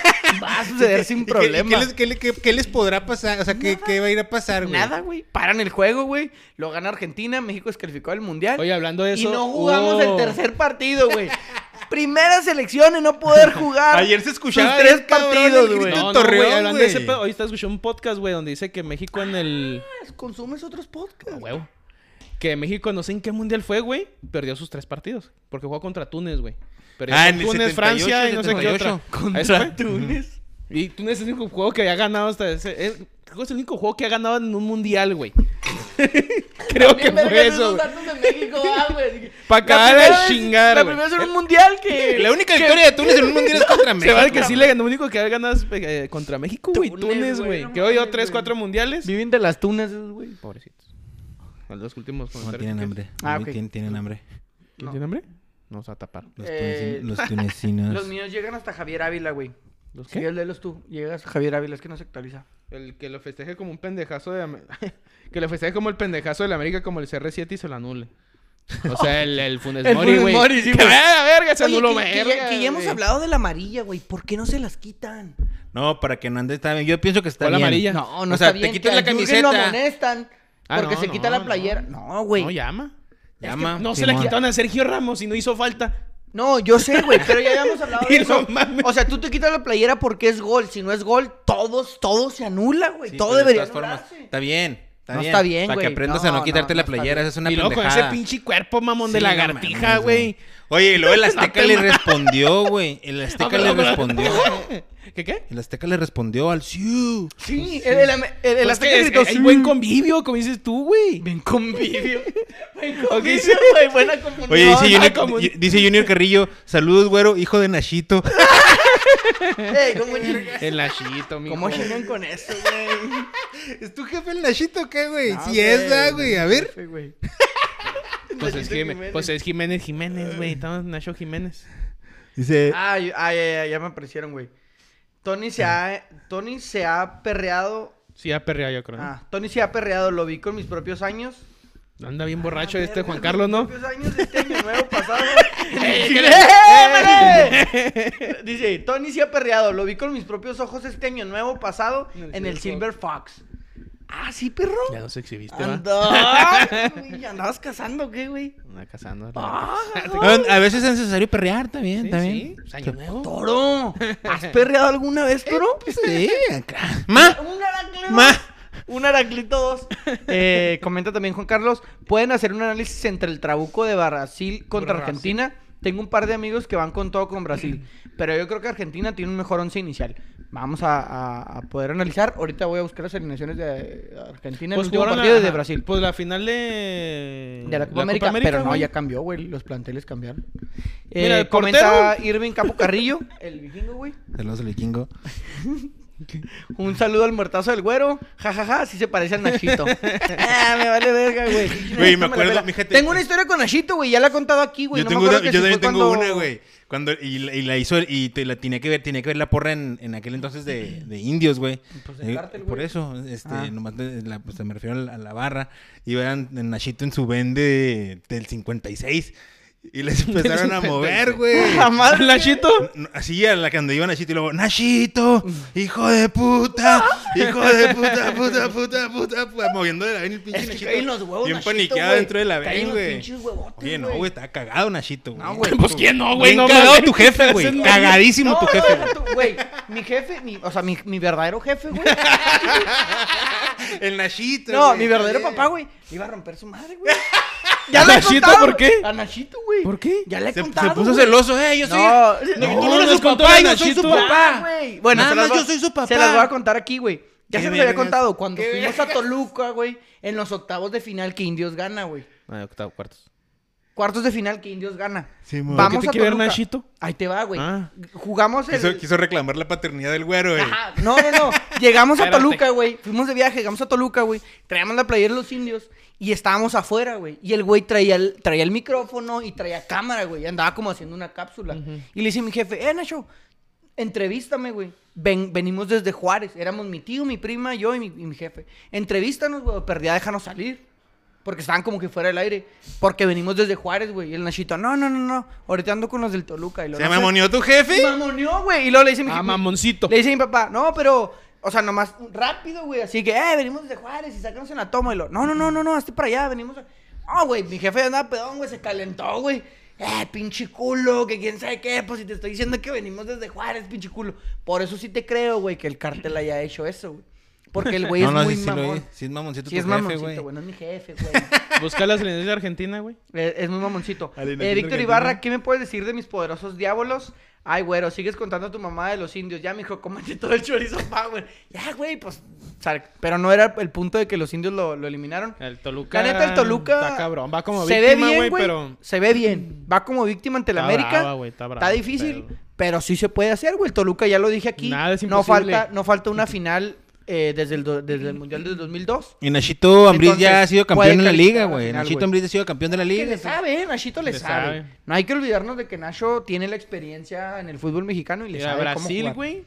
Speaker 1: Va a suceder sin problema.
Speaker 3: ¿Qué, les, qué le- qué- qué les podrá pasar? O sea, ¿qué,
Speaker 1: Nada.
Speaker 3: qué va a ir a pasar, güey?
Speaker 1: Nada, güey. Paran el juego, güey. Lo gana Argentina, México descalificó al Mundial.
Speaker 2: Oye, hablando de eso.
Speaker 1: y no jugamos
Speaker 2: hubo-
Speaker 1: el tercer partido, güey. Primera selección y no poder jugar.
Speaker 3: Ayer se escuchaba
Speaker 1: sus tres
Speaker 3: bien, cabrón,
Speaker 1: partidos,
Speaker 3: el
Speaker 1: güey.
Speaker 3: grito.
Speaker 2: No, no,
Speaker 3: Torreón,
Speaker 2: güey, hablando de ese
Speaker 3: güey.
Speaker 2: pedo, hoy estás escuchando un podcast, güey, donde dice que México en el...
Speaker 1: Consumes otros podcasts.
Speaker 2: A Ah, huevo. Que México, no sé en qué mundial fue, güey, perdió sus tres partidos. Porque jugó contra Túnez, güey. Perdió
Speaker 3: Ah,
Speaker 2: con
Speaker 3: en el
Speaker 2: Túnez,
Speaker 3: 78,
Speaker 2: Francia y no sé qué
Speaker 3: 78.
Speaker 2: otra.
Speaker 1: Contra
Speaker 2: Ahí fue.
Speaker 1: Túnez.
Speaker 2: Y Túnez es el único juego que había ganado hasta ese... es- creo que es el único juego que ha ganado en un mundial, güey. creo que
Speaker 1: También vergas
Speaker 2: fue
Speaker 1: esos
Speaker 2: eso, güey.
Speaker 1: datos de México, ah, güey.
Speaker 2: Pa'
Speaker 1: La
Speaker 2: acabar de
Speaker 1: primera vez-
Speaker 2: chingar,
Speaker 1: La
Speaker 2: güey.
Speaker 1: primera vez en un mundial que...
Speaker 3: La única victoria de Túnez en un mundial es contra
Speaker 2: Se
Speaker 3: México.
Speaker 2: va el que sí le ganó, lo único que había ganado es eh, contra México, güey.
Speaker 1: Túnez,
Speaker 2: Túnez,
Speaker 1: güey,
Speaker 2: güey.
Speaker 1: no
Speaker 2: Que hoy yo
Speaker 1: mames,
Speaker 2: tres,
Speaker 1: güey.
Speaker 2: cuatro mundiales.
Speaker 1: Viven de las tunas esos, güey.
Speaker 2: Pobrecitos. A los últimos
Speaker 3: No,
Speaker 2: comentarios.
Speaker 3: tienen hambre.
Speaker 1: Ah,
Speaker 3: Hoy
Speaker 1: ok.
Speaker 3: tienen, tienen hambre.
Speaker 2: ¿Quién
Speaker 1: No.
Speaker 2: tiene hambre? Nos va a tapar.
Speaker 3: Los,
Speaker 1: Eh,
Speaker 3: tunecin- los tunecinos.
Speaker 1: Los míos llegan hasta Javier Ávila, güey.
Speaker 2: ¿Los
Speaker 1: Sí, léelos tú. Llegas a Javier Ávila, es que no se actualiza.
Speaker 2: El que lo festeje como un pendejazo de... Am- que lo festeje como el pendejazo de la América como el CR7 y se lo anule. O sea, el, el Funes
Speaker 1: El
Speaker 2: Mori,
Speaker 1: Funes
Speaker 2: güey.
Speaker 1: Mori, sí,
Speaker 2: que
Speaker 1: güey.
Speaker 2: vaya a la verga, se
Speaker 1: Oye,
Speaker 2: anuló
Speaker 1: que, que
Speaker 2: verga,
Speaker 1: ya, que ya hemos
Speaker 2: güey.
Speaker 1: hablado de la amarilla, güey. ¿Por qué no se las quitan?
Speaker 3: No, para que no ande está bien. Yo pienso que está
Speaker 2: ¿Cuál
Speaker 3: bien.
Speaker 2: amarilla?
Speaker 1: No, no
Speaker 3: O sea,
Speaker 1: está
Speaker 3: te
Speaker 1: bien,
Speaker 3: quitas
Speaker 1: que
Speaker 3: la
Speaker 1: a Jürgen
Speaker 3: camiseta.
Speaker 1: lo amonestan
Speaker 2: Ah,
Speaker 1: porque
Speaker 2: no,
Speaker 1: se quita
Speaker 2: no,
Speaker 1: la playera. No, güey.
Speaker 2: No llama.
Speaker 3: Llama.
Speaker 2: No se
Speaker 3: Simón.
Speaker 2: la quitaron a Sergio Ramos y no hizo falta.
Speaker 1: No, yo sé, güey, pero ya habíamos hablado de
Speaker 2: Y no
Speaker 1: eso.
Speaker 2: mames.
Speaker 1: O sea, tú te quitas la playera porque es gol. Si no es gol, todos, todo se anula, güey.
Speaker 3: Sí,
Speaker 1: todo
Speaker 3: pero de
Speaker 1: debería
Speaker 3: todas formas,
Speaker 1: anularse.
Speaker 3: Está bien.
Speaker 1: No está bien,
Speaker 3: Para que
Speaker 1: güey.
Speaker 3: aprendas
Speaker 1: No,
Speaker 3: a no
Speaker 1: no,
Speaker 3: quitarte
Speaker 1: no
Speaker 3: la
Speaker 1: está
Speaker 3: playera.
Speaker 1: bien.
Speaker 3: Esa es una
Speaker 2: y luego con
Speaker 3: pendejada.
Speaker 2: ese pinche cuerpo mamón de
Speaker 3: Sí, no
Speaker 2: lagartija,
Speaker 3: mames,
Speaker 2: güey.
Speaker 3: Oye, y luego el Azteca
Speaker 2: te
Speaker 3: le
Speaker 2: mames.
Speaker 3: respondió, güey. El Azteca le respondió. Pues
Speaker 2: ¿Qué qué?
Speaker 3: El Azteca le respondió al Siu.
Speaker 1: Sí, el, el, el, el
Speaker 2: Pues
Speaker 1: Azteca
Speaker 2: que es-
Speaker 1: gritó,
Speaker 2: hay
Speaker 1: "Sí".
Speaker 2: buen convivio, como dices tú, güey.
Speaker 1: Buen convivio. Buen
Speaker 2: Ok, sí.
Speaker 1: convivio, güey. Buena comunión.
Speaker 3: Oye,
Speaker 2: no,
Speaker 3: dice, Junior,
Speaker 2: como-
Speaker 3: Ju- dice Junior Carrillo, saludos, güero, hijo de Nachito.
Speaker 1: Ey, ¿cómo chingas?
Speaker 2: El lachito, mi
Speaker 1: ¿Cómo chingan con eso, güey?
Speaker 3: ¿Es tu jefe el Nachito o qué, güey?
Speaker 1: No,
Speaker 3: si es, da, güey, a ver.
Speaker 1: Jefe, güey.
Speaker 2: Pues es,
Speaker 1: Nachito
Speaker 2: Jiménez, pues es Jiménez Jiménez, güey. Estamos Nacho Jiménez. Eh.
Speaker 3: Dice,
Speaker 1: Ay, ay, ay, ay, ya me aparecieron, güey. Tony se ha, Tony se ha perreado.
Speaker 2: Sí, ha perreado, yo creo. ¿no?
Speaker 1: Ah, Tony se ha perreado, lo vi con mis propios años.
Speaker 2: Anda bien borracho
Speaker 1: Ah,
Speaker 2: este
Speaker 1: verga,
Speaker 2: Juan Carlos, ¿no?
Speaker 1: Mis propios años de este año nuevo pasado.
Speaker 2: Eh,
Speaker 1: Sí,
Speaker 2: ¿qué le-
Speaker 1: ¡Eh, vale! Dice, Tony se ha perreado, lo vi con mis propios ojos este año nuevo pasado en el Silver Fox. Ah, sí, perro.
Speaker 2: Ya nos exhibiste, ¿va?
Speaker 1: Andá, güey, ¿Andabas cazando o qué, güey?
Speaker 2: Anda cazando.
Speaker 1: Ah,
Speaker 3: a veces es necesario perrear también,
Speaker 2: Sí,
Speaker 3: también.
Speaker 2: sí. Pues, año nuevo.
Speaker 1: Toro, ¿has perreado alguna
Speaker 2: Eh,
Speaker 1: vez, Toro?
Speaker 2: pues,
Speaker 3: Sí, acá. Ma,
Speaker 1: Un Heraclito.
Speaker 3: Ma.
Speaker 1: Un Heraclito 2. Eh, comenta también Juan Carlos. Pueden hacer un análisis entre el trabuco de Brasil contra
Speaker 2: Brasil.
Speaker 1: Argentina. Tengo un par de amigos que van con todo con Brasil. Pero yo creo que Argentina tiene un mejor once inicial. Vamos a, a- a poder analizar. Ahorita voy a buscar las alineaciones de Argentina en el último
Speaker 2: jugaron la-
Speaker 1: partido y de
Speaker 2: ajá,
Speaker 1: Brasil.
Speaker 2: Pues la final de.
Speaker 1: de la Copa, América, Pero no,
Speaker 2: güey.
Speaker 1: ya cambió, güey. Los planteles cambiaron. Eh,
Speaker 2: Mira, el
Speaker 1: comenta Irving Capo Carrillo, el vikingo, güey.
Speaker 3: saludos al vikingo.
Speaker 1: Un saludo al muertazo del güero. Ja, ja, ja, sí se parece al Nachito. ah, me vale verga, güey.
Speaker 3: Güey, me
Speaker 1: la
Speaker 3: acuerdo,
Speaker 1: pela.
Speaker 3: mi gente-
Speaker 1: Tengo una historia con Nachito, güey. Ya la he contado aquí, güey. no
Speaker 3: yo
Speaker 1: me
Speaker 3: tengo una-
Speaker 1: acuerdo
Speaker 3: yo
Speaker 1: que si
Speaker 3: también
Speaker 1: fue
Speaker 3: tengo
Speaker 1: cuando-
Speaker 3: una, güey. Cuando, y, la- y la hizo, y te la tenía que ver, tenía que ver la porra en, en aquel entonces de, de indios, güey.
Speaker 1: Pues,
Speaker 3: Eh,
Speaker 1: el cártel,
Speaker 3: por
Speaker 1: güey.
Speaker 3: eso, este,
Speaker 1: Ah.
Speaker 3: nomás de- la- pues, me refiero a la, a la barra. Iban en Nachito en su vende del 56 y les empezaron a mover, güey.
Speaker 1: La
Speaker 2: Ah,
Speaker 1: madre.
Speaker 2: ¿Nachito?
Speaker 3: No, Así a la cuando iba Nachito y luego, Nachito, hijo de puta, hijo de puta, puta, puta, puta, puta, moviendo de la ven el pinche
Speaker 1: Es que
Speaker 3: Nachito.
Speaker 1: caen los huevos,
Speaker 3: bien
Speaker 1: Nachito,
Speaker 3: paniqueado
Speaker 1: güey.
Speaker 3: dentro de la
Speaker 1: Caen
Speaker 3: ven,
Speaker 1: los
Speaker 3: güey.
Speaker 1: pinches huevotes,
Speaker 3: Oye, no,
Speaker 1: güey.
Speaker 3: güey, está cagado Nachito, güey.
Speaker 1: No, güey.
Speaker 2: Pues quién no, güey.
Speaker 3: Bien
Speaker 2: No
Speaker 3: cagado
Speaker 2: mames.
Speaker 3: tu jefe, güey.
Speaker 2: Ese no-
Speaker 3: Cagadísimo
Speaker 1: No,
Speaker 3: tu
Speaker 1: no,
Speaker 3: jefe,
Speaker 1: deja
Speaker 3: güey.
Speaker 1: tú, güey. Mi jefe, mi, o sea, mi, mi verdadero jefe, güey.
Speaker 3: El Nachito.
Speaker 1: No,
Speaker 3: güey.
Speaker 1: mi verdadero
Speaker 3: Bien.
Speaker 1: papá, güey. le Iba a romper su madre, güey. Ya lo he
Speaker 2: ¿Nachito
Speaker 1: contado,
Speaker 2: por qué?
Speaker 1: güey. A Nachito, güey.
Speaker 2: ¿Por qué?
Speaker 1: Ya le he
Speaker 3: Se,
Speaker 1: contado.
Speaker 3: se puso
Speaker 1: güey.
Speaker 3: celoso, eh, yo soy...
Speaker 1: No,
Speaker 3: No,
Speaker 1: no,
Speaker 3: tú
Speaker 2: no
Speaker 3: no eres
Speaker 2: les
Speaker 3: su
Speaker 2: contó
Speaker 3: papá,
Speaker 2: a
Speaker 3: yo soy su
Speaker 2: Nachito.
Speaker 1: Ah,
Speaker 3: papá.
Speaker 1: güey. Bueno,
Speaker 3: Nada
Speaker 1: se las
Speaker 3: más
Speaker 1: voy a-
Speaker 3: yo soy su papá.
Speaker 1: Se las voy a contar aquí, güey. Ya
Speaker 3: Qué
Speaker 1: se los había
Speaker 3: vergas.
Speaker 1: contado cuando
Speaker 3: Qué
Speaker 1: fuimos a Toluca, güey, en los octavos de final que Indios gana, güey.
Speaker 2: Ah, octavo, cuartos.
Speaker 1: Cuartos de final que Indios gana.
Speaker 3: Sí, mo.
Speaker 2: ¿Por
Speaker 1: Vamos
Speaker 2: qué
Speaker 1: a
Speaker 2: te quiere ver
Speaker 1: Toluca.
Speaker 2: Nachito?
Speaker 1: Ahí te va, güey.
Speaker 2: Ah.
Speaker 1: Jugamos el
Speaker 3: Quiso, quiso reclamar la paternidad del güero, güey.
Speaker 1: Ajá. No, no, no. Llegamos a
Speaker 2: Espérate.
Speaker 1: Toluca, güey. Fuimos de viaje, llegamos a Toluca, güey. Traíamos la playera de los indios y estábamos afuera, güey. Y el güey traía el, traía el micrófono y traía cámara, güey. Andaba como haciendo una cápsula. Y le dice a mi jefe, eh, Nacho, entrevístame, güey. Ven- venimos desde Juárez. Éramos mi tío, mi prima, yo y mi, y mi jefe. Entrevístanos, güey. o Perdida, déjanos salir. Porque estaban como que fuera del aire. Porque venimos desde Juárez, güey. Y el Nachito, no, no, no, no. Ahorita ando con los del Toluca. Y lo,
Speaker 3: ¿Se
Speaker 1: "No sé".
Speaker 3: mamoneó tu jefe?
Speaker 1: Mamoneó, güey. Y luego le dice a mi
Speaker 2: Ah,
Speaker 1: jefe.
Speaker 2: mamoncito.
Speaker 1: Le dice a mi papá, no, pero, o sea, nomás rápido, güey. Así que, eh, venimos de Juárez y sacamos en la toma. Y lo, no, no, no, no, no, hazte para allá, venimos. a- Ah, güey, mi jefe ya andaba pedón, güey, se calentó, güey. Eh, pinche culo, que quién sabe qué, pues si te estoy diciendo que venimos desde Juárez, pinche culo. Por eso sí te creo, güey, que el cártel haya hecho eso, güey. Porque el güey
Speaker 3: No,
Speaker 1: es
Speaker 3: no, sí,
Speaker 1: muy
Speaker 3: sí lo
Speaker 1: mamón.
Speaker 3: es. Sí es mamoncito
Speaker 1: Sí
Speaker 3: tu
Speaker 1: es
Speaker 3: jefe,
Speaker 1: mamoncito,
Speaker 3: güey.
Speaker 1: güey, no es mi jefe, güey.
Speaker 2: Busca la silencio de Argentina, güey.
Speaker 1: Eh, Es muy mamoncito.
Speaker 3: Al
Speaker 1: Eh,
Speaker 3: Inacito
Speaker 1: Víctor
Speaker 3: Argentina.
Speaker 1: Ibarra, ¿qué me puedes decir de mis poderosos diablos? Ay, güero, sigues contando a tu mamá de los indios. Ya, mijo, cómete todo el chorizo power. Ya, güey, pues... sal- Pero no era el punto de que los indios lo, lo eliminaron.
Speaker 2: El Toluca.
Speaker 1: La neta, el Toluca...
Speaker 2: Eh, Está cabrón. Va como
Speaker 1: se
Speaker 2: víctima,
Speaker 1: ve bien,
Speaker 2: güey,
Speaker 1: güey.
Speaker 2: pero.
Speaker 1: Se ve bien. Va como víctima ante la
Speaker 2: Está
Speaker 1: América.
Speaker 2: brava, güey, está
Speaker 1: está,
Speaker 2: brava,
Speaker 1: difícil,
Speaker 2: pero-
Speaker 1: pero... sí se puede hacer, güey. El Toluca, ya lo dije aquí.
Speaker 2: Nada es
Speaker 1: no
Speaker 2: imposible.
Speaker 1: falta, no falta una final eh, desde, el do- desde el Mundial del 2002.
Speaker 3: Y Nachito Ambriz
Speaker 1: Entonces,
Speaker 3: ya ha sido
Speaker 1: puede
Speaker 3: campeón de la
Speaker 1: calificar
Speaker 3: liga,
Speaker 1: a la
Speaker 3: güey.
Speaker 1: final,
Speaker 3: Nachito
Speaker 1: güey.
Speaker 3: Ambriz ha sido campeón de la
Speaker 1: que
Speaker 3: liga.
Speaker 1: le sabe, ¿eh? Nachito le,
Speaker 2: Le
Speaker 1: sabe.
Speaker 2: sabe.
Speaker 1: No hay que olvidarnos de que Nacho tiene la experiencia en el fútbol mexicano y le
Speaker 2: Mira,
Speaker 1: sabe cómo
Speaker 2: Brasil,
Speaker 1: jugar.
Speaker 2: güey.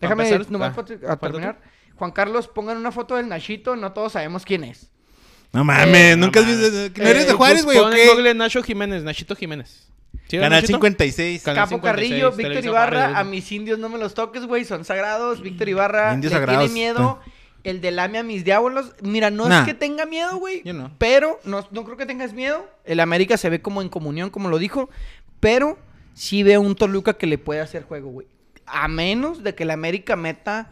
Speaker 1: Déjame
Speaker 2: Para empezar,
Speaker 1: nomás
Speaker 2: ah,
Speaker 1: para te- a
Speaker 2: falta
Speaker 1: terminar.
Speaker 2: tú.
Speaker 1: Juan Carlos, pongan una foto del Nachito, no todos sabemos quién es.
Speaker 3: No
Speaker 1: Eh,
Speaker 3: mames,
Speaker 2: no
Speaker 3: nunca has
Speaker 2: mames.
Speaker 3: visto. ¿No eres de
Speaker 2: Eh,
Speaker 3: Juárez,
Speaker 2: bus-
Speaker 3: güey? ¿O
Speaker 2: pon en
Speaker 3: qué?
Speaker 2: Google Nacho Jiménez, Nachito Jiménez. ¿Sí era
Speaker 3: Canal
Speaker 2: Nachito?
Speaker 3: 56.
Speaker 2: Canal
Speaker 1: Capo
Speaker 2: 56,
Speaker 1: Carrillo, Víctor
Speaker 2: Televisa
Speaker 1: Ibarra,
Speaker 2: Juárez,
Speaker 1: a
Speaker 2: güey.
Speaker 1: mis indios no me los toques, güey, son sagrados. Víctor Ibarra
Speaker 3: Mm, Indios
Speaker 1: le
Speaker 3: sagrados, Ah.
Speaker 1: tiene miedo. El del AME a mis diablos. Mira, no
Speaker 3: Nah.
Speaker 1: es que tenga miedo, güey.
Speaker 3: Yo no.
Speaker 1: Pero no, no creo que tengas miedo. El América se ve como en comunión, como lo dijo. Pero sí veo un Toluca que le puede hacer juego, güey. A menos de que el América meta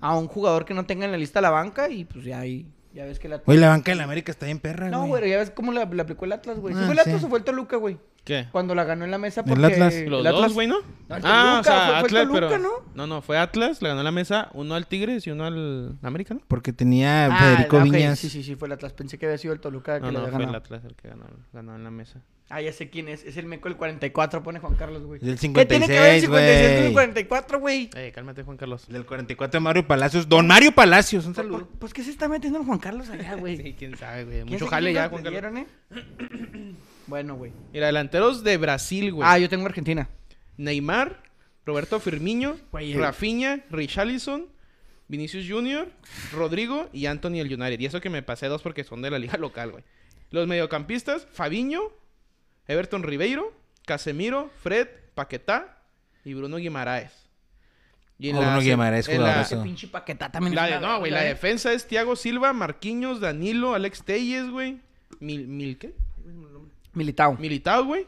Speaker 1: a un jugador que no tenga en la lista la banca y pues ya ahí. Ya ves que la.
Speaker 3: Güey, la banca de la América está bien perra, güey.
Speaker 1: no, güey, ya ves cómo la, la aplicó el Atlas, güey. ¿Sí
Speaker 3: Ah,
Speaker 1: fue el Atlas
Speaker 3: sí.
Speaker 1: o fue el Toluca, güey?
Speaker 2: ¿Qué?
Speaker 1: Cuando la ganó en la mesa
Speaker 3: El
Speaker 1: porque...
Speaker 3: Atlas.
Speaker 2: Los
Speaker 1: el Atlas-
Speaker 2: dos, güey, ¿no?
Speaker 1: No, el Toluca,
Speaker 2: ah, o sea,
Speaker 1: fue- fue el
Speaker 2: Atlas,
Speaker 1: Toluca,
Speaker 2: pero...
Speaker 1: ¿no?
Speaker 2: No, no, fue Atlas, le ganó la mesa, uno al Tigres y uno al América, ¿no?
Speaker 3: Porque tenía
Speaker 1: Ah,
Speaker 3: Federico
Speaker 1: ok,
Speaker 3: Viñas.
Speaker 1: Sí, sí, sí, fue el Atlas. Pensé que había sido el Toluca que
Speaker 2: No,
Speaker 1: le
Speaker 2: no,
Speaker 1: había
Speaker 2: fue el
Speaker 1: ganado.
Speaker 2: Atlas el que ganó, ganó en la mesa.
Speaker 1: Ah, ya sé quién es. Es el Meco el 44, pone Juan Carlos, güey.
Speaker 3: Del
Speaker 1: ¿Qué tiene que ver el
Speaker 3: 56,
Speaker 1: 56 con el
Speaker 3: güey.
Speaker 1: 44, güey?
Speaker 2: Eh, cálmate, Juan Carlos.
Speaker 3: Del 44 de Mario Palacios. Don Mario Palacios, un
Speaker 1: Pues,
Speaker 3: saludo.
Speaker 1: pues, ¿qué se está metiendo el Juan Carlos allá, güey?
Speaker 2: Sí, quién sabe, güey.
Speaker 1: ¿Quién
Speaker 2: Mucho
Speaker 1: sabe
Speaker 2: jale
Speaker 1: quién
Speaker 2: ya,
Speaker 1: los
Speaker 2: Juan Carlos.
Speaker 1: leyeron, eh? Bueno, güey.
Speaker 2: Mira, delanteros de Brasil, güey.
Speaker 1: Ah, yo tengo Argentina.
Speaker 2: Neymar, Roberto Firmino,
Speaker 1: Güey, eh.
Speaker 2: Rafinha, Richarlison, Vinicius Junior, Rodrigo y Anthony el United. Y eso que me pasé dos porque son de la liga local, güey. Los mediocampistas, Fabiño, Everton Ribeiro, Casemiro, Fred, Paquetá y Bruno Guimaraes. Y
Speaker 3: Oh, Bruno Guimaraes,
Speaker 2: en
Speaker 3: jugadorazo.
Speaker 2: la,
Speaker 1: Ese Ah, pinche paquetá también
Speaker 2: la
Speaker 1: es
Speaker 2: de-
Speaker 1: una
Speaker 2: no, güey, la
Speaker 1: verga, ¿eh?
Speaker 2: defensa es Thiago Silva, Marquinhos, Danilo, Alex Telles, güey. Mil, mil, ¿qué?
Speaker 1: Militao.
Speaker 2: Militao, güey.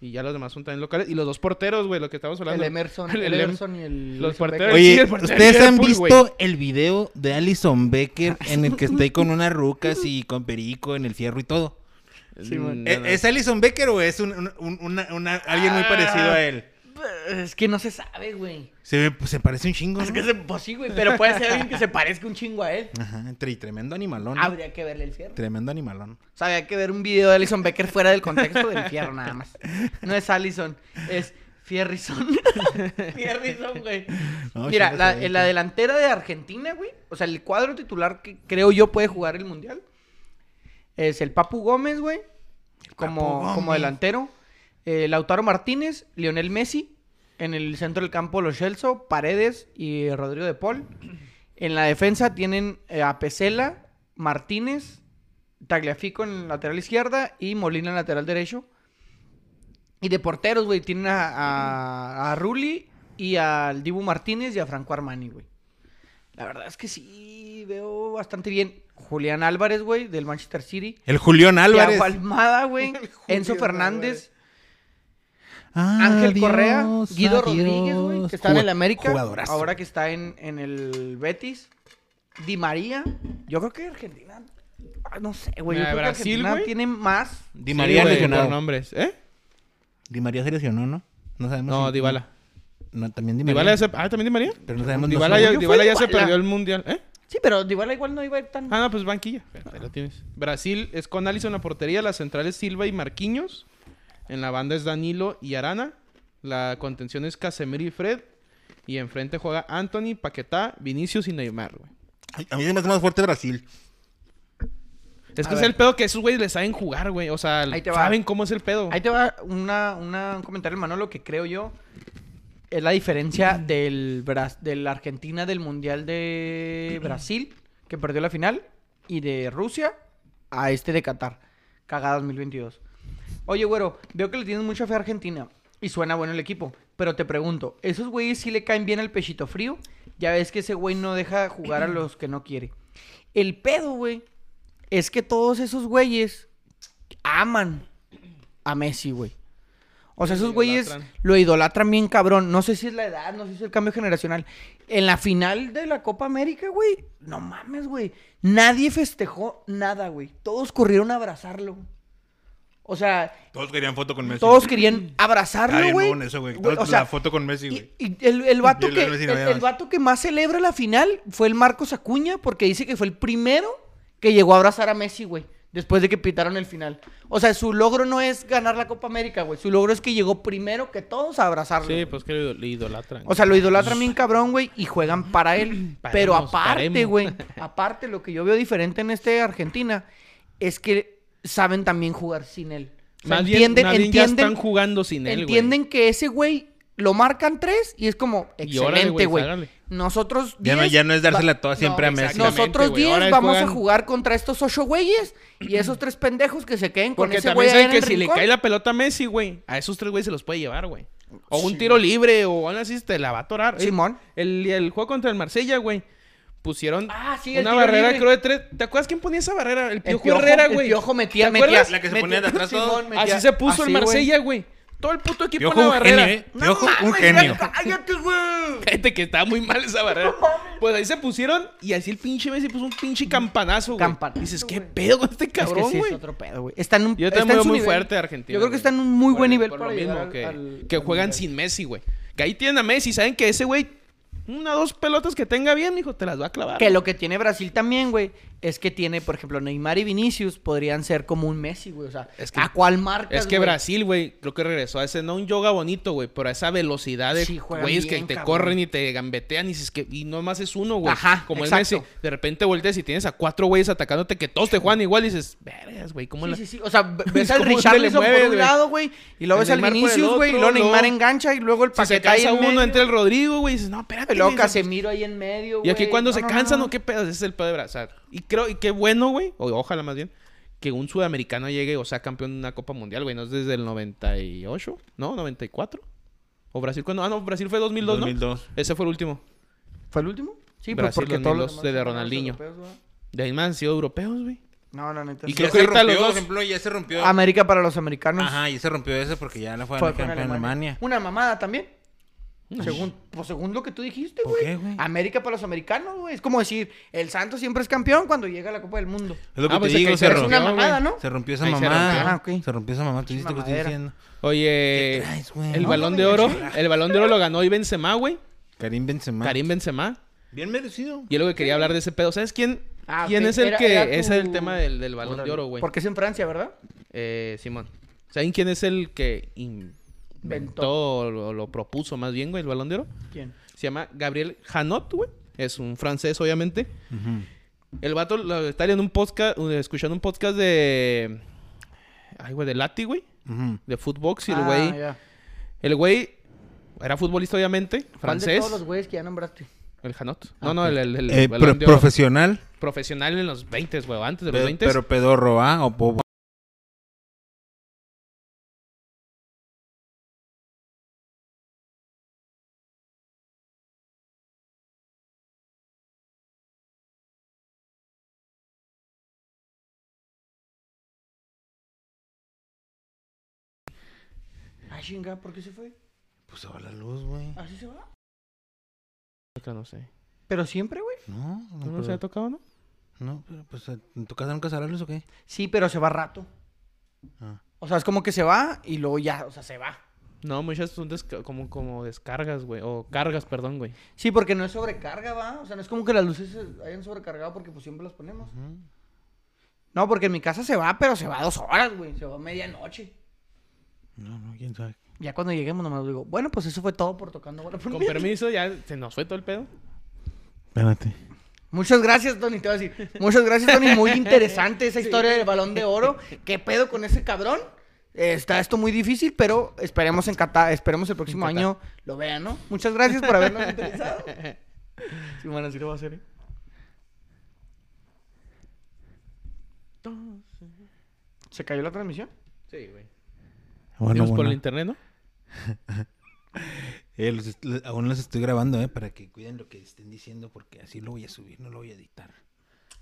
Speaker 2: Y ya los demás son también locales. Y los dos porteros, güey, lo que estamos hablando.
Speaker 1: El Emerson,
Speaker 2: El
Speaker 1: el
Speaker 2: Em-
Speaker 1: Emerson y el...
Speaker 2: los
Speaker 1: Luis Enrique.
Speaker 2: porteros. Sí,
Speaker 3: Oye,
Speaker 2: el portero
Speaker 3: ¿ustedes
Speaker 2: de
Speaker 3: han
Speaker 2: Liverpool,
Speaker 3: visto
Speaker 2: güey.
Speaker 3: el video de Alison Becker en el que está ahí con unas rucas y con perico en el fierro y todo?
Speaker 1: Sí, güey.
Speaker 2: Mm,
Speaker 3: ¿E-
Speaker 2: no, no.
Speaker 3: ¿Es Alison Becker o es un- un- un- una- una- alguien muy
Speaker 1: Ah.
Speaker 3: parecido a él?
Speaker 1: Pues, Es que no se sabe, güey.
Speaker 3: Se, ve- pues, se parece un chingo.
Speaker 1: Es
Speaker 3: ¿no?
Speaker 1: que se, pues sí, güey, pero puede ser alguien que se parezca un chingo a él.
Speaker 3: Ajá, tre- tremendo animalón. ¿no?
Speaker 1: Habría que verle el fierro.
Speaker 3: Tremendo animalón.
Speaker 1: O sea, había que ver un video de Alison Becker fuera del contexto del fierro, nada más. No es Alison, es Fierrizón. Fierrizón, güey.
Speaker 3: No,
Speaker 1: Mira,
Speaker 3: chingas
Speaker 1: la-
Speaker 3: ahí,
Speaker 1: en la delantera de Argentina, güey. O sea, el cuadro titular que creo yo puede jugar el mundial es el Papu Gómez, güey. Como,
Speaker 3: Papu
Speaker 1: como
Speaker 3: Gómez.
Speaker 1: delantero. Eh, Lautaro Martínez, Lionel Messi. En el centro del campo, Los Celso, Paredes y Rodrigo de Paul. En la defensa tienen eh, a Pesela, Martínez, Tagliafico en la lateral izquierda y Molina en el lateral derecho. Y de porteros, güey, tienen a, a, a Rulli y al Dibu Martínez y a Franco Armani, güey. La verdad es que sí, veo bastante bien. Julián Álvarez, güey, del Manchester City.
Speaker 3: El Julián Álvarez.
Speaker 1: Thiago Almada, güey. Enzo
Speaker 2: Julián
Speaker 1: Fernández.
Speaker 3: Ángel Ah,
Speaker 1: Ángel Correa. Guido Rodríguez, güey, que está en el América.
Speaker 3: Jugadorazo.
Speaker 1: Ahora que está en, en el Betis. Di María. Yo creo que Argentina... ah, No sé, güey. Yo
Speaker 2: Mira,
Speaker 1: creo que
Speaker 2: Brasil,
Speaker 1: Argentina
Speaker 2: güey.
Speaker 1: tiene más...
Speaker 3: Di
Speaker 2: Sí,
Speaker 3: María
Speaker 2: güey,
Speaker 3: lesionado.
Speaker 2: por nombres, ¿eh?
Speaker 3: Di María se lesionó, ¿no? No sabemos.
Speaker 2: No,
Speaker 3: si-
Speaker 2: Dybala.
Speaker 3: No, también Di María.
Speaker 2: Dybala ya se... Ah, ¿también Di María?
Speaker 3: Pero no sabemos. no
Speaker 2: Dybala
Speaker 3: sé.
Speaker 2: ya,
Speaker 1: Yo
Speaker 2: Dybala
Speaker 1: fui
Speaker 2: ya se
Speaker 1: Dybala.
Speaker 2: perdió el mundial, ¿eh?
Speaker 1: Sí, pero Dybala igual no iba a ir tan...
Speaker 2: Ah, no, pues banquilla. Ahí lo tienes. Brasil es con Alisson en la portería, las centrales Silva y Marquinhos. En la banda es Danilo y Arana. La contención es Casemiro y Fred. Y enfrente juega Anthony, Paquetá, Vinicius y Neymar, güey.
Speaker 3: Ay, A mí se me hace más fuerte Brasil.
Speaker 2: Es
Speaker 1: A
Speaker 2: que es
Speaker 1: ver.
Speaker 2: el pedo que esos güeyes le saben jugar, güey. O sea,
Speaker 1: Ahí te va.
Speaker 2: saben cómo es el pedo.
Speaker 1: Ahí te va una, una- un comentario, hermano, lo que creo yo es la diferencia del Bras- de la Argentina del Mundial de Brasil, que perdió la final, y de Rusia a este de Qatar, cagada 2022. Oye, güero, veo que le tienes mucha fe a Argentina y suena bueno el equipo, pero te pregunto, ¿esos güeyes sí le caen bien al pechito frío? Ya ves que ese güey no deja jugar a los que no quiere. El pedo, güey, es que todos esos güeyes aman a Messi, güey. O sea,
Speaker 2: Sí,
Speaker 1: esos
Speaker 2: lo
Speaker 1: güeyes
Speaker 2: idolatran.
Speaker 1: lo idolatran bien cabrón. No sé si es la edad, no sé si es el cambio generacional. En la final de la Copa América, güey, no mames, güey. Nadie festejó nada, güey. Todos corrieron a abrazarlo. O sea,
Speaker 3: Todos querían foto con Messi.
Speaker 1: todos querían abrazarlo,
Speaker 3: bien
Speaker 1: güey.
Speaker 3: mamón eso, güey.
Speaker 1: Güey,
Speaker 3: Todos
Speaker 1: O sea,
Speaker 3: la foto con Messi,
Speaker 1: y,
Speaker 3: güey.
Speaker 1: y el, el vato
Speaker 3: Y el
Speaker 1: que,
Speaker 3: Messi
Speaker 1: el,
Speaker 3: no había
Speaker 1: el
Speaker 3: más.
Speaker 1: vato que más celebra la final fue el Marcos Acuña porque dice que fue el primero que llegó a abrazar a Messi, güey. Después de que pitaron el final. O sea, su logro no es ganar la Copa América, güey. Su logro es que llegó primero que todos a abrazarlo.
Speaker 2: Sí,
Speaker 1: güey.
Speaker 2: pues que lo ido- le idolatran.
Speaker 1: O sea, lo idolatran bien cabrón, güey, y juegan para él. Pero
Speaker 2: Paremos,
Speaker 1: aparte,
Speaker 2: paremos.
Speaker 1: güey, aparte, lo que yo veo diferente en este Argentina es que saben también jugar sin él. O sea,
Speaker 2: más bien, más bien ya están jugando sin él, güey.
Speaker 1: entienden que ese güey lo marcan tres y es como,
Speaker 2: Y órale,
Speaker 1: excelente,
Speaker 2: güey,
Speaker 1: güey.
Speaker 2: órale.
Speaker 1: Nosotros
Speaker 3: Ya no-
Speaker 1: diez
Speaker 3: ya no es dársela
Speaker 1: va-
Speaker 3: toda siempre a Messi.
Speaker 2: exactamente,
Speaker 1: Nosotros
Speaker 2: güey.
Speaker 1: 10
Speaker 2: Ahora
Speaker 1: vamos
Speaker 2: juegan-
Speaker 1: a jugar contra estos ocho güeyes y esos tres pendejos que se queden con
Speaker 2: Porque
Speaker 1: ese
Speaker 2: también
Speaker 1: güey
Speaker 2: saben
Speaker 1: ahí en
Speaker 2: que
Speaker 1: el
Speaker 2: si le
Speaker 1: rincón.
Speaker 2: cae la pelota a Messi, güey, a esos tres güeyes se los puede llevar, güey. O un tiro libre, o algo así, te la va a atorar. Eh,
Speaker 1: Simón.
Speaker 2: El, el juego contra el Marsella, güey, pusieron
Speaker 1: Ah, sí, el
Speaker 2: una
Speaker 1: tiro
Speaker 2: barrera,
Speaker 1: libre.
Speaker 2: creo, de tres. ¿Te acuerdas quién ponía esa barrera? El Piojo
Speaker 1: Piojo-
Speaker 2: Herrera,
Speaker 1: el
Speaker 2: güey.
Speaker 1: Piojo metía-
Speaker 2: ¿Te
Speaker 1: metía-
Speaker 2: acuerdas?
Speaker 3: La que se ponía de atrás
Speaker 1: Simón,
Speaker 3: todo.
Speaker 1: metía-
Speaker 2: Así se
Speaker 1: así,
Speaker 2: puso el
Speaker 1: güey.
Speaker 2: Marsella, güey. Todo el puto equipo
Speaker 3: Piojo
Speaker 2: en la
Speaker 3: un genio,
Speaker 2: barrera.
Speaker 3: ¿eh? Piojo un
Speaker 1: mames,
Speaker 3: genio.
Speaker 1: ya cállate, güey.
Speaker 2: Gente que estaba muy mal esa barrera. Pues ahí se pusieron y así el pinche Messi puso un pinche campanazo, güey.
Speaker 1: Campanazo,
Speaker 2: Dices, ¿qué
Speaker 1: güey.
Speaker 2: pedo con este
Speaker 1: Es que
Speaker 2: cabrón,
Speaker 1: sí,
Speaker 2: güey?
Speaker 1: es otro pedo, güey. Está en un,
Speaker 2: Yo
Speaker 1: está
Speaker 2: también
Speaker 1: en
Speaker 2: veo
Speaker 1: su
Speaker 2: muy
Speaker 1: nivel.
Speaker 2: fuerte a Argentina.
Speaker 1: Yo creo que
Speaker 2: güey.
Speaker 1: está en un muy
Speaker 2: Por
Speaker 1: buen
Speaker 2: el-
Speaker 1: nivel
Speaker 2: por
Speaker 1: para
Speaker 2: lo mismo
Speaker 1: llegar
Speaker 2: que,
Speaker 1: al-
Speaker 2: que
Speaker 1: al
Speaker 2: juegan
Speaker 1: mundial.
Speaker 2: sin Messi, güey. Que ahí tienen a Messi, saben que ese güey una dos pelotas que tenga bien, hijo, te las va a clavar.
Speaker 1: Que lo que tiene Brasil también, güey, es que tiene, por ejemplo, Neymar y Vinicius podrían ser como un Messi, güey. O sea,
Speaker 2: Es que-
Speaker 1: ¿a cuál marca?
Speaker 2: es que Brasil, güey, creo que regresó a ese no un yoga bonito, güey, pero a esa velocidad de
Speaker 1: Sí, juegan
Speaker 2: güeyes que
Speaker 1: bien,
Speaker 2: te
Speaker 1: cabrón.
Speaker 2: corren y te gambetean y, dices que, y nomás es uno, güey.
Speaker 1: Ajá,
Speaker 2: como
Speaker 1: exacto.
Speaker 2: el Messi. De repente volteas y tienes a cuatro güeyes atacándote que todos te juegan igual y dices, vergas, güey, ¿cómo
Speaker 1: Sí,
Speaker 2: la-
Speaker 1: sí, sí. O sea, ve- ves al
Speaker 2: ¿Cómo se le
Speaker 1: Richarlison
Speaker 2: mueve,
Speaker 1: por un
Speaker 2: güey?
Speaker 1: lado, güey, y luego
Speaker 2: El
Speaker 1: ves al
Speaker 2: Neymar por el
Speaker 1: Vinicius, güey, y
Speaker 2: otro,
Speaker 1: luego Neymar
Speaker 2: luego-
Speaker 1: engancha y luego el
Speaker 2: Si se
Speaker 1: paquete ahí
Speaker 2: cansa
Speaker 1: en
Speaker 2: uno,
Speaker 1: medio,
Speaker 2: entra el Rodrigo, güey, y dices, no, espérate.
Speaker 1: Y luego
Speaker 2: dices,
Speaker 1: Casemiro ahí en medio,
Speaker 2: Y aquí
Speaker 1: güey.
Speaker 2: cuando
Speaker 1: No,
Speaker 2: se
Speaker 1: no, no,
Speaker 2: cansan,
Speaker 1: no.
Speaker 2: ¿o qué pedo? Ese es el pedo de Brasil. Y creo, y qué bueno, güey, o ojalá más bien, que un sudamericano llegue o sea campeón de una Copa Mundial, güey. No es desde el 98, ¿no? 94. ¿O Brasil cuando? Ah, no, Brasil fue 2002, ¿no?
Speaker 3: 2002.
Speaker 2: Ese fue el último.
Speaker 1: ¿Fue el último? Sí, pues
Speaker 2: Brasil,
Speaker 1: porque todos
Speaker 2: 2002
Speaker 1: los
Speaker 2: de
Speaker 1: demás
Speaker 2: Ronaldinho.
Speaker 1: europeos, güey.
Speaker 2: De ahí más han sido europeos, güey.
Speaker 1: No, la neta.
Speaker 2: Y
Speaker 1: sí.
Speaker 2: creo
Speaker 3: Creo
Speaker 2: que
Speaker 3: que
Speaker 2: ahorita los
Speaker 3: rompió, por
Speaker 2: dos-
Speaker 3: ejemplo, ya se rompió.
Speaker 1: América para los americanos.
Speaker 3: Ajá, y se rompió ese porque ya la fue,
Speaker 1: Fue
Speaker 3: fue
Speaker 1: con
Speaker 3: campeón
Speaker 1: Alemania.
Speaker 3: en Alemania.
Speaker 1: Una mamada también. Según, pues según lo que tú dijiste,
Speaker 3: ¿Por qué,
Speaker 1: güey.
Speaker 3: güey?
Speaker 1: América para los americanos, güey. Es como decir, el Santos siempre es campeón cuando llega a la Copa del Mundo.
Speaker 3: Es lo que
Speaker 2: Ah, pues se
Speaker 3: te digo,
Speaker 2: cayó,
Speaker 3: se
Speaker 2: es
Speaker 1: Pero es
Speaker 3: rompió.
Speaker 1: una mamada, ¿no?
Speaker 3: Se rompió esa
Speaker 2: Ahí se
Speaker 3: mamá.
Speaker 1: rompió. Ah, ok.
Speaker 3: Se rompió esa mamá, tú viste lo que estoy
Speaker 1: Mamadera.
Speaker 3: diciendo.
Speaker 2: Oye,
Speaker 3: ¿Qué traes, güey?
Speaker 2: el
Speaker 3: No,
Speaker 2: balón
Speaker 1: no
Speaker 2: de
Speaker 1: me
Speaker 2: oro, el balón de oro lo ganó hoy Benzema, güey.
Speaker 3: Karim Benzema.
Speaker 2: Karim Benzema.
Speaker 3: Bien merecido.
Speaker 2: Y es lo que quería hablar de ese pedo. ¿Sabes quién?
Speaker 1: Ah,
Speaker 2: ¿Quién
Speaker 1: ok.
Speaker 2: es el
Speaker 1: Era-
Speaker 2: que
Speaker 1: era
Speaker 2: es
Speaker 1: tu-
Speaker 2: el tema del, del balón de oro, güey?
Speaker 1: Porque es en Francia, ¿verdad?
Speaker 2: Eh, Simón. ¿Saben quién es el que in-
Speaker 1: Ventó.
Speaker 2: Todo lo, lo propuso más bien, güey, el balón de oro.
Speaker 1: ¿Quién?
Speaker 2: Se llama Gabriel Hanot, güey. Es un francés, obviamente. El vato lo, está en un podcast, escuchando un podcast de. Ay, güey, de Lati, güey.
Speaker 3: Ujú.
Speaker 2: De Footbox. Y el
Speaker 1: Ah,
Speaker 2: güey.
Speaker 1: ya.
Speaker 2: El güey era futbolista, obviamente.
Speaker 1: ¿Cuál
Speaker 2: Francés.
Speaker 1: De todos los güeyes que ya nombraste.
Speaker 2: El Hanot. No, no, el, el, el
Speaker 3: Eh,
Speaker 2: Balón
Speaker 3: pro-
Speaker 2: de Oro.
Speaker 3: profesional,
Speaker 2: profesional en los 20, güey. Antes de los
Speaker 3: pe-
Speaker 2: 20.
Speaker 3: pero pedorro, ¿ah? O bobo.
Speaker 1: Ah, chinga, ¿por qué se fue?
Speaker 3: Pues se va la luz, güey.
Speaker 1: ¿Así se va?
Speaker 2: No sé.
Speaker 1: Pero siempre, güey.
Speaker 3: No, no,
Speaker 2: ¿Tú no
Speaker 3: pero-
Speaker 2: se ha tocado, no?
Speaker 3: no, pero, pues en tu casa nunca se va la luz o qué?
Speaker 1: Sí, pero se va rato.
Speaker 3: Ah.
Speaker 1: O sea, es como que se va y luego ya, o sea, se va.
Speaker 2: No, muchas son desca- como, como descargas, güey. O cargas, perdón, güey.
Speaker 1: Sí, porque no es sobrecarga, va. O sea, no es como que las luces se hayan sobrecargado porque pues siempre las ponemos. No, porque en mi casa se va, pero se va dos horas, güey. Se va a medianoche.
Speaker 3: No, no, quién sabe.
Speaker 1: Ya cuando lleguemos nomás digo, bueno, pues eso fue todo por tocando bola por
Speaker 2: Con
Speaker 1: Mientras.
Speaker 2: permiso, ya se nos fue todo el pedo.
Speaker 3: Espérate.
Speaker 1: Muchas gracias, Tony, te voy a decir. Muchas gracias, Tony. Muy interesante esa historia del balón de oro. ¿Qué pedo con ese cabrón? Eh, Está esto muy difícil, pero esperemos en Qatar, esperemos el próximo
Speaker 2: Qatar.
Speaker 1: año lo vean, ¿no? Muchas gracias por habernos interesado. Sí, bueno, así lo va a hacer, ¿eh? ¿Se cayó la transmisión?
Speaker 2: Sí, güey.
Speaker 3: Ah, Bueno,
Speaker 2: por
Speaker 3: bueno.
Speaker 2: el internet, ¿no?
Speaker 3: Eh, los est- los- aún los estoy grabando, ¿eh? Para que cuiden lo que estén diciendo, porque así lo voy a subir, no lo voy a editar.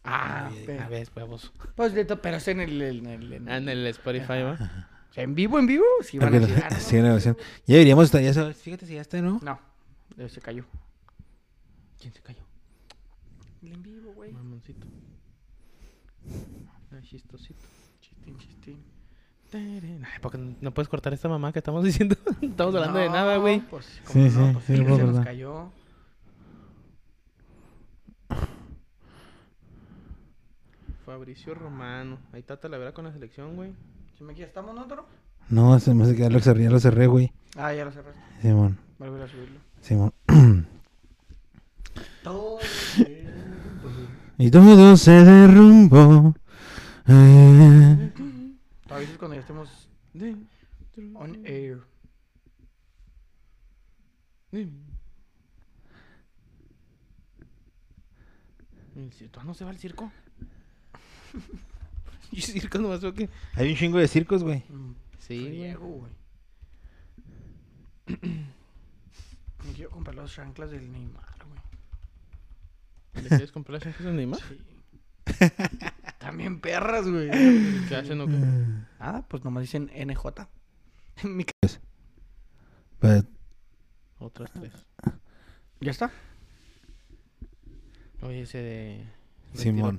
Speaker 1: Ah,
Speaker 3: Ay,
Speaker 1: pe-
Speaker 2: A ver, vamos.
Speaker 1: pues de to- pero es en el, en el- en-
Speaker 2: En el Spotify, ¿va?
Speaker 1: o sea, en vivo, en vivo, sí van a
Speaker 3: Porque la-
Speaker 1: llegar, ¿no?
Speaker 3: sí, la grabación. Ya deberíamos estar, ya sabes, fíjate si ya está, ¿no?
Speaker 1: No, eh, se cayó. ¿Quién se cayó? El en vivo, güey.
Speaker 2: Mamoncito. Ay, chistosito.
Speaker 1: Chistín, chistín.
Speaker 2: Tarán. Ay, ¿por qué no puedes cortar esta mamá que estamos diciendo? no estamos hablando de nada,
Speaker 1: No,
Speaker 2: güey.
Speaker 1: Pues,
Speaker 3: Sí,
Speaker 1: ¿cómo no?
Speaker 3: sí,
Speaker 1: Pues
Speaker 3: sí,
Speaker 1: sí,
Speaker 3: lo puedo
Speaker 1: se nos
Speaker 3: acordar.
Speaker 1: cayó.
Speaker 2: Fabricio Romano. Ahí está Talavera con la selección, güey.
Speaker 1: ¿Se me queda? ¿Estamos nosotros?
Speaker 3: No, se me hace que ya lo cerré, ya lo cerré, güey.
Speaker 1: Ah, ya lo cerré.
Speaker 3: Simón,
Speaker 1: Volver a subirlo.
Speaker 3: Simón.
Speaker 1: Todo.
Speaker 3: Y todo se derrumbó. Eh,
Speaker 1: Te avisas cuando ya estemos on air.
Speaker 2: El
Speaker 1: Ah,
Speaker 2: circo, ¿no se va al circo? ¿Y circo nomás veo que...?
Speaker 3: Hay un chingo de circos, güey.
Speaker 1: Mm,
Speaker 2: Sí,
Speaker 1: friego, güey. Me quiero comprar las chanclas del Neymar, güey.
Speaker 2: ¿Le quieres comprar las chanclas a Neymar?
Speaker 1: Sí. También perras, güey.
Speaker 2: ¿Qué hacen o qué?
Speaker 1: Nada, pues nomás dicen NJ. Mi ca-
Speaker 3: Pero-
Speaker 2: Otras tres.
Speaker 1: ¿Ya está?
Speaker 2: Oye, ese de...
Speaker 3: Simón,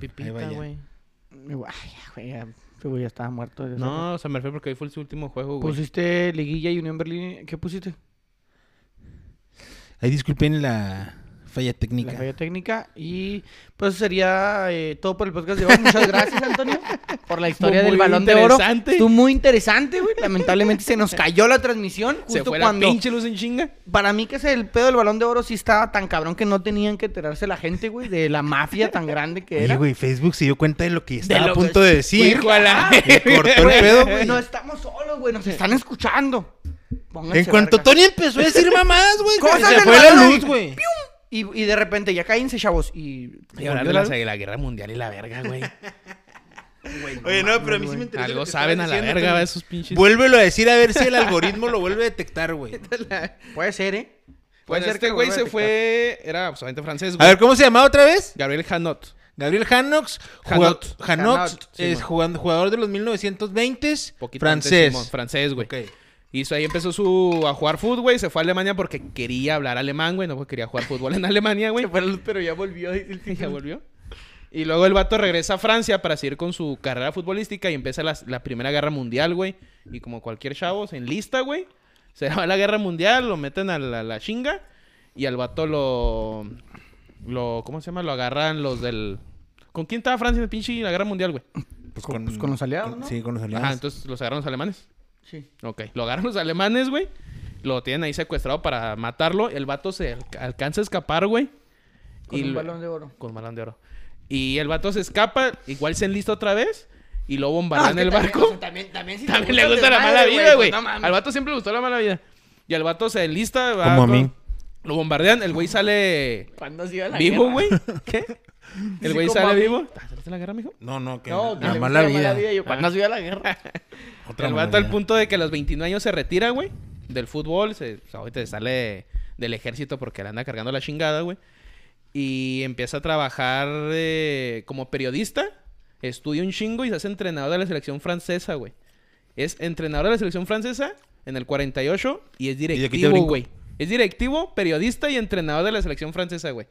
Speaker 2: Simón.
Speaker 3: ahí va
Speaker 2: Pipita,
Speaker 3: ya.
Speaker 2: güey.
Speaker 1: Igual, ya, güey, ya, ese güey ya estaba muerto. desde hace rato.
Speaker 2: No, o sea, me refiero porque hoy fue su último juego, güey.
Speaker 1: Pusiste Liguilla y Unión Berlín. ¿Qué pusiste?
Speaker 3: Ahí disculpen la falla técnica.
Speaker 1: La falla técnica. Y pues eso sería eh, todo por el podcast de hoy. Muchas gracias, Antonio, por la historia
Speaker 2: Estuvo
Speaker 1: del
Speaker 2: muy
Speaker 1: balón de oro.
Speaker 2: interesante.
Speaker 1: Estuvo muy interesante, güey. Lamentablemente se nos cayó la transmisión
Speaker 2: Se
Speaker 1: justo
Speaker 2: fue la
Speaker 1: cuando.
Speaker 2: pinche luz en chinga.
Speaker 1: Para mí que es el pedo del balón de oro sí estaba tan cabrón que no tenían que enterarse la gente, güey, de la mafia tan grande que
Speaker 3: Oye,
Speaker 1: era.
Speaker 3: güey, Facebook se dio cuenta de lo que estaba
Speaker 1: lo
Speaker 3: a
Speaker 1: que-
Speaker 3: punto de decir.
Speaker 2: Hijo a la...
Speaker 3: Ah, Le cortó el pedo, güey.
Speaker 1: No estamos solos, güey. Nos están escuchando. Pónganse
Speaker 3: En cuanto
Speaker 1: verga.
Speaker 3: Tony empezó a decir mamadas, güey,
Speaker 1: Cosas
Speaker 3: se
Speaker 1: del
Speaker 3: fue la
Speaker 1: balón.
Speaker 3: luz, güey.
Speaker 1: Y, y de repente, ya cállense, chavos. Y.
Speaker 2: Y hablar de la, la guerra mundial y la verga, güey.
Speaker 3: Oye, no, pero a mí sí me interesa. lo
Speaker 2: Algo
Speaker 3: que
Speaker 2: saben a
Speaker 3: estabas
Speaker 2: la
Speaker 3: diciendo,
Speaker 2: verga,
Speaker 3: Tony.
Speaker 2: va, esos pinches.
Speaker 3: Vuélvelo a decir a ver si el algoritmo lo vuelve a detectar, güey.
Speaker 1: Puede ser, ¿eh? Puede
Speaker 2: Bueno,
Speaker 1: ser
Speaker 2: este
Speaker 1: que
Speaker 2: güey
Speaker 1: vuelva a
Speaker 2: se
Speaker 1: detectar.
Speaker 2: fue. Era absolutamente francés,
Speaker 3: A
Speaker 2: güey.
Speaker 3: ver, ¿cómo se llamaba otra vez?
Speaker 2: Gabriel Hanot.
Speaker 3: Gabriel Hanox.
Speaker 2: Hanot.
Speaker 3: Hanot.
Speaker 1: Hanot,
Speaker 2: sí,
Speaker 3: Es
Speaker 2: man.
Speaker 3: jugando- jugador de los 1920s.
Speaker 2: Poquito antes,
Speaker 3: francés.
Speaker 2: Simón, francés, güey.
Speaker 3: Ok.
Speaker 2: Hizo ahí, empezó su, a jugar fútbol, güey. Se fue a Alemania porque quería hablar alemán, güey. No porque quería jugar fútbol en Alemania, güey.
Speaker 1: Se fue la luz, pero ya volvió. dice el
Speaker 2: Y ya
Speaker 1: título.
Speaker 2: volvió. Y luego el vato regresa a Francia para seguir con su carrera futbolística y empieza la, la Primera Guerra Mundial, güey. Y como cualquier chavo, se enlista, güey. Se va a la Guerra Mundial, lo meten a la, la chinga y al vato lo, lo... ¿Cómo se llama? Lo agarran los del... ¿Con quién estaba Francia en el pinche la Guerra Mundial, güey?
Speaker 3: Pues
Speaker 1: con- pues con los aliados, ¿no?
Speaker 3: Sí, con los aliados.
Speaker 2: Ajá, entonces los agarran los alemanes.
Speaker 1: Sí.
Speaker 2: Ok, lo agarran los alemanes, güey. Lo tienen ahí secuestrado para matarlo. El vato se alca- alcanza a escapar, güey.
Speaker 1: Con
Speaker 2: Y
Speaker 1: un
Speaker 2: lo-
Speaker 1: balón de oro.
Speaker 2: Con balón de oro. Y el vato se escapa, igual se enlista otra vez. Y lo bombardean
Speaker 1: No, es
Speaker 2: el
Speaker 1: Ah, que también,
Speaker 2: barco.
Speaker 1: o sea, también, también, si te
Speaker 2: También le gusta
Speaker 1: el
Speaker 2: la mala
Speaker 1: desmadre,
Speaker 2: vida, güey.
Speaker 1: pues, no mames.
Speaker 2: al vato siempre le gustó la mala vida. Y al vato se enlista. va
Speaker 3: Como a
Speaker 2: con-
Speaker 3: mí.
Speaker 2: Lo bombardean, el güey sale
Speaker 1: ¿Cuándo se iba a la
Speaker 2: vivo,
Speaker 1: guerra?
Speaker 2: güey. ¿Qué? El
Speaker 1: Sí,
Speaker 2: güey
Speaker 1: como a
Speaker 2: sale
Speaker 1: mí.
Speaker 2: vivo. Ah, ¿Saliste a la guerra, mijo?
Speaker 3: No, no, que
Speaker 1: No, que
Speaker 3: la
Speaker 1: le
Speaker 3: mala
Speaker 1: gusta
Speaker 3: vida.
Speaker 1: y yo, ¿Cuándo se iba a la guerra?
Speaker 3: Otra
Speaker 2: el
Speaker 3: mala
Speaker 2: vato al
Speaker 3: vida.
Speaker 2: punto de que a los 29 años se retira, güey, del fútbol. Se, o sea, ahorita se sale del ejército porque le anda cargando la chingada, güey. Y empieza a trabajar eh, como periodista. Estudia un chingo y se hace entrenador de la selección francesa, güey. Es entrenador de la selección francesa en el 48 y es
Speaker 3: aquí te
Speaker 2: directivo,
Speaker 3: brinco.
Speaker 2: güey. Es directivo, periodista y entrenador de la selección francesa, güey.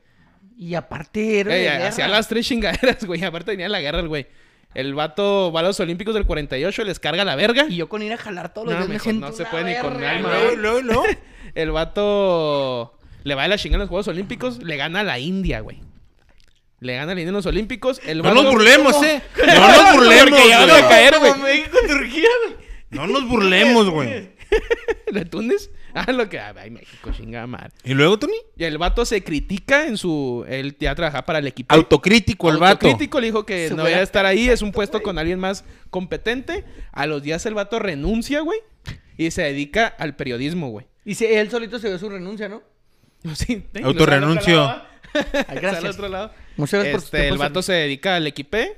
Speaker 1: Y aparte era de
Speaker 2: Eh,
Speaker 1: guerra.
Speaker 2: hacía las tres chingaderas, güey. Aparte tenía la guerra, el güey. El vato va a los Olímpicos del 48, les carga la verga.
Speaker 1: Y yo con ir a jalar todos los días
Speaker 2: No,
Speaker 1: me
Speaker 2: mijo,
Speaker 1: siento
Speaker 2: no se
Speaker 1: una
Speaker 2: puede ni con
Speaker 1: verga,
Speaker 2: alma,
Speaker 1: güey.
Speaker 2: güey.
Speaker 3: Luego, luego, luego.
Speaker 2: El vato le va a la chingada en los Juegos Olímpicos, le gana a la India, güey. Le gana a la India en los Olímpicos. El
Speaker 3: No nos burlemos, eh. No
Speaker 2: Porque
Speaker 3: nos burlemos,
Speaker 2: ya van a
Speaker 3: güey.
Speaker 2: caer, güey.
Speaker 1: Como México, Turquía, güey.
Speaker 3: No nos burlemos, güey.
Speaker 2: ¿De Túnez? Ah, lo que... Ay, México, chingada madre.
Speaker 3: ¿Y luego, Tony?
Speaker 2: Y el vato se critica en su... Él ya trabaja para el equipo.
Speaker 3: Autocrítico el vato.
Speaker 2: Autocrítico, le dijo que
Speaker 1: Se
Speaker 2: no
Speaker 1: hubiera
Speaker 2: iba a estar ahí, es un puesto con alguien más competente. A los días el vato renuncia, güey. Y se dedica al periodismo, güey.
Speaker 1: Y si él solito se dio su renuncia, ¿no?
Speaker 2: Sí, ¿eh?
Speaker 3: Autorrenuncio.
Speaker 2: Nos sale al otro lado, ¿va?
Speaker 1: Ay, gracias.
Speaker 2: Sale al otro lado.
Speaker 1: Muchas gracias por su
Speaker 2: Este,
Speaker 1: tiempo,
Speaker 2: el vato
Speaker 1: señor.
Speaker 2: se dedica al equipe,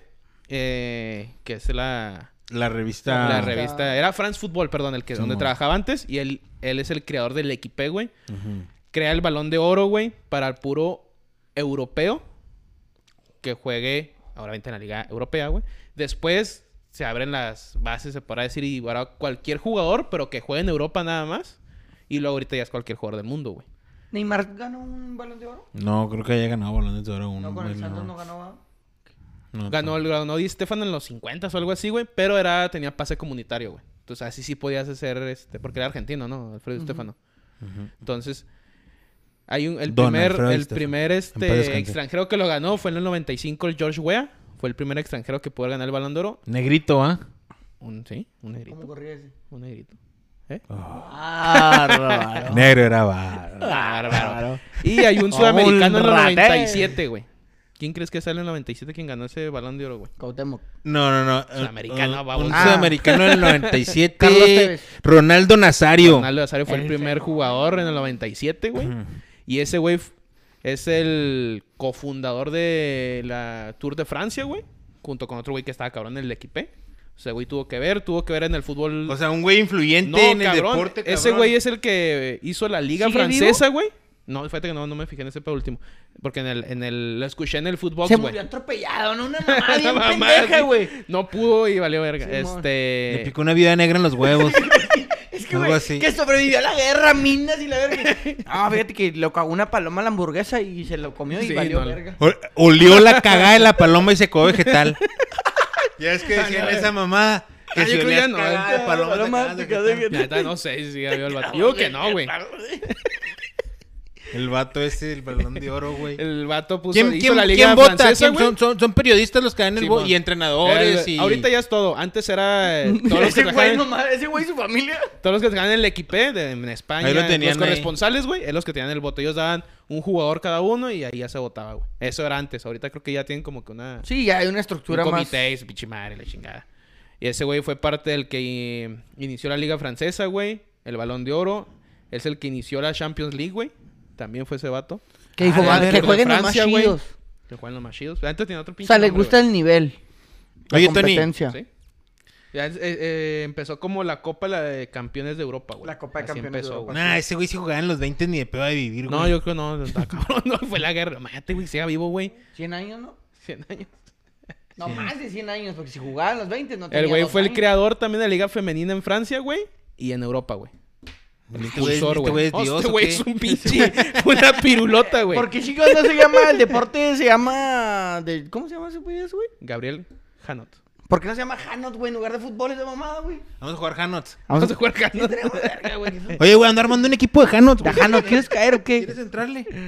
Speaker 2: eh, que es la,
Speaker 3: La revista.
Speaker 2: la revista. Era France Football, perdón, el que
Speaker 3: Sí,
Speaker 2: donde
Speaker 3: mo.
Speaker 2: trabajaba antes. Y él, él es el creador del equipe, güey.
Speaker 3: Ujú.
Speaker 2: Crea el balón de oro, güey, para el puro europeo que juegue, ahora vente en la Liga Europea, güey. Después se abren las bases, se podrá decir, y ahora cualquier jugador, pero que juegue en Europa nada más. Y luego ahorita ya es cualquier jugador del mundo, güey.
Speaker 1: Neymar ganó un balón de oro.
Speaker 3: No, creo que haya ganado balones de oro uno.
Speaker 1: No, con el
Speaker 3: güey,
Speaker 1: Santos
Speaker 3: no.
Speaker 1: no ganó. ¿va?
Speaker 3: No,
Speaker 2: Ganó el ganó Di Stefano en los 50 o algo así, güey. Pero era, tenía pase comunitario, güey. Entonces así sí podías hacer este. Porque era argentino, ¿no? Alfredo Di Stefano. Entonces. Hay un, el
Speaker 3: Don
Speaker 2: primer,
Speaker 3: Alfredo Di
Speaker 2: el
Speaker 3: Stefano.
Speaker 2: primer
Speaker 3: En paz
Speaker 2: este,
Speaker 3: descanse.
Speaker 2: extranjero que lo ganó fue en el 95 el George Weah. Fue el primer extranjero que pudo ganar el balón de oro.
Speaker 3: Negrito, ¿ah?
Speaker 2: Un, sí, un negrito.
Speaker 1: ¿Cómo corría ese?
Speaker 2: Un negrito.
Speaker 1: Ah,
Speaker 3: Negro era bárbaro.
Speaker 2: Bárbaro. Y hay un sudamericano en el 97, güey. ¿Quién crees que sale en el 97 quien ganó ese balón de oro, güey?
Speaker 1: Cuauhtémoc.
Speaker 3: No, no, no.
Speaker 2: Sudamericano,
Speaker 3: un,
Speaker 2: baboso.
Speaker 3: un
Speaker 1: Ah.
Speaker 3: sudamericano del 97.
Speaker 1: Carlos Tevez.
Speaker 3: Ronaldo Nazario.
Speaker 2: Ronaldo Nazario fue el
Speaker 1: Ese.
Speaker 2: primer jugador en el 97, güey. Y ese güey f- es el cofundador de la Tour de Francia, güey. Junto con otro güey que estaba cabrón en el equipe. O sea, güey tuvo que ver, tuvo que ver en el fútbol.
Speaker 3: O sea, un güey influyente
Speaker 2: no,
Speaker 3: en el
Speaker 2: cabrón.
Speaker 3: deporte.
Speaker 2: Ese güey es el que hizo la liga
Speaker 1: ¿Sigue
Speaker 2: francesa, güey. No, fíjate que no, no me fijé en ese pedo último. Porque en el, en el, lo escuché en el fútbol,
Speaker 1: Se
Speaker 2: güey.
Speaker 1: murió atropellado, ¿no? Una mamá bien
Speaker 2: Mamá,
Speaker 1: pendeja,
Speaker 2: sí.
Speaker 1: güey.
Speaker 2: No pudo y valió verga.
Speaker 1: Simón.
Speaker 3: Le
Speaker 2: este.
Speaker 3: picó una viuda negra en los huevos.
Speaker 1: Es que,
Speaker 3: Algo
Speaker 1: güey,
Speaker 3: así.
Speaker 1: que sobrevivió a la guerra, minas y la verga. Ah, fíjate que lo cagó una paloma a la hamburguesa y se lo comió y
Speaker 2: Sí,
Speaker 1: valió
Speaker 2: no,
Speaker 1: verga.
Speaker 3: Ol- Olió la cagada de la paloma y se quedó vegetal. ya es que decían esa
Speaker 2: Ah,
Speaker 3: mamá.
Speaker 2: yo
Speaker 3: si
Speaker 2: creo
Speaker 3: olías
Speaker 2: ya no,
Speaker 3: cagada
Speaker 2: eh.
Speaker 3: de paloma, te
Speaker 1: Paloma,
Speaker 3: quedabas
Speaker 1: te
Speaker 3: vegetal.
Speaker 1: quedas vegetal.
Speaker 2: La neta, no sé si había el vato. Yo que no, güey.
Speaker 3: El vato ese, el balón de oro, güey.
Speaker 2: El vato puso
Speaker 3: ¿Quién,
Speaker 2: hizo
Speaker 3: quién-
Speaker 2: la liga
Speaker 3: quién vota?
Speaker 2: francesa,
Speaker 3: ¿Quién-
Speaker 2: güey.
Speaker 3: son, son- son periodistas los que dan el
Speaker 2: Simón.
Speaker 3: voto y entrenadores.
Speaker 2: El-
Speaker 3: y...
Speaker 2: Ahorita ya es todo. Antes era eh, todos, los que
Speaker 1: ese güey,
Speaker 2: trabajaban,
Speaker 1: nomás, ese güey y su familia.
Speaker 2: todos los que trabajaban en el equipe de, en España.
Speaker 3: Ahí lo tenían
Speaker 2: los
Speaker 3: ahí.
Speaker 2: corresponsales, güey, eran los que tenían el voto. Ellos daban un jugador cada uno y ahí ya se votaba, güey. Eso era antes. Ahorita creo que ya tienen como que una
Speaker 1: Sí, ya hay una
Speaker 2: un
Speaker 1: estructura más.
Speaker 2: comité y su pinche madre, la chingada. Y ese güey fue parte del que eh, inició la liga francesa, güey, el Balón de Oro. Es el que inició la Champions League, güey. También fue ese vato.
Speaker 1: Que dijo,
Speaker 2: Ah,
Speaker 1: va,
Speaker 2: de
Speaker 1: que
Speaker 2: verga,
Speaker 1: jueguen los más
Speaker 2: Francia, güey.
Speaker 1: chidos.
Speaker 2: Que juegan los más chidos. Antes tenía otro
Speaker 1: O
Speaker 2: pinche.
Speaker 1: sea, les
Speaker 2: nombre,
Speaker 1: gusta el nivel. La
Speaker 3: Oye, Tony.
Speaker 1: competencia.
Speaker 2: Sí. Ya, eh, eh, empezó como la Copa la de Campeones de Europa, güey.
Speaker 1: La Copa de Campeones de Europa.
Speaker 2: güey.
Speaker 3: Nah, ese güey si jugaba en los 20 ni de pedo de vivir, güey.
Speaker 2: No, yo creo no, está cabrón, no fue la guerra. Imagínate, güey, siga vivo, güey.
Speaker 1: 100 años, ¿no?
Speaker 2: 100 años.
Speaker 1: No, más de 100 años, porque si jugaban los 20 no tenía
Speaker 2: El güey
Speaker 1: dos
Speaker 2: fue el
Speaker 1: años.
Speaker 2: creador también de la Liga Femenina en Francia, güey, y en Europa, güey.
Speaker 3: Este güey es-
Speaker 2: Impulsor,
Speaker 3: este
Speaker 2: güey.
Speaker 3: güey es
Speaker 2: Oh,
Speaker 3: Dios.
Speaker 2: Este
Speaker 3: ¿o
Speaker 2: güey
Speaker 3: qué?
Speaker 2: es un pinche, una pirulota, güey.
Speaker 1: Porque chicos no se llama el deporte, se llama. de- ¿Cómo se llama ese güey? ese güey?
Speaker 2: Gabriel Hanot.
Speaker 1: ¿Por qué no se llama Hanot, güey? En lugar de fútbol es de mamada, güey.
Speaker 3: Vamos a jugar Hanots.
Speaker 2: Vamos a jugar Hanot.
Speaker 1: Tenemos verga, güey.
Speaker 3: Oye, güey, ando armando un equipo de Hanots. güey.
Speaker 1: Hanot, ¿quieres caer o qué?
Speaker 3: ¿Quieres entrarle?
Speaker 1: No,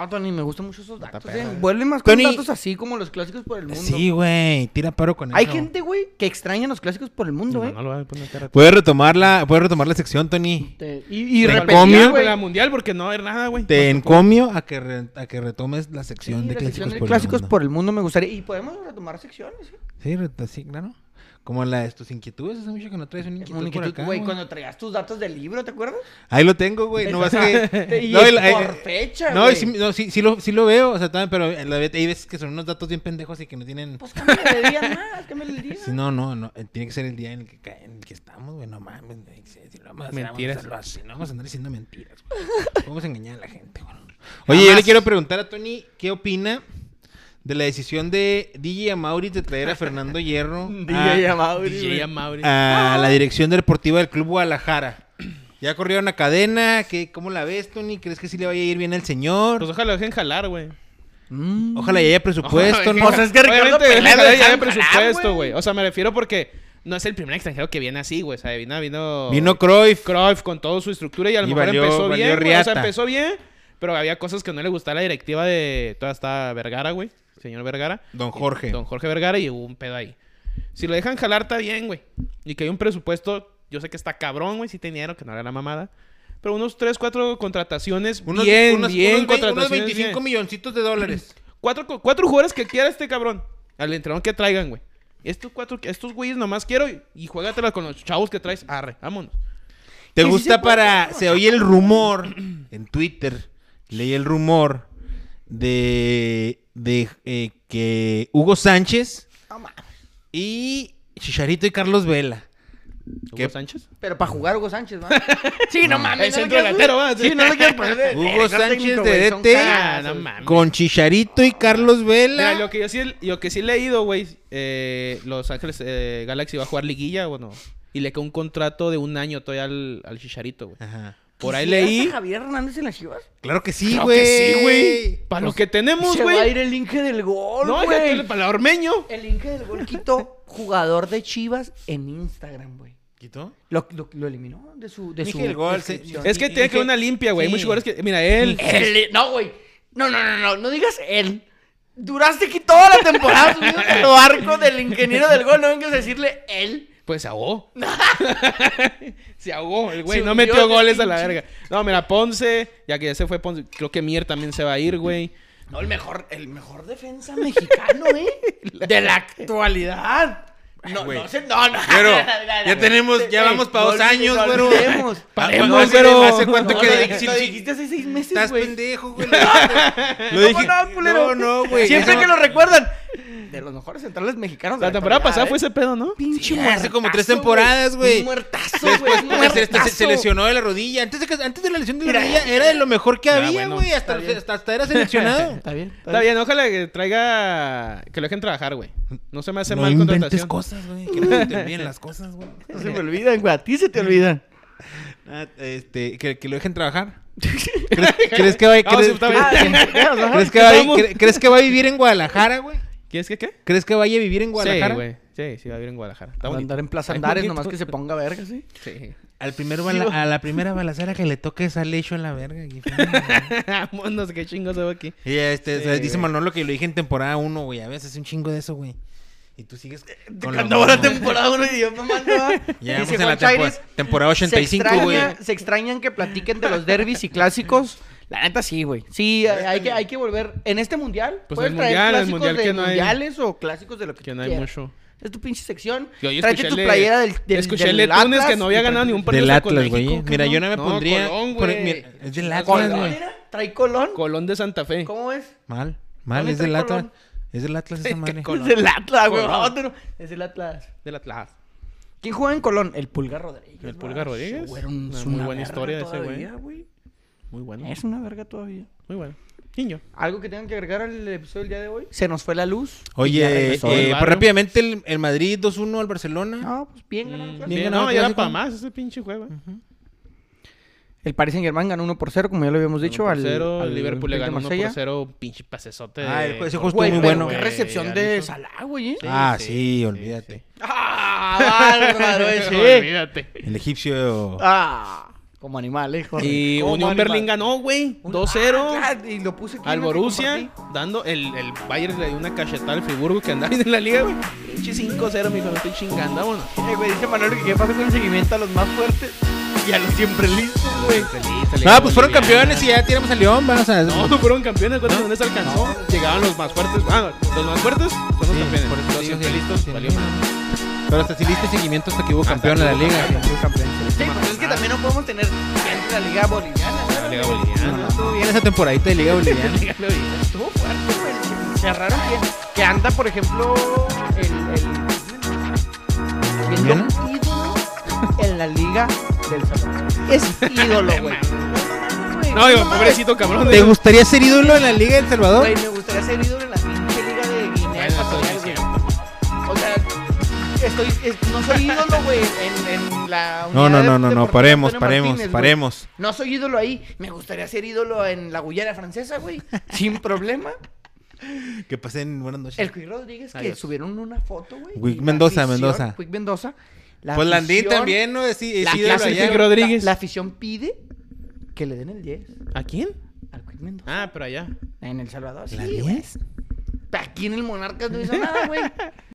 Speaker 1: No, Tony, me gustan mucho esos datos.
Speaker 2: perro,
Speaker 1: eh.
Speaker 2: eh.
Speaker 1: Vuelve más con
Speaker 3: Tony-
Speaker 1: datos así como los clásicos por el mundo.
Speaker 3: Sí, güey, tira paro con
Speaker 1: Hay
Speaker 3: eso.
Speaker 1: gente, güey, que extraña los clásicos por el mundo, eh. güey.
Speaker 2: No, no lo voy a poner cara.
Speaker 3: Puedes retomar la, puedes retomar la sección, Tony.
Speaker 1: Te- Y, y
Speaker 3: ¿Te
Speaker 1: repetir,
Speaker 3: comio?
Speaker 1: güey.
Speaker 2: la mundial porque no va a haber nada, güey.
Speaker 3: Te encomio a que, re- a que retomes la
Speaker 1: Sí,
Speaker 3: sección de
Speaker 1: la
Speaker 3: clásicos,
Speaker 1: sección de
Speaker 3: por,
Speaker 1: clásicos
Speaker 3: el mundo.
Speaker 1: por el mundo me gustaría. Y podemos retomar secciones. ¿eh?
Speaker 3: Sí, re- sí, claro. Como la de tus inquietudes, hace mucho que no traes una inquietud,
Speaker 1: Monique,
Speaker 3: por
Speaker 1: tú,
Speaker 3: acá,
Speaker 1: güey,
Speaker 3: güey.
Speaker 1: cuando traías tus datos del libro, ¿te acuerdas?
Speaker 3: Ahí lo tengo, güey. No vas que.
Speaker 1: Y
Speaker 3: No,
Speaker 1: es
Speaker 3: el- eh,
Speaker 1: por
Speaker 3: eh,
Speaker 1: fecha,
Speaker 3: No,
Speaker 1: güey.
Speaker 3: y sí, no, sí, sí lo, sí lo veo, o sea, también, pero a la vez hay veces que son unos datos bien pendejos y que no tienen.
Speaker 1: Pues cámbiale de día más, cámbiale el día.
Speaker 3: Sí, no, no, no, eh, tiene que ser el día en el que, cae- en el que estamos, güey, no mames. güey, sí, sí, lo vamos a hacer, vamos a
Speaker 2: Mentiras.
Speaker 3: hacerlo así, no vamos a andar diciendo mentiras, güey. Vamos a engañar a la gente, güey. Oye, yo le
Speaker 2: Jamás.
Speaker 3: quiero preguntar a Tony, ¿qué opina de la decisión de DJ Amaury de traer a Fernando Hierro a-
Speaker 2: ah,
Speaker 1: DJ Amaury, güey. Ah.
Speaker 2: DJ Amaury.
Speaker 3: a la dirección deportiva del Club Guadalajara? Ya corrieron a cadena, ¿qué, ¿cómo la ves, Tony? ¿Crees que sí le vaya a ir bien al señor?
Speaker 2: Pues ojalá lo dejen jalar, güey.
Speaker 1: Mm.
Speaker 3: Ojalá y haya presupuesto,
Speaker 2: Ojalá, ¿eh?
Speaker 3: ¿no?
Speaker 1: O sea, es que Ricardo
Speaker 2: Obviamente,
Speaker 1: Peláez
Speaker 2: ojalá
Speaker 1: lo
Speaker 2: ya
Speaker 1: dejan
Speaker 2: de
Speaker 1: jalar,
Speaker 2: presupuesto,
Speaker 1: güey.
Speaker 2: güey. O sea, me refiero porque no es el primer extranjero que viene así, güey. O sea, vino, vino,
Speaker 3: Vino Cruyff.
Speaker 2: Cruyff con toda su estructura y a lo
Speaker 3: Y
Speaker 2: mejor
Speaker 3: valió-
Speaker 2: empezó
Speaker 3: valió
Speaker 2: bien. güey. O sea,
Speaker 3: riata.
Speaker 2: empezó bien, pero había cosas que no le gustaba a la directiva de toda esta Vergara, güey. Señor Vergara.
Speaker 3: Don Jorge.
Speaker 2: Don Jorge Vergara y hubo un pedo ahí. Si lo dejan jalar, está bien, güey. Y que hay un presupuesto, yo sé que está cabrón, güey, si tenía dinero, que no era la mamada. Pero unos 3, 4 contrataciones
Speaker 3: Unos-
Speaker 2: bien,
Speaker 3: unos-
Speaker 2: bien
Speaker 3: unos ve-
Speaker 2: contrataciones.
Speaker 3: unos 25
Speaker 2: bien.
Speaker 3: milloncitos de dólares.
Speaker 2: Cuatro, co- cuatro jugadores que quiera este cabrón. Al entrenador que traigan, güey. Estos cuatro, estos güeyes nomás quiero y, y juégatela con los chavos que traes. Arre, vámonos.
Speaker 1: Que
Speaker 3: ¿Te
Speaker 1: sí
Speaker 3: gusta
Speaker 1: se puede,
Speaker 3: para...
Speaker 1: ¿no?
Speaker 3: Se oye el rumor en Twitter. Leí el rumor de, de eh, que Hugo Sánchez
Speaker 1: No mames.
Speaker 3: y Chicharito y Carlos Vela. ¿Qué?
Speaker 2: ¿Hugo Sánchez?
Speaker 1: Pero para jugar Hugo Sánchez, ¿va? sí, no mames.
Speaker 2: El
Speaker 1: no lo
Speaker 2: centro
Speaker 1: quiero-
Speaker 2: delantero, va.
Speaker 1: Sí, no lo quiero poner. de- E
Speaker 3: Hugo
Speaker 1: verga,
Speaker 3: Sánchez
Speaker 1: Eh, técnico,
Speaker 3: de E
Speaker 1: güey, son
Speaker 3: DT.
Speaker 2: Ah,
Speaker 1: caras,
Speaker 2: no
Speaker 1: güey.
Speaker 2: mames.
Speaker 3: Con Chicharito y Carlos Vela.
Speaker 2: Mira, lo que yo sí, lo que sí he leído, güey, eh, Los Ángeles eh, Galaxy va a jugar liguilla, bueno, y le quedó un contrato de un año todavía al, al Chicharito, güey.
Speaker 3: Ajá.
Speaker 2: Por ahí
Speaker 1: ¿Quisieras
Speaker 2: leí.
Speaker 1: a Javier Hernández en las chivas?
Speaker 3: Claro que sí,
Speaker 2: Claro
Speaker 3: güey.
Speaker 2: que sí, güey. Para lo que tenemos,
Speaker 1: Se va a ir
Speaker 2: güey.
Speaker 1: el Inge del Gol,
Speaker 2: No,
Speaker 1: güey.
Speaker 2: déjate para el ormeño.
Speaker 1: El Inge del Gol quitó jugador de chivas en Instagram, güey.
Speaker 3: ¿Quitó?
Speaker 1: Lo, lo- lo eliminó de su, de
Speaker 3: Inge
Speaker 1: su
Speaker 3: del Gol, sí.
Speaker 1: descripción.
Speaker 2: Es que
Speaker 3: Y- y
Speaker 2: tiene que
Speaker 3: que-
Speaker 2: haber una limpia, güey. Hay muchos
Speaker 3: Sí.
Speaker 2: jugadores que. Mira, él.
Speaker 1: Él- no, güey. No, no, no, no, no digas él. Duraste aquí toda la temporada subido en el barco del ingeniero del gol, no vengas a decirle él.
Speaker 2: Pues se ahogó. se ahogó el güey.
Speaker 1: Se
Speaker 2: No
Speaker 1: hundió
Speaker 2: metió
Speaker 1: el
Speaker 2: goles a la
Speaker 1: pinche.
Speaker 2: verga. No, mira, Ponce. Ya que ya se fue Ponce. Creo que Mier también se va a ir, güey.
Speaker 1: No, el mejor, el mejor defensa mexicano, ¿eh? De la actualidad. No,
Speaker 3: güey.
Speaker 1: no sé, no, no.
Speaker 3: Pero
Speaker 1: Güey,
Speaker 3: ya tenemos, ya
Speaker 1: güey,
Speaker 3: vamos para dos
Speaker 1: no olvides-
Speaker 3: años,
Speaker 1: no
Speaker 3: güero. Ah,
Speaker 1: olvidemos.
Speaker 2: Paremos,
Speaker 3: Hace-
Speaker 2: güero.
Speaker 3: ¿Hace cuánto
Speaker 1: No,
Speaker 3: que
Speaker 1: lo
Speaker 3: de-
Speaker 1: dijiste-
Speaker 3: si-
Speaker 1: lo
Speaker 3: si-
Speaker 1: dijiste hace seis meses,
Speaker 3: Estás
Speaker 1: güey.
Speaker 3: pendejo, güey. Lo dije.
Speaker 1: ¿Cómo no, culero?
Speaker 3: no, güey.
Speaker 1: Siempre
Speaker 3: Eso-
Speaker 1: que lo recuerdan. De los mejores centrales mexicanos. de
Speaker 2: La temporada pasada
Speaker 1: actualidad,
Speaker 2: fue
Speaker 1: ¿eh?
Speaker 2: ese pedo, ¿no?
Speaker 1: Pinche
Speaker 3: Sí, hace como tres
Speaker 1: muertazo,
Speaker 3: temporadas, güey.
Speaker 1: Un Muertazo, güey.
Speaker 3: Después
Speaker 1: un
Speaker 3: porque se, se-
Speaker 1: muertazo.
Speaker 3: se lesionó de la rodilla. Antes de, que- antes de la lesión de la
Speaker 1: Mira.
Speaker 3: rodilla era de lo mejor que
Speaker 2: Ah,
Speaker 3: había,
Speaker 2: bueno.
Speaker 3: güey. Hasta, hasta, hasta era seleccionado.
Speaker 1: Está bien.
Speaker 2: Está bien, ojalá que traiga. Que lo dejen trabajar, güey. No se me hace
Speaker 3: no
Speaker 2: mal
Speaker 3: inventes
Speaker 2: contratación.
Speaker 3: cosas, güey. Que no se te olviden las cosas, güey.
Speaker 1: No se me olvidan, güey. A ti se te olvidan.
Speaker 3: Ah, este, que, que lo dejen trabajar. ¿Crees, crees que va a...
Speaker 2: No, sí,
Speaker 3: crees-
Speaker 2: está bien.
Speaker 1: Ah,
Speaker 3: crees-
Speaker 1: bien, ajá.
Speaker 3: ¿Crees que, va a,
Speaker 2: Vamos.
Speaker 3: cre- ¿Crees que va a vivir en Guadalajara, güey?
Speaker 2: ¿Quieres que qué?
Speaker 3: ¿Crees que vaya a vivir en Guadalajara?
Speaker 2: Sí, güey. Sí, sí, va a vivir en Guadalajara.
Speaker 1: Va
Speaker 2: Está
Speaker 1: a
Speaker 2: bonito.
Speaker 1: andar en Plaza
Speaker 2: Ay,
Speaker 1: Andares,
Speaker 2: bonito.
Speaker 1: nomás que se ponga verga, sí.
Speaker 2: Sí.
Speaker 3: Al primer bala- a la primera balacera que le toque sale hecho en la verga. güey.
Speaker 2: Vámonos, qué chingo se va aquí.
Speaker 3: Y este,
Speaker 2: Sí,
Speaker 3: o sea, dice
Speaker 2: güey.
Speaker 3: Manolo que lo dije en temporada 1, güey. A veces es un chingo de eso, güey. Y tú sigues. con lo
Speaker 1: Eh, Cuando ahora
Speaker 3: mismo, güey.
Speaker 1: temporada 1 y yo mamando. ¿va?
Speaker 3: Llegamos
Speaker 1: Dice
Speaker 3: en la
Speaker 1: Juan
Speaker 3: tempo-
Speaker 1: Chaires,
Speaker 3: temporada
Speaker 1: se
Speaker 3: 85, güey.
Speaker 1: extraña- Se extrañan que platiquen de los derbis y clásicos. La neta sí, güey. Sí, hay- hay que, hay que volver. En este mundial,
Speaker 2: Pues
Speaker 1: puedes
Speaker 2: el
Speaker 1: traer
Speaker 2: mundial, el
Speaker 1: clásicos
Speaker 2: mundial
Speaker 1: de
Speaker 2: que no hay-
Speaker 1: mundiales o clásicos de lo que,
Speaker 2: Que
Speaker 1: tú
Speaker 2: no hay
Speaker 1: quieras.
Speaker 2: mucho.
Speaker 1: Es tu pinche sección.
Speaker 2: Yo ahí
Speaker 1: Tráete tu
Speaker 2: escuché el de-
Speaker 1: playera del, del
Speaker 2: escuché el
Speaker 1: del
Speaker 2: de Túnez que
Speaker 1: Atlas
Speaker 2: no había
Speaker 1: y
Speaker 2: ganado ni
Speaker 1: tráete-
Speaker 2: un partido.
Speaker 3: Del
Speaker 2: hasta con
Speaker 3: Atlas, güey.
Speaker 2: México,
Speaker 3: Mira,
Speaker 2: cabrón.
Speaker 3: yo no me
Speaker 2: No,
Speaker 3: pondría.
Speaker 2: Colón,
Speaker 3: pone-
Speaker 2: güey.
Speaker 3: mira, es del
Speaker 2: Colón,
Speaker 3: Atlas,
Speaker 1: Colón,
Speaker 3: güey.
Speaker 1: mira, trae Colón.
Speaker 2: Colón de Santa Fe.
Speaker 1: ¿Cómo es?
Speaker 3: Mal, mal,
Speaker 1: Dame
Speaker 3: es del
Speaker 1: tres
Speaker 3: Atlas.
Speaker 1: Colón.
Speaker 3: Es del Atlas esa madre.
Speaker 2: Colón.
Speaker 1: Es el Atlas, güey.
Speaker 2: Colón.
Speaker 1: otro. Es el Atlas.
Speaker 2: Del Atlas.
Speaker 1: ¿Quién juega en Colón? El Pulgar Rodríguez.
Speaker 2: El
Speaker 1: ¿no?
Speaker 2: Pulgar
Speaker 1: Ese
Speaker 2: Rodríguez.
Speaker 1: güey era un-
Speaker 2: Una
Speaker 1: es
Speaker 2: muy
Speaker 1: una
Speaker 2: buena
Speaker 1: verga
Speaker 2: historia de ese güey.
Speaker 1: todavía, güey.
Speaker 2: Muy bueno.
Speaker 3: Eh.
Speaker 1: Es una verga todavía.
Speaker 2: Muy bueno. Niño.
Speaker 1: ¿Algo que tengan que agregar al episodio del día de hoy? Se nos fue la luz. Y ya
Speaker 3: Oye, eh,
Speaker 1: regresó.
Speaker 2: el
Speaker 3: pues
Speaker 2: barrio.
Speaker 3: rápidamente el, el Madrid 2-1 al Barcelona.
Speaker 1: No, pues bien ganado. el Atlas.
Speaker 3: bien
Speaker 2: Mm, Bien,
Speaker 3: ganado
Speaker 2: no, ya era
Speaker 3: clásico.
Speaker 2: para más ese pinche juego. eh.
Speaker 1: El Paris Saint Germain ganó 1 por 0, como ya lo habíamos dicho.
Speaker 2: Uno por
Speaker 1: al,
Speaker 2: cero,
Speaker 1: al
Speaker 2: el Liverpool le
Speaker 1: Olympique de
Speaker 2: ganó 1 por
Speaker 1: Marsella.
Speaker 2: 0, un pinche pasesote.
Speaker 3: Ah, el- ese juego estuvo
Speaker 1: Güey,
Speaker 3: muy
Speaker 1: pero
Speaker 3: bueno.
Speaker 1: Qué
Speaker 2: Güey,
Speaker 1: recepción de
Speaker 2: Alisson.
Speaker 1: Salah, güey. ¿eh?
Speaker 3: ah, sí,
Speaker 2: sí,
Speaker 3: olvídate.
Speaker 1: ¡Ah! ¡Bárbaro ese!
Speaker 2: Olvídate.
Speaker 3: El egipcio.
Speaker 1: ¡Ah!
Speaker 4: Como animal, eh, Jorge.
Speaker 2: Y
Speaker 4: Como
Speaker 2: Unión
Speaker 4: animal.
Speaker 2: Berlín ganó, güey.
Speaker 1: Un-
Speaker 2: 2-0.
Speaker 1: Ah, claro, y lo puse aquí,
Speaker 2: Al
Speaker 1: ¿no? Que
Speaker 2: Borussia,
Speaker 1: compartí.
Speaker 2: dando el, el Bayern le dio una cachetada al Friburgo que andaba en la liga, güey. Pinche 5-0, mi hijo, no estoy chingando, vámonos.
Speaker 1: Eh, güey, dice Manolo que qué pasa con el seguimiento a los más fuertes y a los siempre listos, güey.
Speaker 3: No, pues fueron campeones y ya tiramos al León, va, o sea,
Speaker 2: No, no fueron campeones, ¿cuántos dónde se alcanzó? Llegaban los más fuertes. Ah, los más fuertes son los
Speaker 3: Sí,
Speaker 2: campeones.
Speaker 3: por eso
Speaker 2: Los
Speaker 3: digo
Speaker 2: siempre
Speaker 3: que-
Speaker 2: listos,
Speaker 3: sí.
Speaker 2: valió madre.
Speaker 3: Pero hasta si viste seguimiento hasta que hubo campeón en la liga.
Speaker 1: Sí, pues es que también no podemos tener gente en la liga boliviana, ¿no?
Speaker 2: La Liga Boliviana.
Speaker 1: Estuvo bien,
Speaker 3: En esa temporadita de Liga Boliviana.
Speaker 2: La Liga Boliviana.
Speaker 1: estuvo fuerte, güey. Se raro que, que anda, por ejemplo, el... el siendo
Speaker 3: ¿Boliviana?
Speaker 1: ídolo en la liga del Salvador. Es ídolo, güey.
Speaker 2: No, digo,
Speaker 1: mames.
Speaker 2: pobrecito cabrón.
Speaker 3: ¿Te gustaría ser ídolo en la Liga del Salvador?
Speaker 1: Güey, me gustaría ser ídolo en la pinche liga de Guinea.
Speaker 2: Bueno,
Speaker 1: Ecuatorial, güey.
Speaker 2: eso dice.
Speaker 1: O sea, estoy, es- no soy ídolo, güey, en, en la
Speaker 3: No,
Speaker 1: unidad
Speaker 3: no, no,
Speaker 1: de-
Speaker 3: no, no,
Speaker 1: deportiva
Speaker 3: paremos,
Speaker 1: Antonio
Speaker 3: paremos,
Speaker 1: Martínez, güey.
Speaker 3: paremos.
Speaker 1: No soy ídolo ahí. Me gustaría ser ídolo en la Guyana francesa, güey. Sin problema.
Speaker 3: Que pasen buenas
Speaker 1: El
Speaker 3: noches.
Speaker 1: Cuy Rodríguez, que
Speaker 2: Adiós.
Speaker 1: subieron una foto, güey.
Speaker 3: Cuic
Speaker 1: y la
Speaker 3: Mendoza, Mendoza.
Speaker 1: Cuic Mendoza. La
Speaker 3: Pues Landín
Speaker 1: afición-
Speaker 3: también, ¿no? Es, es
Speaker 1: La
Speaker 3: ídolo
Speaker 1: clase
Speaker 3: allá.
Speaker 1: de
Speaker 2: Cuic Rodríguez.
Speaker 1: La, la afición pide que le den el 10
Speaker 2: ¿A quién?
Speaker 1: al Cuic Mendoza.
Speaker 2: Ah, pero allá.
Speaker 1: En El Salvador, sí.
Speaker 3: ¿La
Speaker 1: güey.
Speaker 3: 10?
Speaker 1: Aquí en el Monarcas no hizo nada, güey.